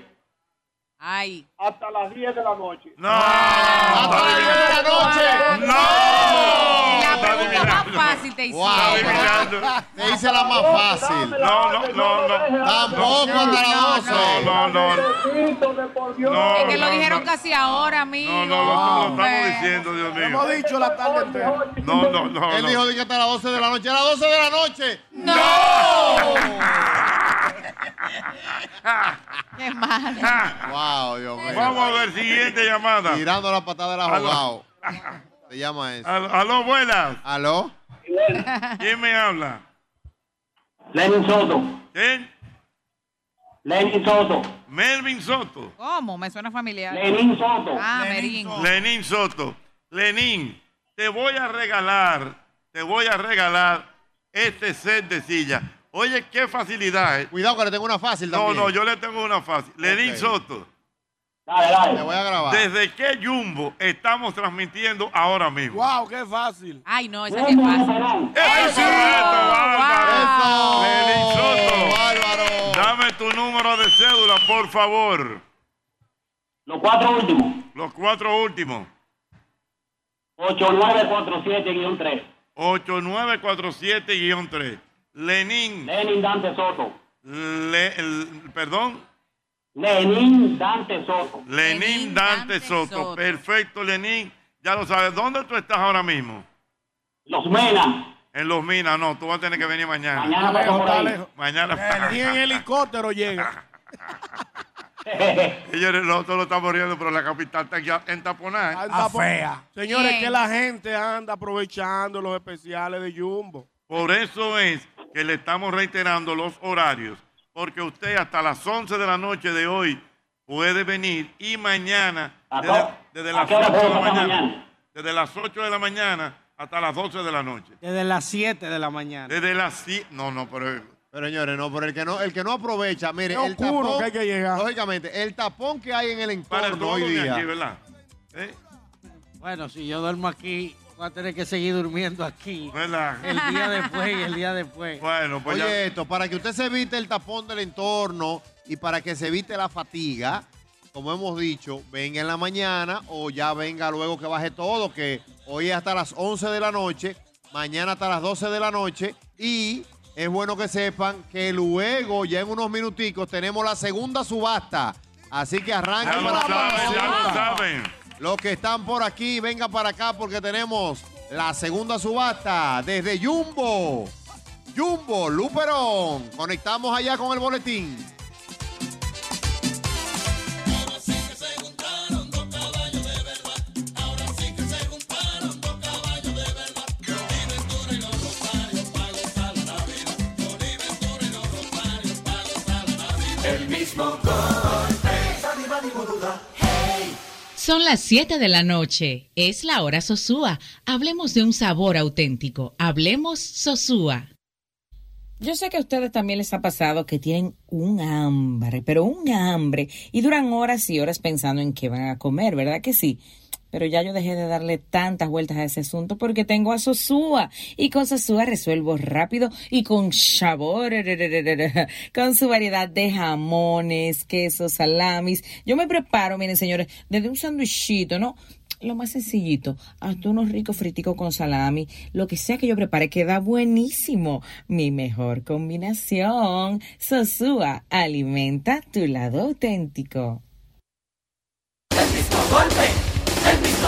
Ay.
Hasta las 10 de la noche. Ah.
No. Hasta
las 10 de la noche.
La pregunta más fácil te hicieron.
Te hice la más fácil.
No, no, no, no.
Tampoco
No,
hasta
no,
las 12.
No, no, no. No,
es que lo
no,
dijeron
no.
casi ahora, amigo.
No, no, lo, lo estamos diciendo, Dios mío.
dicho la tarde entera.
No, no, no.
Él
no.
dijo que hasta las 12 de la noche. ¿A las 12 de la noche?
¡No! ¡Qué mal!
Wow, Dios mío.
Vamos a ver, siguiente llamada.
Tirando la patada del abogado. Se llama eso.
Al- aló, buenas.
¿Aló?
¿Quién me habla?
Lenin Soto.
¿Quién?
Lenin Soto.
Melvin Soto.
¿Cómo? Me suena familiar.
Lenín Soto.
Ah, Merín.
Lenín Soto. Lenín, te voy a regalar, te voy a regalar este set de silla. Oye, qué facilidad. eh.
Cuidado que le tengo una fácil también.
No, no, yo le tengo una fácil. Lenín
Ok.
Soto.
Dale, dale. Te voy a grabar.
¿Desde qué Jumbo estamos transmitiendo ahora mismo?
¡Wow, qué fácil!
Ay, no, esa sí es fácil.
¡Eso! Lenín Soto. Dame tu número de cédula, por favor.
Los cuatro últimos.
Los cuatro últimos.
8947-3.
8947-3. Lenín.
Lenin Dante Soto.
Le- el- perdón.
Lenín Dante Soto.
Lenín Dante Soto.
Soto.
Perfecto, Lenín. Ya lo sabes. ¿Dónde tú estás ahora mismo?
Los Menas.
En Los Minas, no. Tú vas a tener que venir mañana.
Mañana Está paso por lejos, ahí. está lejos.
Mañana.
Ni en helicóptero llega.
Señores, nosotros lo estamos riendo, pero la capital está aquí entaponada.
Anda por- Señores, que la gente anda aprovechando los especiales de Jumbo.
Por eso es que le estamos reiterando los horarios, porque usted hasta las 11 de la noche de hoy puede venir y mañana, desde, desde
a
las
qué hora
8 de la
puedo pasar
mañana, desde las 8 de la mañana hasta las 12 de la noche.
Desde las 7 de la mañana.
Desde las 7, no, no, pero...
Pero señores, no, pero el que no, el que no aprovecha, mire,
Qué
el
oscuro
tapón,
que hay que llegar.
lógicamente, el tapón que hay en el
Para
entorno
todo
hoy
de
día.
aquí, ¿verdad? ¿Eh?
Bueno, si yo duermo aquí, voy a tener que seguir durmiendo aquí.
¿Verdad?
El día después y el día después.
Bueno, pues,
Oye, esto, para que usted se evite el tapón del entorno y para que se evite la fatiga, como hemos dicho, venga en la mañana o ya venga luego que baje todo, que hoy es hasta las 11 de la noche, mañana hasta las 12 de la noche y es bueno que sepan que luego, ya en unos minuticos, tenemos la segunda subasta. Así que arranquen para
ya lo saben.
Los que están por aquí, vengan para acá porque tenemos la segunda subasta desde Jumbo. Jumbo, Luperón. Conectamos allá con el boletín.
El mismo golpe.
Son las 7 de la noche. Es la hora Sosúa. Hablemos de un sabor auténtico. Hablemos Sosúa.
Yo sé que a ustedes también les ha pasado que tienen un hambre, pero un hambre, y duran horas y horas pensando en qué van a comer, ¿verdad que sí? Pero ya yo dejé de darle tantas vueltas a ese asunto porque tengo a Sosúa y con Sosúa resuelvo rápido y con sabor, con su variedad de jamones, quesos, salamis. Yo me preparo, miren señores, desde un sandwichito, ¿no? lo más sencillito, hasta unos ricos friticos con salami, lo que sea que yo prepare queda buenísimo. Mi mejor combinación. Sosúa, alimenta tu lado auténtico.
golpe, el mismo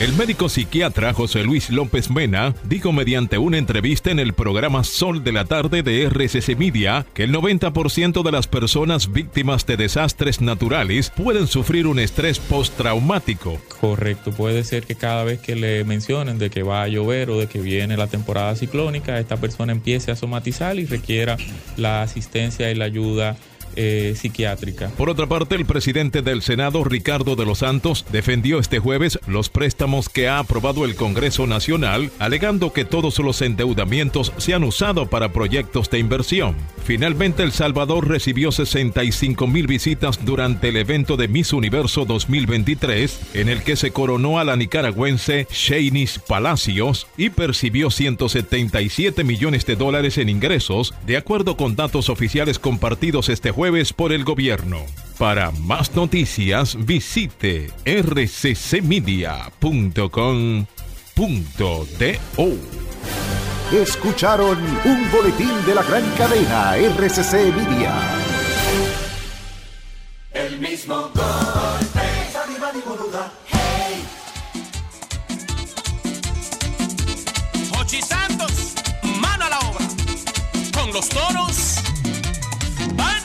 El médico psiquiatra José Luis López Mena dijo mediante una entrevista en el programa Sol de la Tarde de RCC Media que el 90% de las personas víctimas de desastres naturales pueden sufrir un estrés postraumático.
Correcto, puede ser que cada vez que le mencionen de que va a llover o de que viene la temporada ciclónica, esta persona empiece a somatizar y requiera la asistencia y la ayuda eh, psiquiátrica.
Por otra parte, el presidente del Senado, Ricardo de los Santos, defendió este jueves los préstamos que ha aprobado el Congreso Nacional, alegando que todos los endeudamientos se han usado para proyectos de inversión. Finalmente, El Salvador recibió 65 mil visitas durante el evento de Miss Universo 2023, en el que se coronó a la nicaragüense Sheinis Palacios y percibió 177 millones de dólares en ingresos, de acuerdo con datos oficiales compartidos este jueves por el gobierno. Para más noticias, visite rccmedia.com.do.
Escucharon un boletín de la gran cadena RCC Media.
El mismo golpe. Badi, badi, buruda. Hey.
los toros. Van.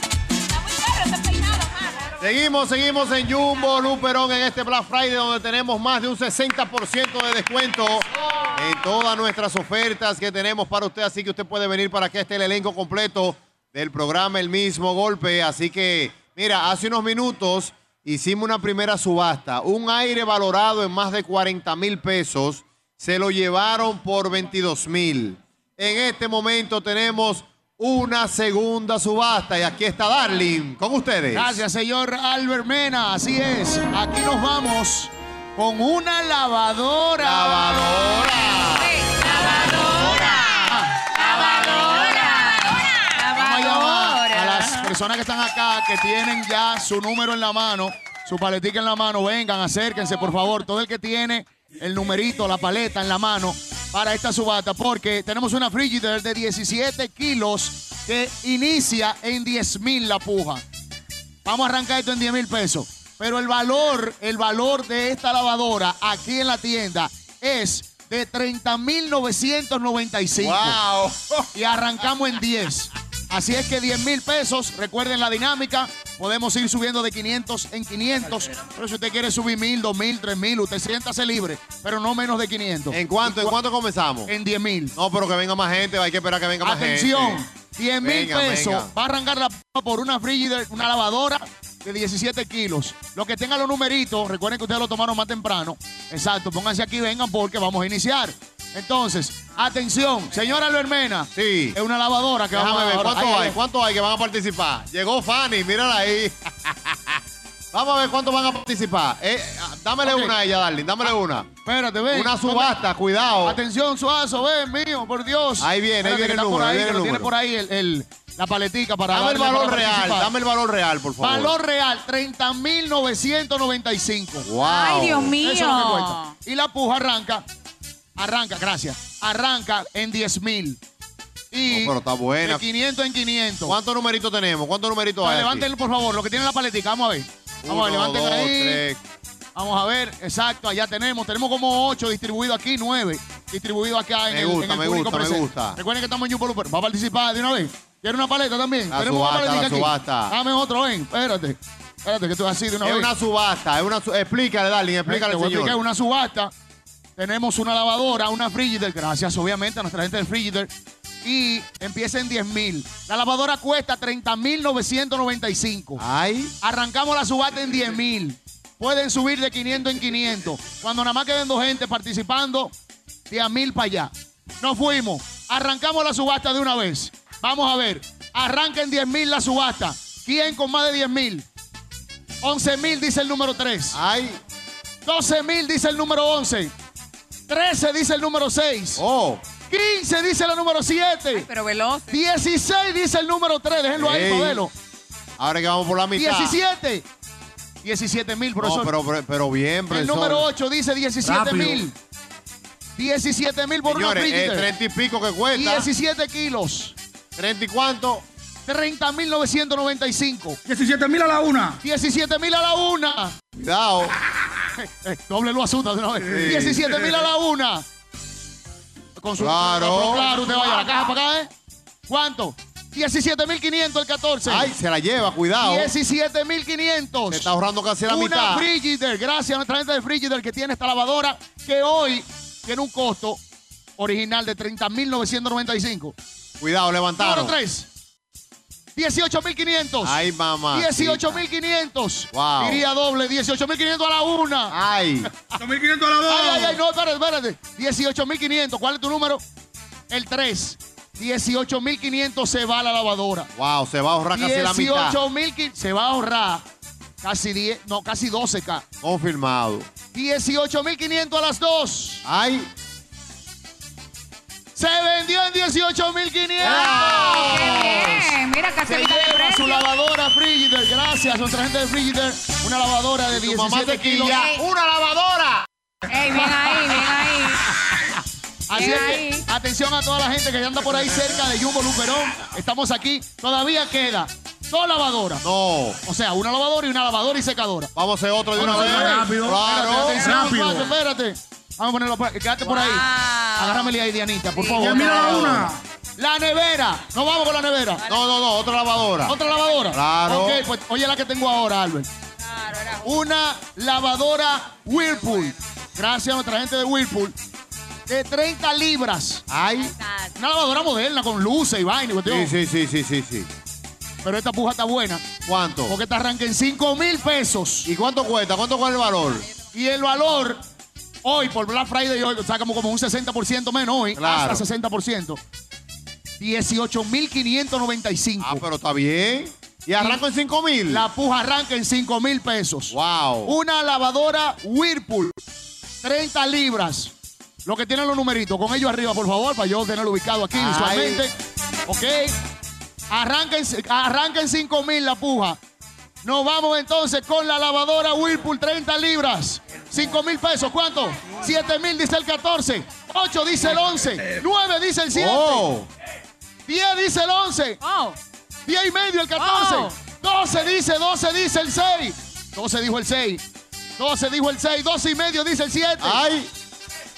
Seguimos, seguimos en Jumbo Luperón en este Black Friday donde tenemos más de un 60% de descuento en todas nuestras ofertas que tenemos para usted. Así que usted puede venir para que esté el elenco completo del programa El mismo golpe. Así que, mira, hace unos minutos hicimos una primera subasta. Un aire valorado en más de 40 mil pesos. Se lo llevaron por 22 mil. En este momento tenemos una segunda subasta y aquí está Darling con ustedes.
Gracias, señor Albert Mena. Así es. Aquí nos vamos con una lavadora. Lavadora. Ah. Vamos a llamar a las personas que están acá, que tienen ya su número en la mano, su paletica en la mano, vengan, acérquense, por favor. Todo el que tiene el numerito, la paleta en la mano para esta subasta, porque tenemos una frigider de 17 kilos que inicia en 10 mil la puja. Vamos a arrancar esto en 10 mil pesos. Pero el valor, el valor de esta lavadora aquí en la tienda es de 30,995.
¡Wow!
Y arrancamos en 10. Así es que 10 mil pesos, recuerden la dinámica, podemos ir subiendo de 500 en 500, pero si usted quiere subir 1000, 2000, 3000, usted siéntase libre, pero no menos de 500.
¿En cuánto, en cuánto comenzamos?
En 10 mil.
No, pero que venga más gente, hay que esperar que venga más
Atención,
gente.
10 mil
Venga,
pesos.
venga.
Va a arrancar la p- por una frigider, una lavadora de 17 kilos. Los que tengan los numeritos, recuerden que ustedes lo tomaron más temprano. Exacto, pónganse aquí, vengan porque vamos a iniciar. Entonces, atención, señora Albermena.
Sí.
Es una lavadora que vamos
Déjame
a
ver,
ahora.
¿cuánto
Ahí,
hay?
ahí.
¿Cuánto hay que van a participar? Llegó Fanny, mírala ahí. Vamos a ver cuánto van a participar. Eh, ah, dámele
Ok. Ah,
una a ella, Darling, dámele una.
Espérate, ven.
Ah. Una subasta, cuidado.
Atención, Suazo, ven, mío, por Dios.
Ahí viene, ahí
Espérate, que
viene el
está por
número,
ahí,
ahí
que
viene el
lo tiene
número.
por ahí el- el- la paletica para
Dame el
darle
valor
para
real,
participar.
dame el valor real, por favor.
Valor real, 30.995.
Wow. Ay, Dios mío.
Eso es lo que cuesta. Y la puja arranca, arranca, gracias, arranca en 10.000. Y
No, pero está buena.
de 500 en 500.
¿Cuántos numeritos tenemos? ¿Cuántos numeritos
Entonces,
hay? aquí?
levanten, por favor, lo que tienen la paletica, vamos a ver. Vamos a ver,
Uno,
levanten
dos,
ahí.
tres.
Vamos a ver, exacto, allá tenemos. Tenemos como ocho distribuidos aquí, nueve distribuidos acá en
Me
el,
gusta,
en el
me
público
gusta, me
presente.
gusta.
Recuerden que estamos en Yupo Luper. Va a participar de una vez. ¿Quiere una paleta también?
La
tenemos
subasta,
una
la
paleta
subasta.
aquí. Dame otro, ven, espérate. Espérate, que esto es así de una
Es
vez.
una subasta, es una su- explícale, Darling, explícale,
Te voy a
señor.
explicar, una subasta. Tenemos una lavadora, una frigider, gracias obviamente a nuestra gente de frigider. Y empieza en 10 mil. La lavadora cuesta 30.995.
Ay.
Arrancamos la subasta en 10 mil. Pueden subir de 500 en 500. Cuando nada más queden dos gente participando, 10 mil para allá. Nos fuimos. Arrancamos la subasta de una vez. Vamos a ver. Arranca en 10 mil la subasta. ¿Quién con más de 10 mil? 11 mil dice el número 3.
Ay.
12 mil dice el número 11. 13 dice el número 6.
Oh.
15 dice el número 7. pero veloz. eh. 16 dice el número 3. Déjenlo ahí,
Ey.
modelo.
Ahora que vamos por la mitad.
17. 17 mil,
No,
profesor.
pero, pero, pero bien,
el
profesor.
número 8 dice 17
Rápido.
mil. 17 mil por una
Señores,
frigider.
eh, 30 y pico que cuesta.
17 kilos.
¿30 y cuánto?
30.995.
17 mil a la una.
17 mil a la una.
Cuidado.
Eh, Doble lo asunta de una vez.
Sí.
17 mil a la una. Con su-
Claro.
Pero claro, usted vaya a la caja para acá, ¿eh? ¿Cuánto? 17.500 el 14.
Ay, se la lleva, cuidado.
17.500.
Se está ahorrando casi la
Una
mitad.
Frigider, gracias a nuestra gente de Frigider que tiene esta lavadora que hoy tiene un costo original de 30.995.
Cuidado, levantaron.
Número 3. 18.500.
Ay, mamá.
18.500.
Wow.
Diría doble. 18.500 a la una.
Ay.
18.500 a la dos. Ay, ay, ay, no, espérate, espérate. 18.500. ¿Cuál es tu número? El 3. 18.500 se va a la lavadora.
Wow, se va a ahorrar casi la mitad.
18.000 se va a ahorrar casi 10, no, casi 12K.
Confirmado.
18.500 a las 2.
Ay.
Se vendió en 18.500.
bien! Mira, casi
se
mitad de
lleva
precio.
su lavadora Frigider. Gracias, nuestra gente de Frigider. Una lavadora de
Tu mamá
17
te
kilos.
quilla.
¡Una lavadora!
Ey, bien ahí, bien ahí.
Así
Bien
es que, atención a toda la gente que anda por ahí cerca de Jumbo Luperón. Estamos aquí. Todavía queda dos lavadoras.
No.
O sea, una lavadora y una lavadora y secadora.
Vamos a hacer otro de una vez. Claro.
Espérate, atención,
Rápido.
Pacho, Espérate. Vamos a ponerlo. pa- Quédate por ahí. Agárramele ahí, Dianita, por favor.
mira la una.
La nevera. Nos vamos con la nevera.
No, no, no, otra lavadora.
¿Otra lavadora?
Claro.
Ok, pues oye la que tengo ahora, Albert. Una lavadora Whirlpool. Gracias a nuestra gente de Whirlpool. De 30 libras. Ay. Una lavadora moderna con luces y vaina. y cuestión.
Sí, sí, sí, sí, sí, sí.
Pero esta puja está buena.
¿Cuánto?
Porque te arranca en 5 mil pesos.
¿Y cuánto cuesta? ¿Cuánto cuesta el valor?
Y el valor, hoy, por Black Friday, hoy, sacamos como un 60% menos hoy.
Claro.
Hasta 60%. 18,595. Ah,
pero está bien. ¿Y arranca en 5 mil?
La puja arranca en 5 mil pesos.
¡Wow!
Una lavadora Whirlpool, 30 libras. Lo que tienen los numeritos, con ellos arriba, por favor, para yo tenerlo ubicado aquí
Ay.
visualmente. Ok. Arranca en, arranca en 5 mil la puja. Nos vamos entonces con la lavadora Whirlpool, 30 libras. 5 mil pesos, ¿cuánto? 7 mil dice el 14. 8 dice el 11. 9 dice el 7.
Oh.
10 dice el 11. 10 y medio el 14. 12 dice, 12 dice el 6. 12 dijo el 6. 12 dijo el 6. 12 y medio dice el 7.
Ay.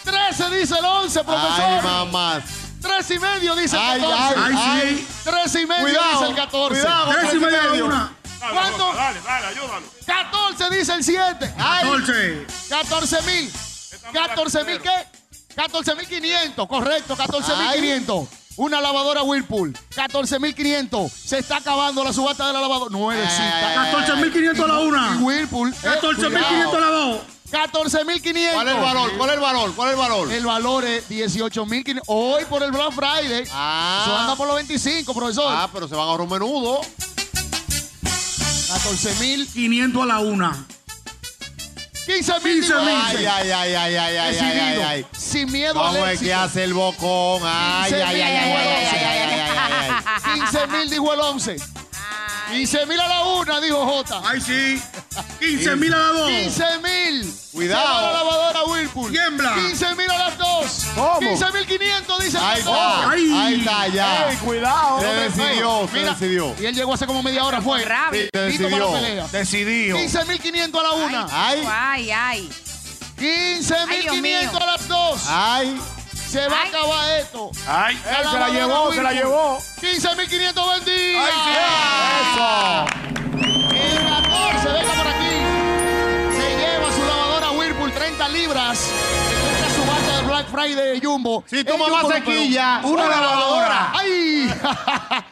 13 dice el 11, profesor.
Ay, mamá.
13 y medio dice el
Ay,
14.
ay, ay, sí.
13 y medio
Cuidado,
dice el 14.
cuidado, Tres y 13 y medio. medio, una.
¿Cuánto?
Dale, dale, ayúdalo.
14 dice el 7.
14.
14 mil. 14 mil qué? 14 mil 500, correcto, 14 mil 500. Una lavadora Whirlpool, 14 mil 500. Se está acabando la subasta de la lavadora. Nuevecita.
14.500 la una.
Y Whirlpool. eh,
14.500 la dos.
14.500.
¿Cuál es el valor? ¿Cuál es el valor? ¿Cuál es el valor?
El valor es 18.500. Hoy por el Black Friday.
Ah.
Eso anda por los 25, profesor.
Ah, pero se van a ahorrar un menudo.
14.500 a la una.
15.000.
15.000.
Ay, ay, ay, ay, ay, ay, ay, ay,
Decidido.
ay.
Sin miedo
Vamos
al
a ver qué
éxito.
hace el bocón. Ay, ay, ay, ay, ay, ay, ay, ay, ay, ay, ay, ay.
15 mil dijo el 11. 15 mil a la una, dijo J.
Ay, sí. 15.000 a la dos.
15 mil.
Cuidado.
la lavadora Whirlpool.
Tiembla.
15 mil a las dos.
¿Cómo?
15 mil 500, dice "Oh, el
Ahí
doctor.
está. Ahí está, ya.
Ey, cuidado.
Se decidió, se
Mira,
decidió.
Y él llegó hace como media hora, fue.
Sí, se
Listo para la
decidió.
pelea.
Decidido.
15 mil 500 a la una.
Ay,
Ay, ay.
15 mil
Dios
500
mío.
a las dos.
ay.
Se va a acabar esto.
Ay, él se la llevó, se la llevó.
15 mil 500 vendidos.
Eso.
El 14, venga por aquí. Se lleva su lavadora Whirlpool 30 libras. Esta es su banda de Black Friday de Jumbo.
Si
El
tú mamás
Jumbo no
sequilla,
pegó.
una lavadora.
¡Ay!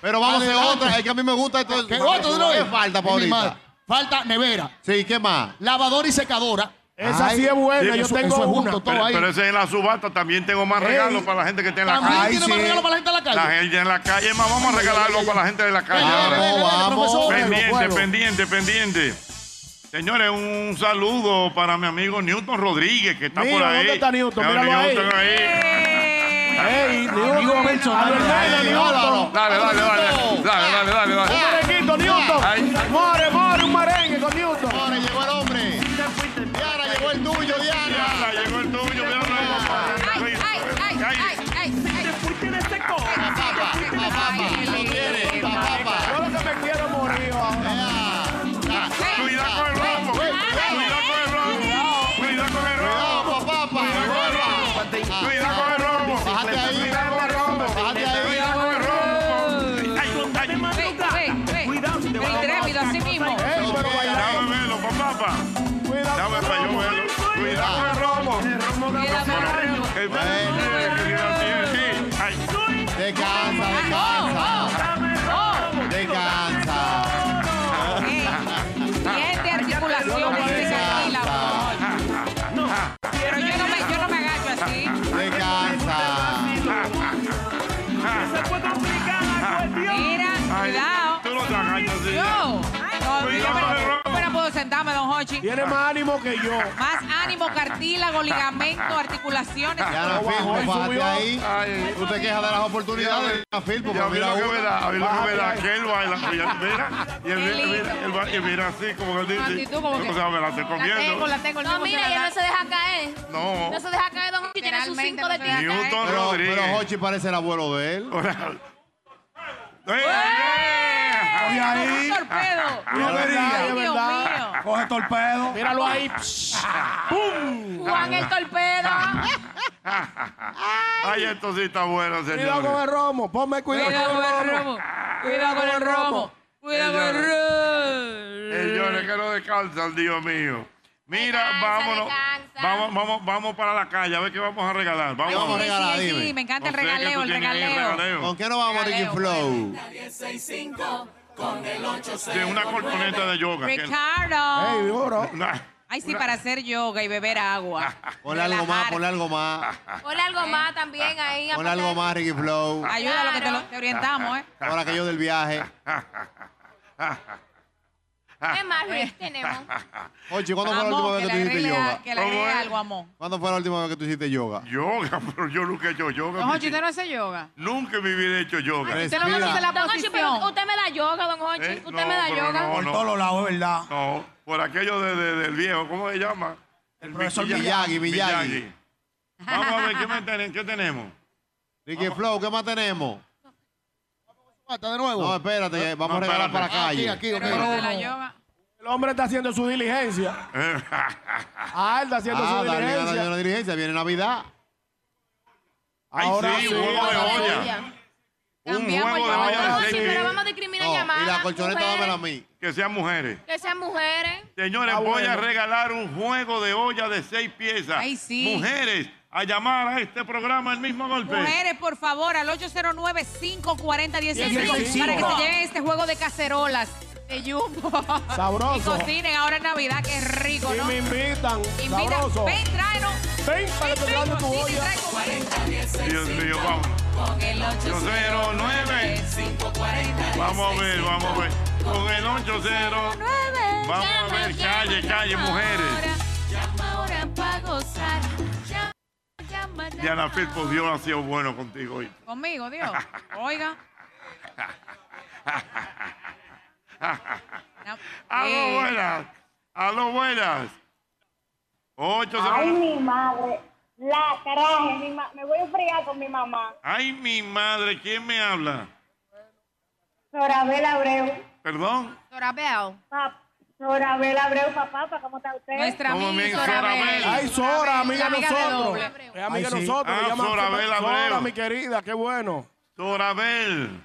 Pero vamos a hacer
Adelante.
otra. Es que a mí me gusta esto.
¿Qué otro de una
¿Qué
vez?
falta,
Ay, mi madre.
Paulita?
Falta nevera,
Sí, ¿qué más?
lavadora y secadora.
Esa
Ay,
sí es buena.
sí,
Yo
eso-
tengo
eso es
una.
justo. todo
Pero,
ahí.
pero ese es en la subasta. También tengo más
Ey.
regalos para la gente que está en la
También
calle.
tiene más regalo para la gente en la calle.
La gente en la calle. Es más, vamos a regalarlo para la gente de la calle
Ven,
ahora.
ven, ven, ven,
Vamos,
profesor.
vamos.
Pendiente,
Juego.
pendiente, pendiente. Señores, un saludo para mi amigo Newton Rodríguez, que está
Mira,
por ahí.
¿dónde está Newton?
Veo
Míralo ahí.
Newton
Ey, Newton.
personal.
Advertencia,
Ay,
Newton.
Dale, dale, dale. Dale, dale, dale.
Un
dale.
merenguito,
Ay.
Newton. More, more, un merengue con Newton.
Ahora llegó el hombre. Diana, llegó el tuyo, Diana.
Diana, llegó el tuyo. Diana.
Ay, ay, ay, ay, ay, ay.
fuiste de ese coro.
Ay,
Yo lo que me quiero morir ahora.
Cuidado con el robo. Cuidado con el robo. Cuidado con el robo.
Vamos, papá.
Cuidado con el robo.
Bájate ahí.
Cuidado con el robo.
Bájate ahí.
Cuidado con el robo. Ay,
Ronda de madrugada.
Ve, ve, ve.
Cuidado, te
El
va a
trépido, así mismo.
Ey, pero baila.
Dame verlo, papá.
Cuidado
Dame
con
para yo
Romo.
verlo. Cuidado con el robo. El robo de
Cuidado con el robo.
El robo de Ay,
Descansa, descansa. Descansa.
Ey, bien de articulación dice aquí la voz. Pero yo no me, yo no me agacho así.
Descansa.
Se fue complicada, fue Dios.
Mira,
ay.
cuidado.
Tú no te agachas así.
Yo. No,
Cuidado con el
mira,
robo.
pero puedo sentarme, don Hochi.
Tiene más ánimo que yo.
Más ánimo, cartílago, ligamento, articulaciones.
Diana Filpo, bájate ahí.
Ay.
Tú te quejas de las oportunidades. Diana Filpo,
Ya
pero mira
mira lo que
una.
verá, a ver lo que
Bájate
verá,
ahí.
que él baila, mira, mira, y él
Qué
mira,
lindo.
mira, él va- y mira así, como que él dice,
actitud Ah, como que-
o sea, me la estoy
La
comiendo.
tengo, la tengo. el
No,
mismo se
mira,
la
ella
da.
no se deja caer.
No,
No se deja caer, don Hochi. Tiene sus
Literalmente
cinco
no
de
se deja
ti.
caer.
Newton
Pero,
Rodríguez.
pero Hochi parece el abuelo de él.
¡Eh!
¡Ey!
Y ahí-
Un torpedo.
Ah.
Es verdad,
Ay,
es
Dios
verdad.
mío.
Coge torpedo.
Míralo ahí.
Juan el torpedo.
Ay, esto sí está bueno, señor.
Cuidado con el romo, ponme cuidado,
Cuidado
con el romo.
Cuidado con el romo. Cuidado con el romo.
Señores, que no descansan, Dios mío. Mira, vámonos. Vamos, vamos, vamos para la calle, a ver qué vamos a regalar. Vamos,
¿Qué vamos a
ver.
regalar? Sí, sí, Dime.
me encanta el
sé qué tú
regaleo, el
tienes ahí,
regaleo.
¿Con qué nos vamos, Ricky
Regaleo.
Flow?
1065 con el 8
De una corponeta de yoga. que-
Ricardo.
Nah.
Ay, sí, para hacer yoga y beber agua.
Ponle algo más, ponle algo más.
Ponle algo más
Ah,
también ahí.
Ponle
aparte
algo más, Ricky Flow.
Ayúdalo, que te, lo- te orientamos, ¿eh?
Ahora que yo del viaje.
¿Qué más, Rick, tenemos?
Oye, ¿cuándo fue la última vez que tú hiciste yoga?
Que le agregue algo, amor.
¿Cuándo fue la última vez que tú hiciste yoga?
Yoga, pero yo nunca he hecho yoga.
Don Hochi, ¿usted no hace yoga?
Nunca en mi vida he hecho yoga.
Usted no conoce la
Don Hochi, pero
posición.
usted me da yoga, don Hochi.
Eh,
Usted
no,
me da
pero
yoga.
no, no.
lados, es verdad.
No, por aquello de- de- del viejo, ¿cómo se llama? El
profesor Miyagi, Miyagi.
Vamos a ver, ¿qué, me tenen- qué tenemos?
Ricky Flow, ¿qué más tenemos?
¿Está de nuevo?
No, espérate, vamos a regalar para la calle.
El hombre está haciendo su diligencia. Ah, él está haciendo
Ah,
su
dale, dale,
diligencia.
dale una diligencia. Viene Navidad.
Ahora sí, sí.
huevo de olla.
Cambiamos
juego de
yoga,
olla de
don Hochi,
seis.
pero vamos a discriminar
No, y la
llamadas.
colchoneta
mujeres,
dámela a mí. Que sean mujeres.
Que sean mujeres.
Señores,
Ah,
voy a
bueno.
regalar un juego de olla de seis piezas.
Ay, sí.
Mujeres, a llamar a este programa el mismo golpe.
Mujeres, por favor, al 809-540-1065 para que se
1065.
lleven este juego de cacerolas de Jumbo.
Sabroso.
Y cocinen ahora en Navidad, que rico,
Y
¿no?
me invitan.
Invita,
sabroso.
ven, tráenos.
Ven para que te mande tu
cocina y
olla.
trae comida.
Dios mío, vamos.
Con el
809. Vamos a ver, vamos a ver. Con el 80. Vamos a ver, calle, calle, mujeres.
Llama ahora para gozar. Llama, llama, llama.
Diana Filpo, pues, Dios ha sido bueno contigo hoy.
Conmigo, Dios. Oiga. no,
Ah,
Aló,
eh,
buenas. Aló, buenas.
Ay,
809.
mi madre. La traje. mi ma- me voy a enfriar con mi mamá.
Ay, mi madre, ¿quién me habla?
Sorabel Abreu.
Perdón.
Sorabel. Sorabel Abreu, papá, ¿pa- ¿cómo está usted?
Nuestra
¿Cómo amiga bien, Sora Sorabel. Abel?
Ay, Sora, amiga de
Amiga de
nosotros.
doble.
Es amiga
Ay,
de
sí.
nosotros.
Ah,
le llaman
Sora Abel Abreu.
Sora, mi querida, qué bueno.
Sorabel.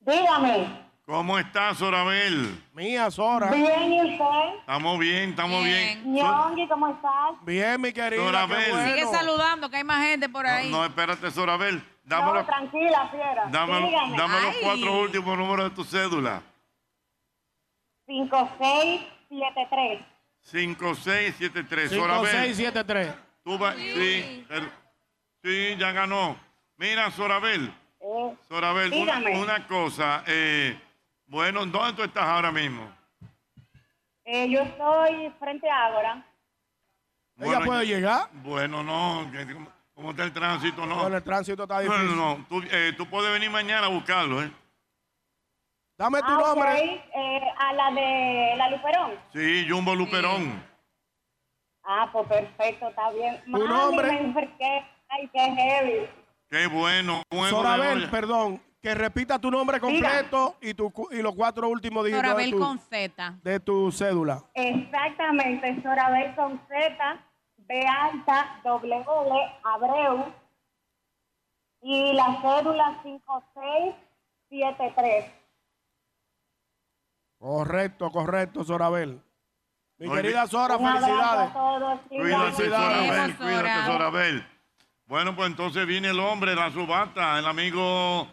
Dígame.
¿Cómo estás, Sorabel?
Mía, Sora.
Bien, ¿y usted?
Estamos bien, estamos bien.
Ñongui, ¿cómo estás?
Bien, mi querida.
Sorabel.
Sigue saludando, que hay más gente por ahí.
No, espérate, Sorabel. Dame,
No,
los-
tranquila, fiera.
dame los-
Dígame.
dame los cuatro últimos números de tu cédula.
5673.
5673. Sorabel.
5673.
Tú vas- sí, el- sí, ya ganó. Mira, Sorabel.
Eh,
Sorabel, una,
Dígame.
una cosa. eh, bueno, ¿dónde tú estás ahora mismo?
eh, yo estoy frente a Ágora.
Bueno,
puede llegar?
Bueno, no. que- ¿Cómo, cómo está el tránsito? No.
Bueno, el tránsito está difícil.
Bueno, no. Tú, eh, tú puedes venir mañana a buscarlo, ¿eh?
Dame tu
Ah, ok,
nombre.
eh, a la de la Luperón.
Sí, Jumbo Luperón.
Ah, pues perfecto, está bien. Mami,
nombre?
me enferqué. Ay, qué heavy.
Qué bueno. bueno
Sorabel, perdón. Que repita tu nombre completo y, tu, cu- y los cuatro últimos dígitos de
Sorabel
tu,
con Z.
de tu cédula.
Exactamente, Sorabel con Z, B alta, doble L, Abreu. Y la cédula 5673.
Correcto, correcto, Sorabel. Mi
Muy
querida
bien.
Sora,
Un abrazo
felicidades.
a todos.
Cuídate, Sorabel,
Felicidades.
cuídate, Sorabel. Bueno, pues entonces viene el hombre, la subasta, el amigo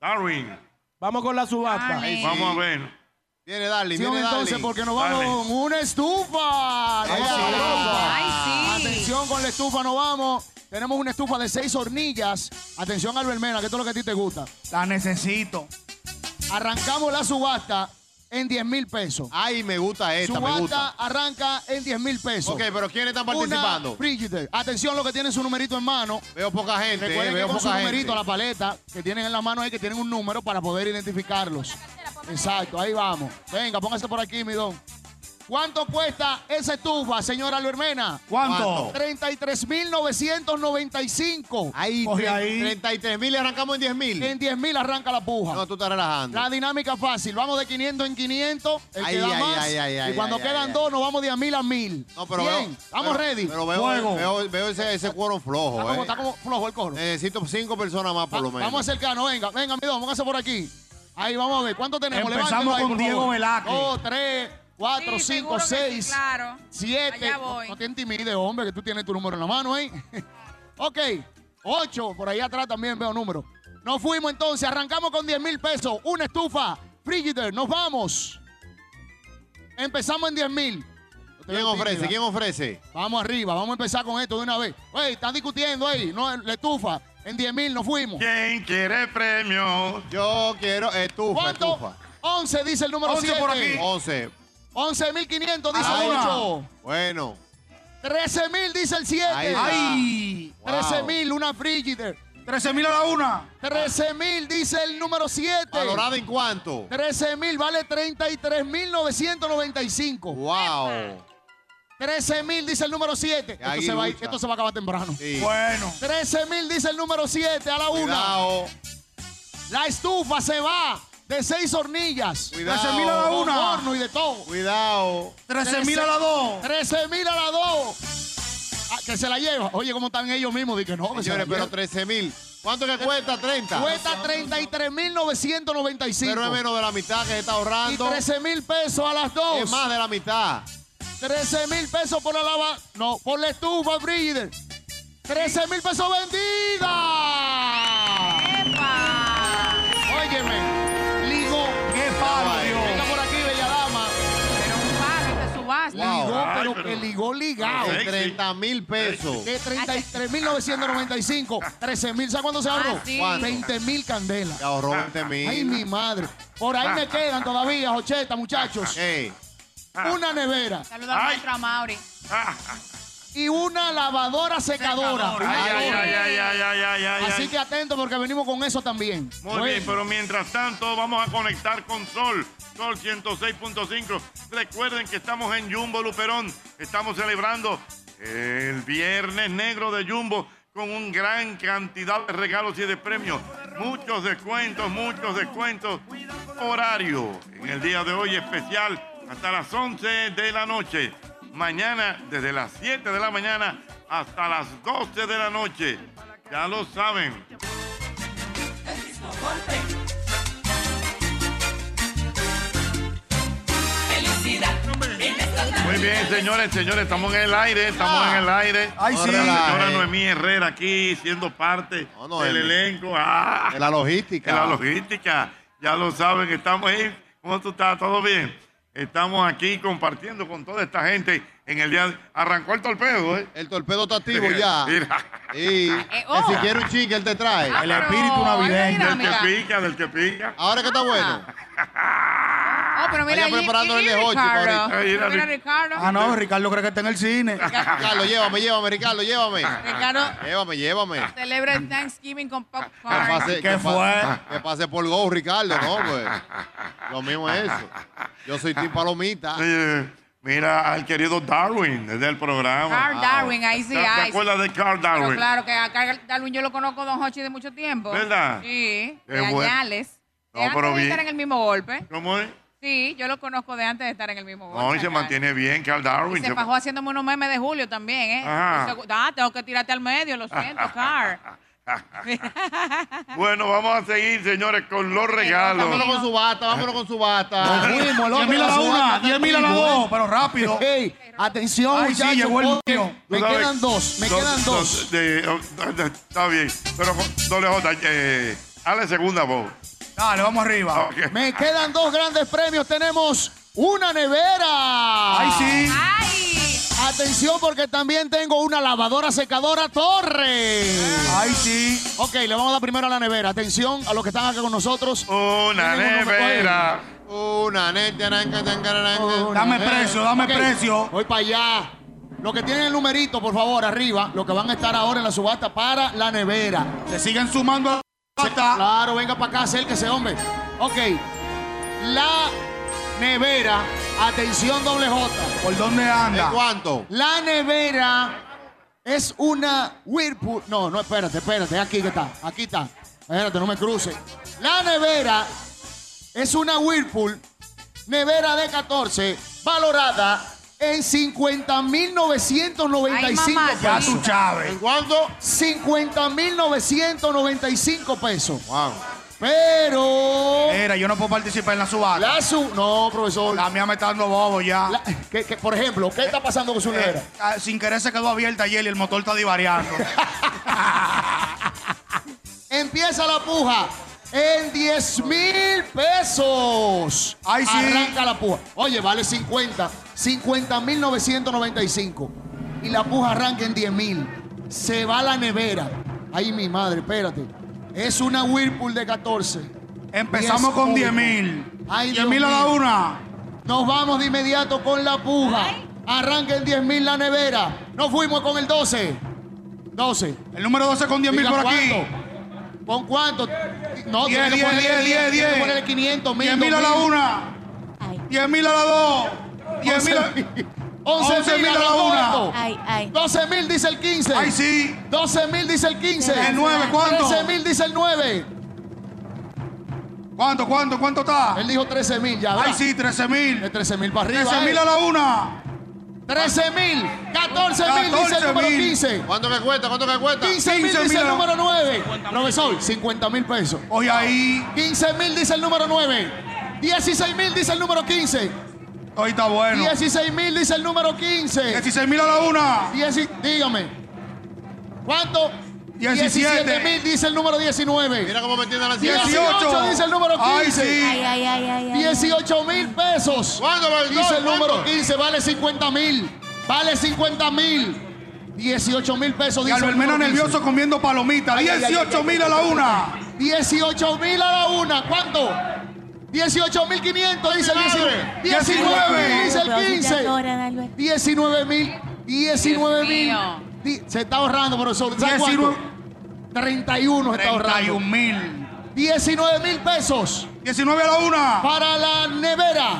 Darwin.
Vamos con la subasta.
Dale.
Vamos a ver.
Viene, dale,
Atención,
viene, dale.
entonces, porque nos vamos
Dale.
con una estufa. Nos
Ay,
vamos
sí.
con la estufa.
Ay, sí.
Atención con la estufa, nos vamos. Tenemos una estufa de seis hornillas. Atención, Albermena, que esto es lo que a ti te gusta.
La necesito.
Arrancamos la subasta en 10 mil pesos.
Ay, me gusta esta,
subasta
me gusta.
arranca en 10 mil pesos.
Ok, pero ¿quiénes están
Una
participando?
Frigidaire. Atención, lo que tienen su numerito en mano.
Veo poca gente,
Recuerden
eh,
que
veo
con
poca
su
gente.
numerito, la paleta que tienen en la mano ahí, que tienen un número para poder identificarlos. Exacto, ahí vamos. Venga, póngase por aquí, mi don. ¿Cuánto cuesta esa estufa, señora Luermena?
¿Cuánto?
33.995.
Ahí,
Coge
tre-
ahí.
33.000 y arrancamos en 10.000.
En 10.000 arranca la puja.
No, tú estás relajando.
La dinámica fácil. Vamos de 500 en 500. El
Ay,
que da
ay,
más.
ay, ay, ay,
y cuando
ay,
quedan
ay,
dos, nos vamos de a 1000 a 1000.
No, pero
Bien,
veo-
estamos
pero-
ready.
Pero veo,
Fuego.
veo, veo ese, ese quórum flojo.
Está como-
eh.
está como flojo el coro.
Necesito cinco personas más, por lo menos.
Vamos a acercarnos, venga, venga, mi don, póngase por aquí. Ahí vamos a ver, ¿cuánto tenemos?
Empezamos
Levántelo ahí,
con
por
Diego
favor.
Velázquez.
Dos, tres, cuatro,
Sí,
cinco,
seguro que sí,
seis,
claro.
siete.
Allá
No,
voy.
no te intimides, hombre, que tú tienes tu número en la mano, ¿eh? ok, ocho, por ahí atrás también veo número. Nos fuimos entonces, arrancamos con 10 mil pesos, una estufa, Frigider, nos vamos. Empezamos en 10 mil.
¿Quién ofrece? ¿Quién ofrece?
Vamos arriba, vamos a empezar con esto de una vez. Wey, están discutiendo ahí, no, la estufa. En 10 mil nos fuimos.
¿Quién quiere premio? Yo quiero eh, estufa,
¿Cuánto?
estufa.
11 dice el número 7.
11.
11.500 dice
Ahí
el
va.
8.
Bueno.
13.000 dice el 7.
Ahí va.
Ay.
Wow.
13.000, una frigider.
13.000 a la una.
13.000 dice el número 7.
¿Valorada en cuánto?
13.000 vale 33.995.
¡Wow!
13.000 dice el número 7. Esto
Ahí
se, va, a ir-
lucha.
esto se va a acabar temprano.
Sí.
Bueno.
13.000 dice el número 7 a la 1.
Cuidado.
La estufa se va de 6 hornillas.
Cuidado.
13.000 a la
Con
una.
horno y de todo.
Cuidado.
13.000 a la dos.
13.000 a la 2. Ah, que se la lleva. Oye, ¿cómo están ellos mismos? Dije, no, que se la
Señores, pero
lleva.
13 mil. ¿Cuánto que cuesta? 30.
Cuesta 33.995.
Pero es menos de la mitad que se está
Y
ahorrando.
13 mil pesos a las 2.
Es más de la mitad.
13 mil pesos por la lava. No, por la estufa, Frigider. 13 mil pesos vendida. Óyeme. Ligo.
¡Qué palo,
Venga
Dios!
por aquí, bella dama.
de subasta.
Wow.
Ligó,
Ay,
pero que ligó ligado.
De 30 mil pesos.
De 33.995, 13 mil. ¿Sabes cuándo se ahorró?
Ah, sí.
¿Cuánto?
20 mil candelas.
Se ahorró 20
Ay, mi
mil.
madre. Por ahí me quedan todavía, 80, muchachos.
Ey,
Una nevera
Saludamos a nuestro Amaury.
y una lavadora secadora.
Ay, ay, ay, ay, ay, ay, ay, ay,
Así
ay.
que atento porque venimos con eso también.
Muy bien, pero mientras tanto vamos a conectar con Sol, Sol 106.5. Recuerden que estamos en Jumbo Luperón, estamos celebrando el Viernes Negro de Jumbo con un gran cantidad de regalos y de premios. Muchos descuentos, muchos descuentos. Horario en el día de hoy especial hasta las 11 de la noche. Mañana desde las 7 de la mañana hasta las 12 de la noche. Ya lo saben, Muy bien, señores, señores, estamos en el aire, estamos
Ah.
en el aire.
Ay, sí.
Ahora La señora Noemí Herrera aquí siendo parte
No, Noemí. Ah.
del elenco. Ah,
de la logística.
de la logística. Ya lo saben, estamos ahí. ¿Cómo tú estás? ¿Todo bien? Estamos aquí compartiendo con toda esta gente en el día. de- Arrancó el torpedo, ¿eh?
El torpedo está activo ya.
Mira,
Y
oh.
si quiere un chique, él te trae.
Ah,
El
pero
espíritu
hay una
navideño.
del que
dinámica.
pica, del que pica.
Ahora que
Ah.
está bueno.
Oh, pero mira,
Vaya
allí-
preparando
y- y
el de Hochi,
Ricardo.
Marita.
Ahí,
Mira,
Ric-
Ricardo.
Ah, no, Ricardo cree que está en el cine.
Ricardo, llévame, llévame, Ricardo, llévame.
Ricardo.
Llévame, llévame.
Celebra el Thanksgiving con
Ah,
Que
popcorn.
pase-
¿Qué
que pa-
fue?
Que pase por Go, Ricardo, ¿no? Pues. Lo mismo es eso. Yo soy Tim Palomita.
Eh, Mira al querido Darwin desde el programa.
Ah,
Carl Darwin, ahí sí
¿Te, te
hay.
acuerdas de Carl
Pero
Darwin?
claro que a Carl Darwin yo lo conozco, Don Hochi, de mucho tiempo.
¿Verdad?
Sí,
Qué
de
bueno.
añales.
No,
de antes
pero
de
bien.
estar en el mismo golpe.
¿Cómo es?
Sí, yo lo conozco de antes de estar en el mismo golpe.
No, y se
Carl.
mantiene bien Carl
Y
Darwin.
se
se-
fajó haciéndome unos memes de Julio también, ¿eh?
Ah, pues Ajá.
Yo segu- Ah, tengo que tirarte al medio, lo siento, Carl.
Bueno, vamos a seguir, señores, con los
Vámonos
regalos.
con su bata, vámonos con su bata.
Nos fuimos, el hombre de
10 mil a la
su
una,
bata,
10 mil a la
activo,
dos,
¿eh?
pero rápido.
Ey, atención,
Ay, sí,
muchachos.
llegó el
porque
mío.
Me
Tú sabes,
quedan dos, me
do-
quedan
do-
dos.
de- oh, do- está bien, pero con doble J, eh, hazle segunda voz.
Dale, vamos arriba.
Ok.
Me quedan dos grandes premios. Tenemos una nevera.
Ay, sí.
¡Ay!
Atención porque también tengo una lavadora secadora torre.
Ay, sí.
Ok, le vamos a dar primero a la nevera. Atención a los que están acá con nosotros.
Una
Tienen un número-
nevera.
Una neta, aranca, tanca, aranca.
Dame precio, dame
Ok,
precio.
Voy para allá. Los que tienen el numerito, por favor, arriba. Los que van a estar ahora en la subasta para la nevera.
Se siguen sumando a la bata.
Claro, venga para acá, acérquese, hombre. Ok. La nevera. Atención, doble J.
¿Por dónde anda?
¿En cuánto? La nevera es una Whirlpool. No, no, espérate, espérate. Aquí que está. Aquí está. Espérate, no me cruce. La nevera es una Whirlpool, nevera de 14, valorada en 50,995
Ay,
pesos.
mamacita. Ya tú sabes.
¿En cuánto? 50,995 pesos. Wow. Pero.
Mira, yo no puedo participar en la subasta.
La su- No, profesor.
La mía me está dando bobo ya.
que, que, por ejemplo, ¿qué está pasando con su nevera?
Ah, sin querer se quedó abierta ayer y el motor está divariando.
Empieza la puja en 10 mil pesos. Ahí
sí.
Arranca la puja. Oye, vale 50. 50 mil 995. Y la puja arranca en 10 mil. Se va a la nevera. Ay, mi madre, espérate. Es una Whirlpool de 14.
Empezamos con 10.000. 10.000 a la una.
Nos vamos de inmediato con la puja. Arranca en 10 mil la nevera. Nos fuimos con el 12. 12.
El número 12 con 10.000
Diga
por aquí.
cuánto. ¿Con cuánto? No,
10,
tiene que
10,
ponerle
10,
tiene
10,
que
10.
ponerle 500, 1000,
10.000 a la
2000.
una. 10.000 a la dos. 10.000 a...
11.000 a la
una.
1. 12.000 dice el 15.
Ay, sí.
12.000 dice el 15.
El nueve, ¿cuánto?
13.000 dice el 9.
¿Cuánto, cuánto, cuánto está?
Él dijo 13.000 ya.
Ay, sí, 13.000.
De 13.000 para arriba. eh.
13.000 a la una.
13.000. 14.000 dice el número
14.000.
15.
¿Cuánto que cuesta? ¿Cuánto que cuesta?
15.000 dice
15.000
el
a-
número 9. Profesor, 50.000 pesos.
Hoy ahí.
15.000 dice el número 9. 16.000 dice el número 15.
Hoy está bueno.
16.000 dice el número 15.
16.000 a la una.
Dieci- dígame. ¿Cuánto?
17.
17.000 dice el número 19.
Mira cómo me entiende la
18 dice el número 15.
Ay, sí. Ay,
ay, ay, ay, ay.
18 mil pesos. Dice el número 15, vale 50 mil. Vale 50 mil. 18 mil pesos.
Y
Dice el
Albermena
número 15.
nervioso comiendo palomitas.
Ay, ay, ay, ay,
18.000 a la
ay, ay,
una.
18 mil a la una. ¿Cuánto? 18 mil 500, dice el 19. 19 dice el 15. 19 mil. 19 mil. Di- Se está ahorrando, profesor. ¿Sabe cuánto?
19.
31 se está ahorrando.
31 mil.
19 mil pesos.
19 a la una.
Para la nevera.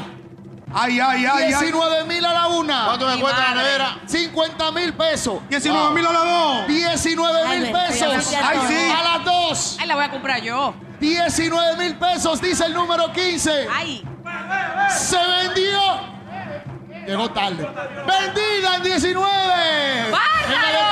Ay, ay, ay, ay.
19 mil a la una.
¿Cuánto me Mi cuesta la madre. nevera?
50 mil pesos.
19 mil a la dos.
19 mil
Ay, me
pesos.
estoy Ay, sí.
A las dos.
Ay, la voy a comprar yo.
19 mil pesos, dice el número 15.
Ay.
Se vendió. Llegó tarde. Vendida en 19. Venga de este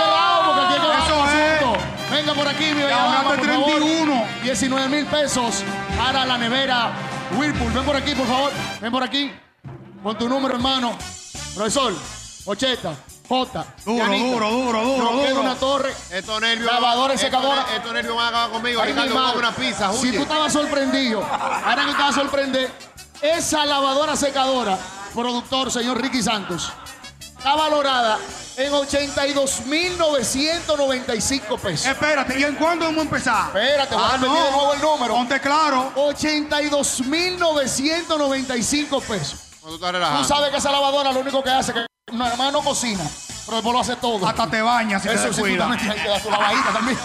lado porque aquí hay que
Eso
bajar el
es.
asunto. Venga por aquí, mi bella
Ya,
dama,
ganaste
por favor.
31.
19 mil pesos para la nevera Whirlpool. Ven por aquí, por favor. Ven por aquí. Con tu número, hermano. Profesor, 80, J.
Duro, duro, duro, duro,
Nos queda
duro.
una torre.
Estos nervios.
Lavadora y
estos
secadora.
ner- Estos nervios van a acabar conmigo.
Ay, mi
Ricardo,
madre.
come una pizza.
Si tú
Justi.
estabas sorprendido, ahora que estabas sorprendido, esa lavadora secadora, productor señor Ricky Santos, está valorada en 82.995 pesos.
Espérate, ¿y en cuándo vamos a empezar?
Espérate, voy a
Ah,
repetir
no.
de nuevo el número.
Ponte claro.
82.995 pesos.
Cuando tú estás
Tú
relajando.
sabes que esa lavadora lo único que hace es que no, hermano no cocina, pero después lo hace todo.
Hasta te bañas si te
Eso sí, tú
descuidas.
también tienes que dar tu lavadita también.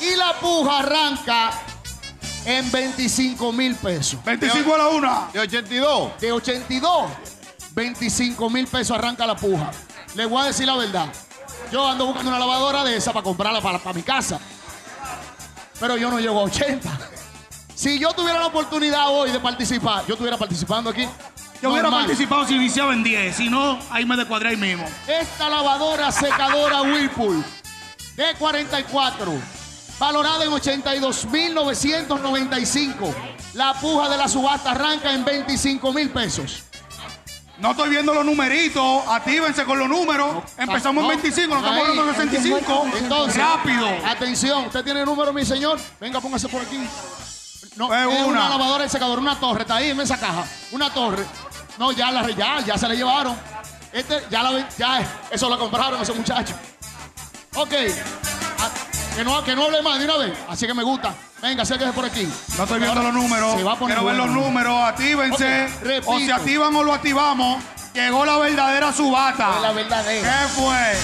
Y la puja arranca en 25 mil pesos.
25 a la una.
De 82.
De 82, 25 mil pesos arranca la puja. Les voy a decir la verdad. Yo ando buscando una lavadora de esa para comprarla para, para mi casa. Pero yo no llego a 80. Si yo tuviera la oportunidad hoy de participar, yo estuviera participando aquí.
Yo hubiera
Normal.
participado si iniciaba en 10. Si no, ahí me descuadré ahí mismo.
Esta lavadora secadora Whirlpool de 44, valorada en 82.995. La puja de la subasta arranca en 25 mil pesos.
No estoy viendo los numeritos. Actívense con los números. Empezamos en 25, no estamos
Ahí.
hablando en 65.
Entonces,
rápido.
Atención, usted tiene el número, mi señor. Venga, póngase por aquí. No,
Es
es una.
una.
lavadora y secadora, una torre, está ahí en esa caja. Una torre. No, ya la ya, ya se la llevaron. Este, ya la ven- ya, eso lo compraron esos muchachos. Ok. A- que, no, que no hable más de una vez. Así que me gusta. Venga, acérquese por aquí.
No estoy viendo
Ahora
los números.
se va a poner
Quiero ver los
bueno.
números. Actívense.
Ok, repito.
o se activan o lo activamos. Llegó la verdadera
Ah.
subata.
Fue la verdadera.
¿Qué fue?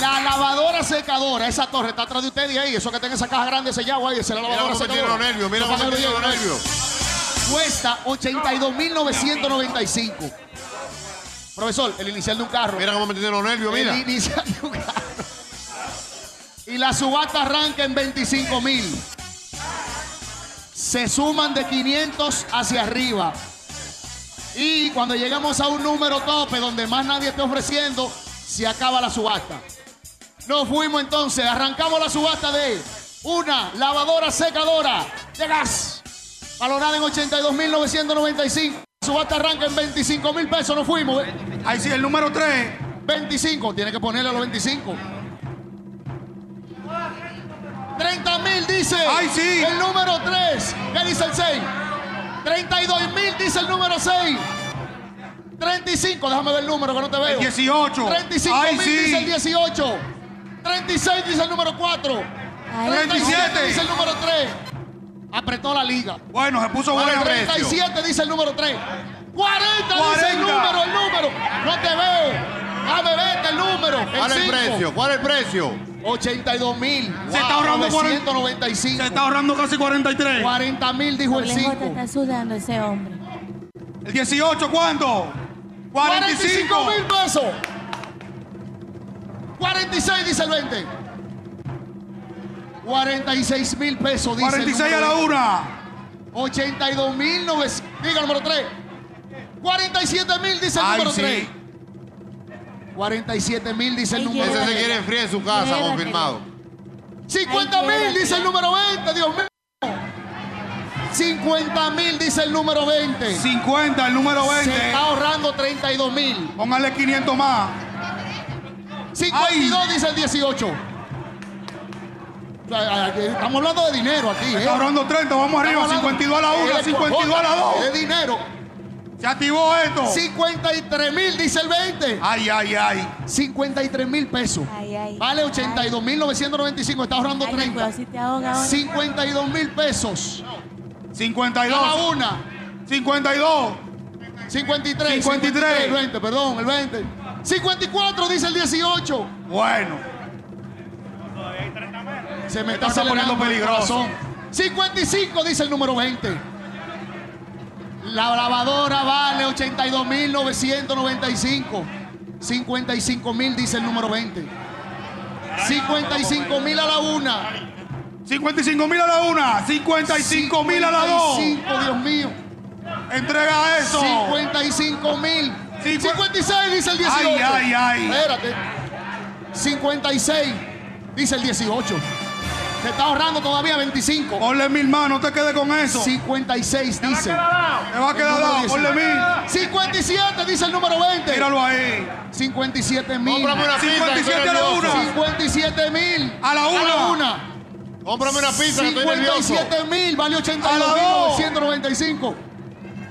La lavadora secadora, esa torre está atrás de ustedes y ahí. Eso que está en esa caja grande, ese yagua ahí, esa es la
Mira
lavadora
cómo me tiene
secadora.
los nervios. Mira
Eso
cómo me
para que
tiene
lo
los
lleven.
nervios.
cuesta 82.995. Profesor, el inicial de un carro. Mira cómo me tienen los nervios,
mira.
El inicial de un carro. Y la subasta arranca en 25 mil. Se suman de 500 hacia arriba. Y cuando llegamos a un número tope donde más nadie esté ofreciendo, se acaba la subasta. Nos fuimos entonces, arrancamos la subasta de una lavadora secadora de gas, valorada en 82.995. La Subasta arranca en 25 mil pesos, nos fuimos. ¿eh? Ahí sí, el número 3. 25, tiene que ponerle a los 25. 30 mil dice.
Ay, sí.
El número 3. ¿Qué dice el 6? 32 mil dice el número 6. 35, déjame ver el número que no te veo.
El 18.
35
Ay,
mil
sí.
dice el 18. 36 dice el número 4.
37.
dice el número 3. Apretó la liga.
Bueno, se puso
Vale,
bueno.
37 dice el número 3. 40, dice el
40.
número, el número. No te veo. Dame vete el número.
¿Cuál es el
cinco.
precio? ¿Cuál es el precio?
82 mil.
Se está ahorrando
195.
Se está ahorrando casi 43.
40 mil dijo el 5.
está sudando ese hombre.
El 18, ¿cuánto? 45.
mil pesos. 46 dice el 20. 46 mil pesos dice
46 a la una.
82 mil Diga el número 3. 47 mil dice el
Ay,
número
sí.
3. 47 mil dice el número
Ese se
3.
quiere enfriar en su casa,
Llévatelo.
confirmado.
50 mil dice el número 20, Dios mío. 50 mil dice el número 20.
50, el número 20.
Se está ahorrando 32 mil.
Póngale 500 más.
52 dice el 18. O sea, aquí Estamos hablando de dinero aquí.
Se
¿eh?
está ahorrando 30, vamos arriba,
Estamos hablando-
52 a la una,
Eh, de
52 a la
cojota,
dos.
De dinero.
Se activó esto.
53 mil, dice el 20.
Ay, ay, ay.
53 mil pesos. Vale 82 mil 995. Está ahorrando 30. 52 mil pesos.
52.
A la una.
52.
53.
53.
El 20, perdón, el 20. 54, dice el 18.
Bueno.
Se me está,
Esto se está
acelerando
poniendo
el
peligroso.
corazón. 55 dice el número 20. La lavadora vale 82.995. 55.000 dice el número 20. 55.000 a la una.
55 mil a la una, 55 mil a la dos.
55, Dios mío.
Entrega eso.
55 mil. 56 dice el 18.
Ay, ay, ay.
Espérate. 56 dice el 18. Se está ahorrando todavía 25.
Ponle mil más, no te quedes con eso.
56 dice. Te va
a quedar dado, ponle mil.
57 dice el número 20.
Míralo ahí.
57 mil.
Cómprame una pizza, 57 a la estoy nervioso. una.
57 mil.
A la una.
Cómprame una pizza, que estoy nervioso.
57 mil, vale 82 995.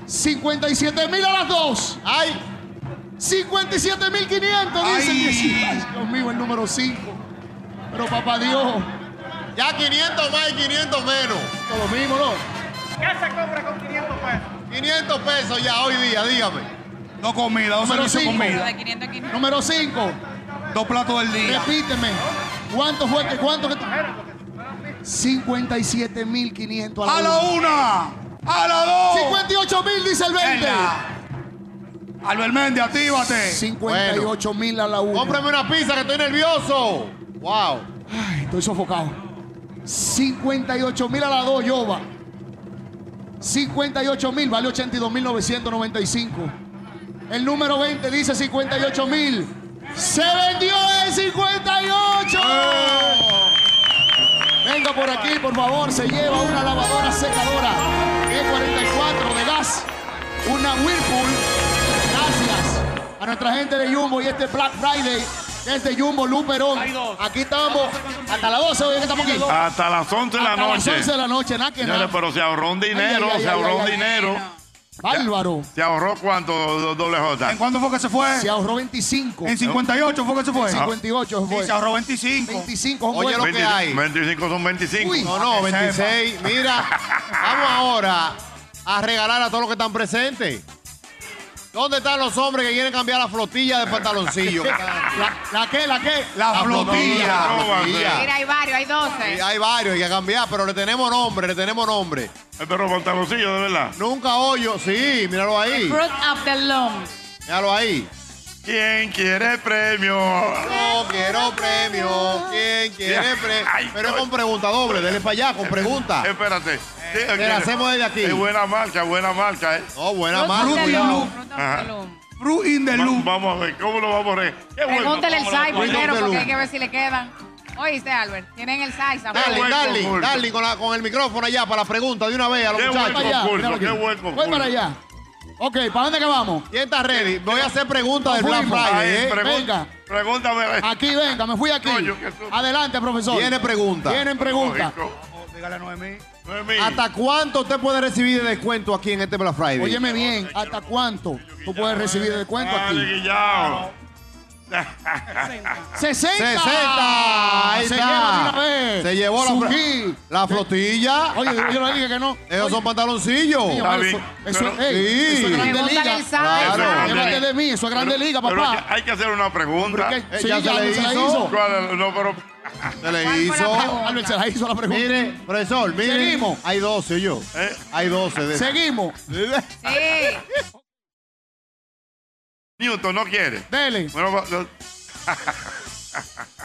57 mil a las dos. Ay. 57 mil 500, dice el 18. Ay, Dios mío, el número 5. Pero papá Dios.
Ya 500 más y 500 menos.
Lo mismo, ¿no?
¿Qué se compra con 500 pesos?
500 pesos ya hoy día, dígame.
No comida, dos
Número cinco.
servicios de comida.
De 500 a 500.
Número 5.
Dos platos del día.
Repíteme. ¿Cuánto fue que cuánto que tú? 57 mil 500
A la una. A la dos.
58 mil, dice el 20.
Venga. Albert Méndez, actívate.
58 mil a la una.
Cómprame una pizza, que estoy nervioso. Wow.
Ay, estoy sofocado. 58 mil a la 2, Yoba. 58 mil, vale 82 mil 995. El número 20 dice 58 mil. Se vendió en 58. Venga por aquí, por favor. Se lleva una lavadora secadora E E44 de gas. Una Whirlpool. Gracias a nuestra gente de Jumbo y este Black Friday desde Jumbo Luperón. Aquí estamos hasta las 12. Oye, que estamos aquí.
Hasta las 11 de la
Hasta
noche.
las 11 de la noche, nada que
Señores,
nada.
pero se ahorró un dinero,
Ay, ay,
se
ay,
ahorró
ay,
un
ay.
dinero.
Bárbaro.
¿Se ahorró cuánto, do- doble J?
¿En cuándo fue que se fue?
Se ahorró 25.
En 58 fue que se fue.
58 fue.
Sí, se ahorró 25.
25,
Oye, lo que
20
hay.
25 son 25.
Uy.
No, no,
Que sepa.
26. Mira, vamos ahora a regalar a todos los que están presentes. ¿Dónde están los hombres que quieren cambiar la flotilla de pantaloncillo?
¿La, la qué? ¿La qué?
La flotilla.
Mira, hay varios, hay 12.
Sí, Hay varios, hay que cambiar, pero le tenemos nombre, le tenemos nombre.
El perro pantaloncillo, de verdad.
Nunca hoyo, sí, míralo ahí.
Fruit of the loom.
Míralo ahí.
¿Quién quiere premio?
No quiero premio. ¿Quién quiere premio? Pero es con pregunta doble, dele para allá, con pregunta.
Eh, Espérate.
Le hacemos desde aquí.
Es buena marca, buena marca, ¿eh?
No, buena
Fruit of the loom.
Ajá.
Fruit in the loop.
Vamos a ver, ¿cómo lo vamos a ver? Qué bueno,
Pregúntale el
¿cómo lo
size
vamos a ver?
primero porque hay que ver si le quedan. Oíste, Albert, tienen el size.
Dale,
abuelo.
dale, dale con, la- con el micrófono allá para la pregunta de una vez a los
Qué buen
muchachos.
concurso, Míralo aquí. qué buen concurso. Voy para allá. Ok, ¿para dónde que vamos?
¿Quién está ready? Voy a hacer preguntas
Nos
del Black
fuimos.
Friday.
Ahí,
¿eh?
pregun- Venga.
Pregúntame.
Aquí, venga, me fui aquí. Adelante, profesor.
Tiene pregunta.
Tienen preguntas.
Dígale a Noemí.
¿Hasta cuánto usted puede recibir de descuento aquí en este Black Friday?
Óyeme bien, ¿hasta cuánto tú puedes recibir el cuento aquí?
Dale, Guillao.
60.
60. Ahí
Se
está.
lleva de una vez.
Se llevó la,
Sugi.
la flotilla.
Oye, yo- yo le dije que no.
Esos son pantaloncillos.
Oye, vale, eso- eso- ey, eso es grande Pregúntale liga. el sábado.
Claro.
Llévate de mí, eso es grande liga, papá.
Pero hay que- hay que hacer una pregunta.
Hombre, que- Eh, sí, ya se ya le se la hizo. hizo.
¿Cuál es? No, pero.
Se le hizo.
Ah, Albert se la hizo la pregunta.
Mire, profesor, mire.
Seguimos.
Hay 12 yo.
Eh.
Hay 12 de
Seguimos.
Sí.
Newton no quiere.
Dele.
Bueno, va- lo-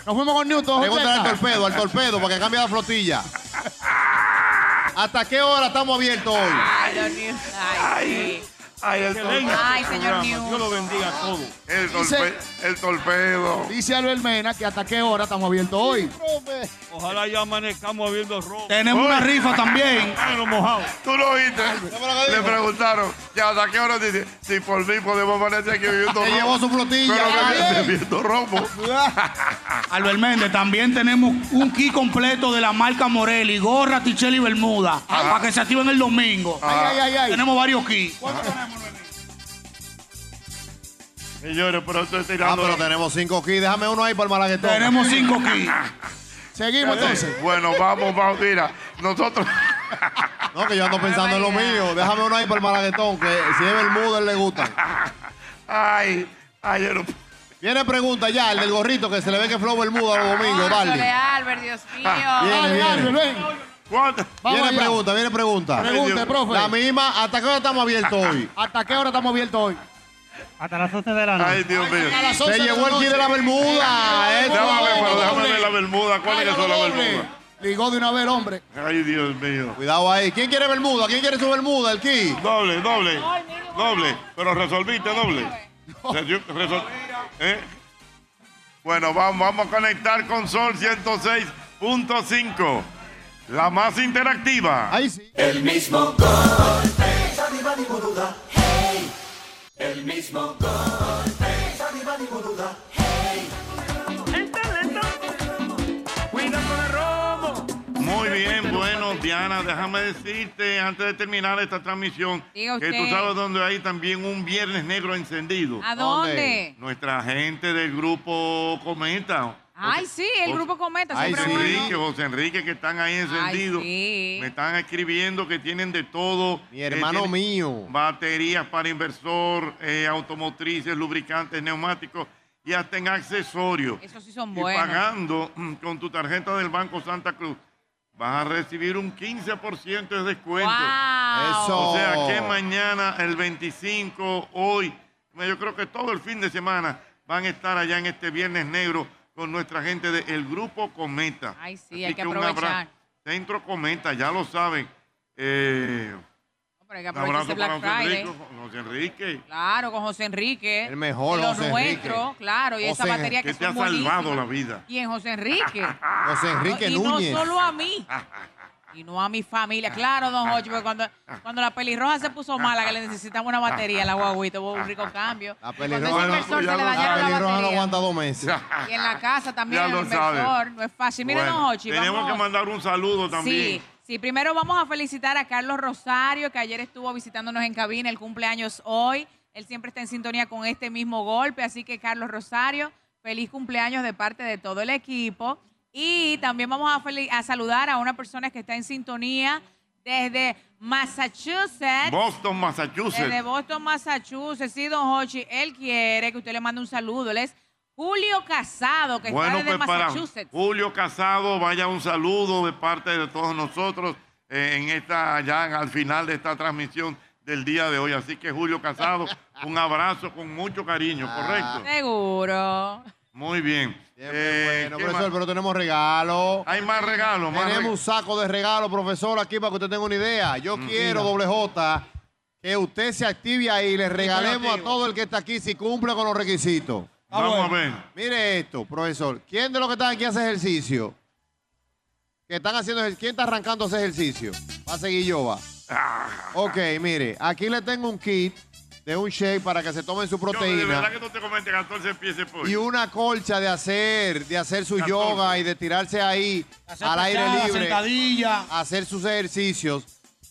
Nos fuimos con Newton.
Pregúntale al
Joseca.
torpedo, al torpedo, para que cambie la flotilla. ¿Hasta qué hora estamos abiertos hoy?
Ay, Dios mío. Ay, sí.
Ay, el
Qué
torpedo.
lindo Ay, señor programa. News. Dios lo
bendiga a todos. El,
Dice-
torpe- el torpedo.
Dice Albert Mena que hasta qué hora estamos abiertos hoy.
Ojalá ya amanezcamos viendo robo.
Tenemos una rifa también.
Pero mojado.
Tú lo oíste. Le preguntaron, ¿ya hasta qué hora? Dice, si por mí podemos amanecer aquí viviendo
Se llevó su flotilla.
Pero bebi- bebiendo romo.
Albert Méndez, también tenemos un kit completo de la marca Morelli, gorra, tichel y bermuda, para que se activen el domingo.
Ajá. Ay, ay, ay, ay.
Tenemos varios kits.
Señores, pero estoy
Ah,
tirando.
pero tenemos 5 kits. Déjame uno ahí para el malaguetón.
Tenemos 5 kits.
Seguimos
entonces. Eh, Bueno, vamos, vamos. Mira, nosotros.
No, que yo ando pensando en lo mío. Déjame uno ahí para el malaguetón, que si es Bermuda, él le gusta.
Ay, ay, yo no.
Viene pregunta ya, el del gorrito, que se le ve que flow Bermuda los domingos,
Cónchale,
dale.
Albert, Dios mío.
Ah, Viene, viene.
¿Cuánto?
Viene pregunta, viene pregunta.
Pregunte, profe.
La misma, ¿hasta qué hora estamos abiertos hoy?
¿Hasta qué hora estamos abiertos hoy?
Hasta las 11 de la noche.
Ay, Dios mío.
A las 11
Se llevó el
noche.
kit de la Bermuda. eh.
Déjame ver, pero déjame
doble.
ver la bermuda. ¿Cuál es que son la bermuda?
Ligó de una vez el hombre.
Ay, Dios mío.
Cuidado ahí. ¿Quién quiere Bermuda? ¿Quién quiere su Bermuda? El kit.
Doble, doble. Doble. Pero resolviste doble. Resol- resol- ¿Eh? Bueno, vamos, vamos a conectar con Sol 106.5. La más interactiva.
Ahí sí.
El mismo golpe. Dani, Dani, Bududa. Hey. El mismo golpe. Dani, Dani, Bududa. Hey.
Cuidado con el robo.
Muy bien, bueno, Diana, déjame decirte antes de terminar esta transmisión
Diga
que tú
usted.
sabes dónde hay también un Viernes Negro encendido.
¿A dónde?
Nuestra gente del grupo Comenta.
Ay, sí, el grupo Cometa.
Ay,
siempre
José
bueno.
Enrique, José Enrique, que están ahí encendidos. Me están escribiendo que tienen de todo. Eh,
Mi hermano mío.
Baterías para inversor, eh, automotrices, lubricantes, neumáticos y hasta en accesorios.
Esos sí son
y
buenos.
pagando mm, con tu tarjeta del Banco Santa Cruz, vas a recibir un 15% de descuento.
Wow.
Eso.
O sea que mañana, el 25, hoy, yo creo que todo el fin de semana van a estar allá en este Viernes Negro con nuestra gente del Grupo Cometa.
Ay, sí,
Así
hay que
un abrazo.
aprovechar.
Centro Cometa, ya lo saben. Eh,
Hombre, hay que
un
aprovechar ese Black
abrazo para José
Friday.
Enrique. José Enrique.
Claro, con José Enrique.
El mejor
De los
José
nuestros,
Enrique.
claro. Y esa
José,
batería que,
te ha
son buenísimas.
salvado la vida.
Y en José Enrique.
José Enrique
y
Núñez.
no solo a mí. Y no a mi familia. Claro, don Hochi, porque cuando, cuando la pelirroja se puso mala, que le necesitamos una batería, la guaguita, hubo un rico cambio.
La
Cuando
pelirroja,
ese
no,
inversor
la
se le dañaron la
pelirroja no
batería.
aguanta dos meses.
Y en la casa también
Ya
el
lo
inversor.
sabe.
No es fácil. Mire,
Bueno,
don Hochi,
tenemos
vamos.
que mandar un saludo también.
Sí, sí, primero vamos a felicitar a Carlos Rosario, que ayer estuvo visitándonos en cabina, el cumpleaños hoy. Él siempre está en sintonía con este mismo golpe, así que Carlos Rosario, feliz cumpleaños de parte de todo el equipo. Y también vamos a, fel- a saludar a una persona que está en sintonía desde Massachusetts.
Boston, Massachusetts.
Desde Boston, Massachusetts. Sí, don Hochi, él quiere que usted le mande un saludo. Él es Julio Casado, que
bueno,
está desde
pues para
Massachusetts.
Julio Casado, vaya un saludo de parte de todos nosotros eh, en esta, ya al final de esta transmisión del día de hoy. Así que Julio Casado, un abrazo con mucho cariño, correcto.
Seguro.
Muy bien. Eh,
Ah. Bueno,
¿qué
profesor,
más?
pero tenemos regalo.
Hay más regalos, más
Tenemos
regalos.
un saco de regalo, profesor, aquí para que usted tenga una idea. Yo
Mm,
quiero, doble J, que usted se active ahí y le regalemos a todo el que está aquí si cumple con los requisitos.
Vamos a ver.
Mire esto, profesor. ¿Quién de los que están aquí hace ejercicio? Que están haciendo, ejer- ¿Quién está arrancando ese ejercicio? Va a seguir yo, va.
Ah.
Ok, mire, aquí le tengo un kit de un shake para que se tomen su
Yo, de
proteína
verdad que no te comete 14 pies de pollo.
y una colcha de hacer, de hacer su yoga y de tirarse ahí
Hacer
al aire
pesada,
libre,
sentadilla.
hacer sus ejercicios.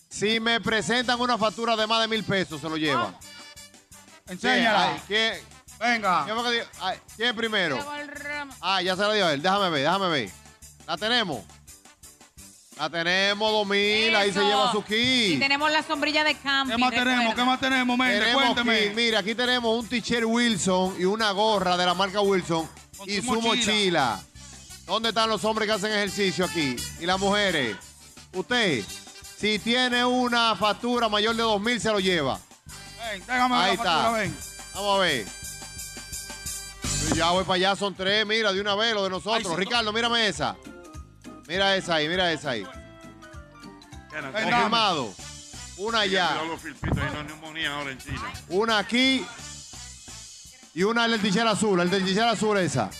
Si me presentan una factura de más de mil pesos, se lo llevan.
Enséñala.
Sí, ay, ¿Quién,
Venga.
¿quién fue que dio? Ay, ¿quién primero? Ah, ya se la dio a él. Déjame ver, déjame ver. La tenemos. La tenemos, 2000. Ahí se
Eso.
lleva su
Y
kit.
tenemos la sombrilla de camping. recuerda.
más
tenemos,
Méndez? Cuénteme.
kit. Mira, aquí tenemos un t-shirt Wilson y una gorra de la marca Wilson y
su
su mochila. ¿Dónde están los hombres que hacen ejercicio aquí? Y las mujeres. Usted, si tiene una factura mayor de 2000, se lo lleva.
Ven, déjame ver
Ahí está.
la factura, ven.
Vamos a ver. Yo Ya voy para allá, son tres, mira, de una vez lo de nosotros. Ricardo, mírame esa. Mira esa ahí, mira esa ahí. Confirmado. Una
Sí,
ya.
cuidado los filpitos, hay una neumonía ahora en China.
Una aquí y una del t azul. El del t azul esa.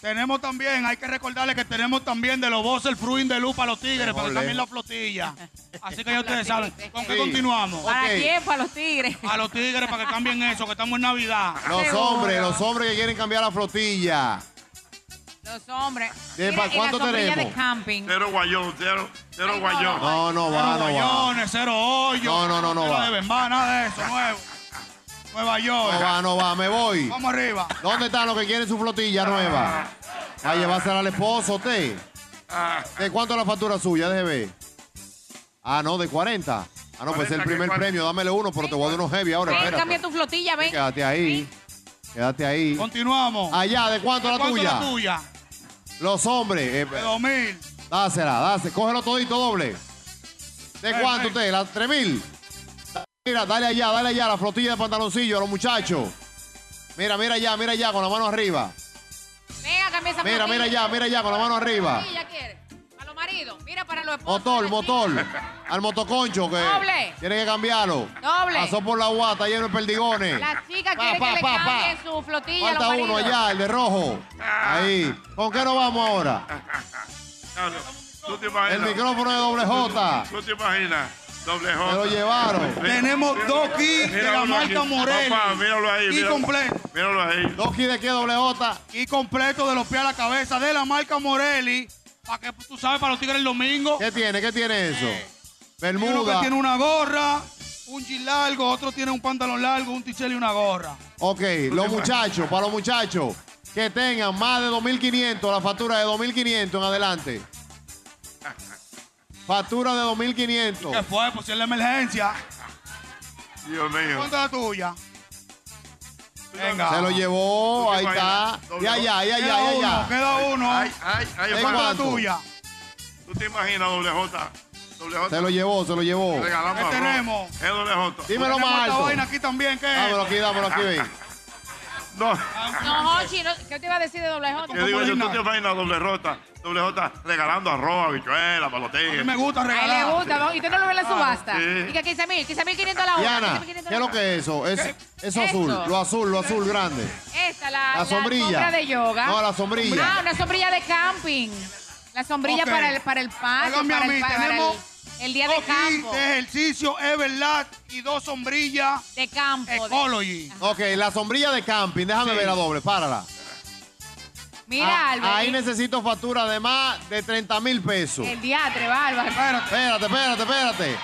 Tenemos también, hay que recordarle que tenemos también de los voces el fruin de luz para los tigres, para que también la flotilla. Así que ya ustedes saben. ¿Con qué
Sí.
continuamos?
¿Para Ok. quién?
Para los tigres.
A los tigres, para que cambien eso, que estamos en Navidad.
Los hombres, los hombres que quieren cambiar la flotilla.
Los hombres.
¿De
Mira,
pa'
y
Eh, cuánto
la sombrilla
tenemos?
de camping.
Cero guayón, cero, cero guayón.
No, no va, no va.
Cero hoyo.
No, no, no, no
Cero
va.
de Bembá, nada de eso, nuevo. Nueva York.
No va, no va, me voy.
Vamos arriba.
¿Dónde están los que quieren su flotilla nueva? Va a llevársela al esposo, usted.
Ah.
¿De cuánto es la factura suya? Déjeme ver. Ah, no, de 40. Ah, no, pues es el primer premio. Dámele uno, pero te voy a dar unos heavy ahora.
Ven,
Espérate.
cambia tu flotilla, ven.
Quédate ahí. Quédate ahí.
Continuamos.
Allá, ¿de cuánto,
¿De
la,
cuánto
tuya?
la tuya?
Los hombres. eh,
De 2000.
Dásela, dásela. Cógelo todito doble. Eh, ¿De
Ven,
cuánto
ven.
usted? ¿Las 3000? Mira, dale allá, dale allá la flotilla de pantaloncillo a los muchachos. Mira, mira allá, mira allá, con la mano arriba.
Venga, cambia esa
Mira,
flotilla.
mira allá, mira allá, con la mano arriba.
Sí, ya quiere. Para los maridos. Mira, para los esposos.
Motor, motor. Al motoconcho que
Doble.
tiene que cambiarlo.
Doble.
Pasó por la guata, lleno de perdigones.
Las chicas
Pa,
quieren
pa,
que le
pa, pa.
cambien su flotilla a los
Falta
maridos.
uno allá, el de rojo. Ahí. ¿Con qué nos vamos ahora?
Ah.
Claro, tú te imaginas.
El micrófono de doble J.
Tú te imaginas. Doble J.
Se lo llevaron.
Tenemos dos kits de
Míralo
la
aquí.
marca Morelli.
Papá, míralo ahí.
Y
míralo.
completo.
Míralo ahí.
Dos kits de qué, doble J.
Y completo de los pies a la cabeza de la marca Morelli. Para que tú sabes, para los tigres el domingo.
¿Qué tiene? ¿Qué tiene eso?
Uno que
Bermuda.
tiene una gorra, un jean largo, otro tiene un pantalón largo, un tichel y una gorra.
Ok, los muchachos, para los muchachos que tengan más de 2.500, la factura de 2.500 en adelante. Factura de 2.500.
¿Qué fue? Pues si es la emergencia.
Dios mío.
¿Cuánto es la tuya? Venga.
Se lo llevó,
¿Tú te
ahí está.
imaginas?
Ya, ya, ya,
Queda
ya,
uno,
ya.
queda uno.
Ay, ay, ay.
¿De
hermano.
cuánto?
Tú te imaginas, doble J. Doble J.
Se lo llevó, se lo llevó.
Te regalamos
¿Qué
Este
arroz.
tenemos?
Es doble J.
Oh. Dímelo
Tenemos
más
esta
alto.
vaina aquí también, ¿qué es?
Dámelo aquí, dámelo aquí, ven.
No.
No, Hochi, no- ¿qué te iba a decir de doble J?
Yo digo, yo, tú te imaginas, doble J. Doble J regalando arroz, habichuela, palotes. A mí
me gusta
A él le gusta, ¿no? Y usted no lo ve en la subasta.
sí.
Y que 15 mil, 15 mil 500 la hora.
Diana, ¿qué es lo que es eso? Es, eso azul,
Eso.
lo azul, lo azul grande.
Esta, la,
La sombrilla.
alfombra de yoga.
No, la sombrilla.
Ah, una sombrilla de camping. La sombrilla
Ok.
para el para el patio,
Hágame
para
a
el,
mí,
pa- para
tenemos
el, el día de
Kit
campo.
de ejercicio, Everlast y dos sombrillas.
De campo.
Eh,
Ecology.
Ok, la sombrilla de camping, déjame ver la doble, párala.
Mira,
Ah,
Álvaro.
Ahí necesito factura de más de 30 mil pesos.
El diatre, Álvaro.
Espérate, espérate, espérate.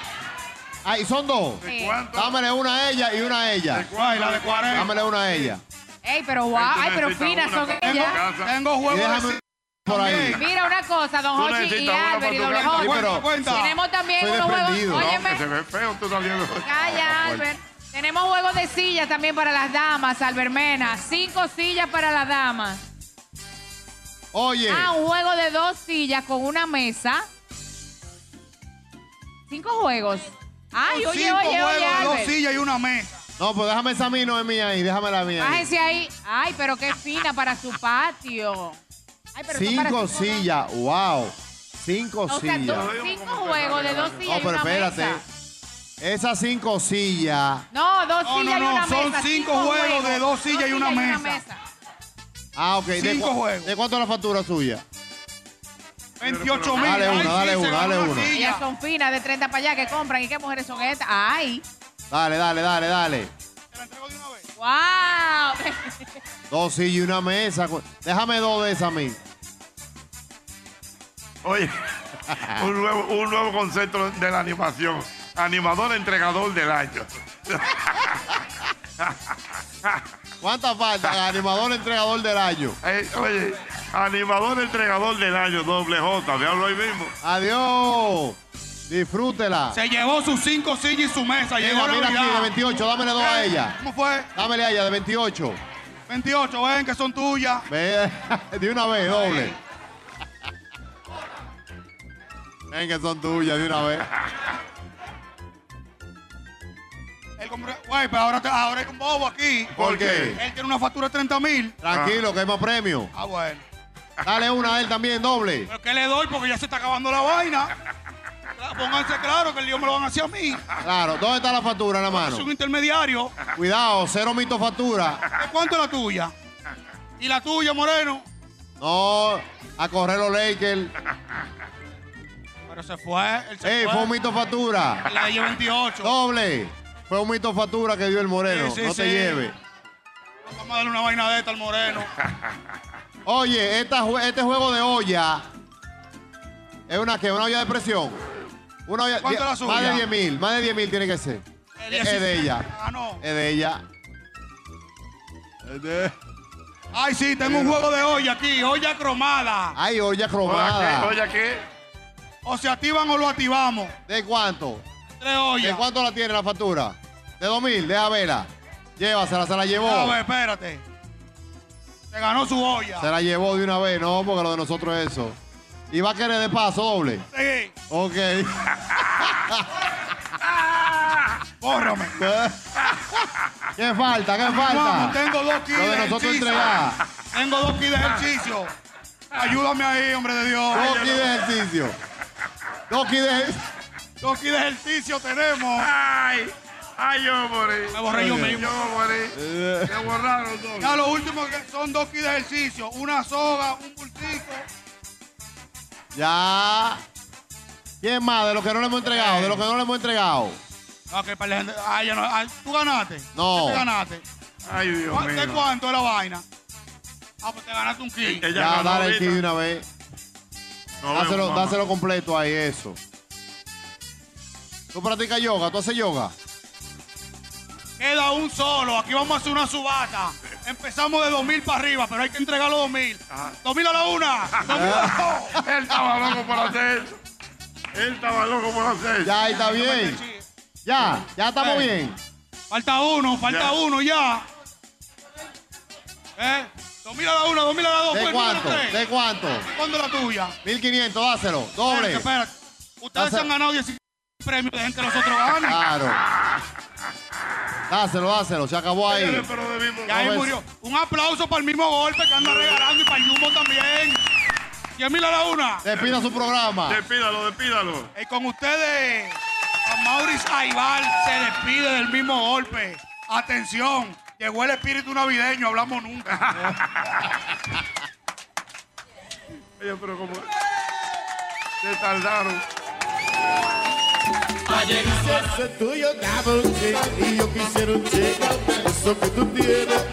Ahí son dos.
¿De cuánto?
Dámele una a ella y una a ella.
Ay, la de 40.
Dámele una a ella.
Ey, pero guau, ay, pero finas son ellas.
Tengo
Y
juego
déjame-
de
por ahí.
Mira una cosa, don
Tú
Hochi y
necesitas una
Albert y
por tu
Doble
cuenta.
Hochi.
Sí, pero
Tenemos también
soy
unos juegos.
desprendido.
Óyeme,
Se ve feo tú saliendo.
Calla, Albert. Tenemos juegos de sillas también para las damas, Albermena. Cinco sillas para las damas.
Oye.
Ah, un juego de dos sillas con una mesa. Cinco juegos. Ay,
Son
oye,
cinco
oye,
juegos,
oye,
dos
Albert.
sillas y una mesa.
No, pues déjame esa mía, no es mía ahí, déjame la mía. ahí.
Bájense ahí. Ay, pero qué fina para su patio. Ay, pero son para
Cinco
cinco
sillas, wow. Cinco
O sea,
sillas.
dos- cinco juegos de dos
no,
sillas
pero
y una
espérate.
mesa.
Esas cinco sillas.
No, dos
No,
sillas
no,
y una
no, son
mesa.
cinco juegos de dos sillas y una
Ah, ok. ¿De,
Cinco
cua-
juegos.
¿De cuánto es la factura suya?
28 mil.
Dale una, dale una, dale una.
Ellas son finas, de 30 para allá, que compran. ¿Y qué mujeres son estas? Ay,
Dale, dale, dale, dale.
Ah,
wow.
Dos sillas y una mesa. Cu- Déjame dos de esas a mí.
Oye,
Ah.
un nuevo, un nuevo concepto de la animación. Animador entregador del año.
¿Cuántas faltan? Animador entregador del año.
Eh,
oye, animador entregador del año, doble J, me hablo ahí mismo.
Adiós. Disfrútela.
Se llevó sus cinco sillas y su mesa.
Mira,
llegó
mira
Navidad.
aquí, de 28, dámele dos a
Eh,
ella.
¿Cómo fue?
Dámele a ella, de 28.
28, ven, que son tuyas.
Ve, De una vez, doble. Ven que son tuyas, de una vez.
Él compró- Güey, pero ahora, te- ahora hay un bobo aquí.
¿Por qué?
Él tiene una factura de 30 mil.
Tranquilo, que hay más premio.
Ah, bueno.
Dale una a él también, doble.
¿Pero qué le doy? Porque ya se está acabando la vaina. Claro, Pónganse claro que el lío me lo van a hacer a mí.
Claro, ¿dónde está la factura en la
Soy
mano?
un intermediario.
Cuidado, cero mito factura.
¿De cuánto es la tuya? ¿Y la tuya, Moreno?
No, a correr los Lakers.
Pero se fue. Él se
Ey,
fue.
fue un mito factura.
La de 28.
Doble. Fue un mito factura que dio el Moreno.
Sí, sí,
no te
sí.
lleves.
Vamos a darle una vaina de esta al Moreno.
Oye, esta jue- este juego de olla es una que una olla de presión. Una olla,
¿Cuánto
die-
la suya?
Más de 10 mil, más de 10 mil tiene que ser. Es es de ella.
Ah, no.
Es de ella. Es de-
Ay, sí, tengo un juego de olla aquí. Olla cromada.
Ay, olla cromada.
Oye, ¿qué?
O se activan o lo activamos.
¿De cuánto?
Tres ollas.
¿De cuánto la tiene la factura? De 2 mil, deja verla. Llévasela, se la llevó.
A ver, espérate. Se ganó su olla.
Se la llevó de una vez, no, porque lo de nosotros es eso. Y va a querer de paso doble.
Sí.
Ok.
Bórrame.
¿Qué falta? ¿Qué
Vamos,
falta?
tengo dos kilos
Lo de
de
nosotros
ejercicio.
entregar.
Tengo dos kilos de ejercicio. Ayúdame ahí, hombre de Dios.
Dos kilos de ejercicio. Dos kilos de ejercicio.
Dos kilos de ejercicio tenemos.
Ay, ay, yo morí.
Me borré yo mismo.
Yo
Eh.
morí. Me borraron todos.
Ya lo último que son dos kilos de ejercicio. Una soga, un bultico.
Ya. ¿Quién más? De los que no le hemos entregado, de los que no le hemos entregado.
No, que para la gente. Ay, ya no. ay, tú ganaste.
No.
¿Qué te ganaste?
Ay, Dios
¿Cuán- ¿De
mío.
cuánto es la vaina? Ah, pues te ganaste un kilo.
Ya, dale el kit de una vez. Dáselo,
vemos,
dáselo completo ahí, eso. ¿Tú practicas yoga? ¿Tú haces yoga?
Queda un solo. Aquí vamos a hacer una subata. Empezamos de 2000 para arriba, pero hay que entregar los 2000. 2000 a la una. 2000 a la dos.
Él estaba loco por hacer eso. Él estaba loco por hacer eso.
Ya, ahí está bien. Ya, ya estamos bien.
Falta uno, falta
Ya.
uno ya. ¿Eh? 2000 a la una, 2000 a la dos.
¿De
2000 a la
cuánto?
tres.
¿De cuánto?
¿Cuándo la tuya?
1500, dáselo. Doble.
Espérate, espérate. Ustedes
Dáselo.
han ganado 16 premios de gente, los otros ganan.
Claro. Dáselo, dáselo. Se acabó ahí.
Y ahí murió. Un aplauso para el mismo golpe que anda regalando y para el Jumbo también. 10 mil a la una.
Despida su programa.
Despídalo, despídalo.
Y con ustedes, a Maurice Aibal se despide del mismo golpe. Atención, llegó el espíritu navideño, hablamos nunca.
Oye, pero como. Se tardaron.
é
Yo quisiera ser tuyo, dame un cheque y yo quisiera un cheque. Eso que tú tienes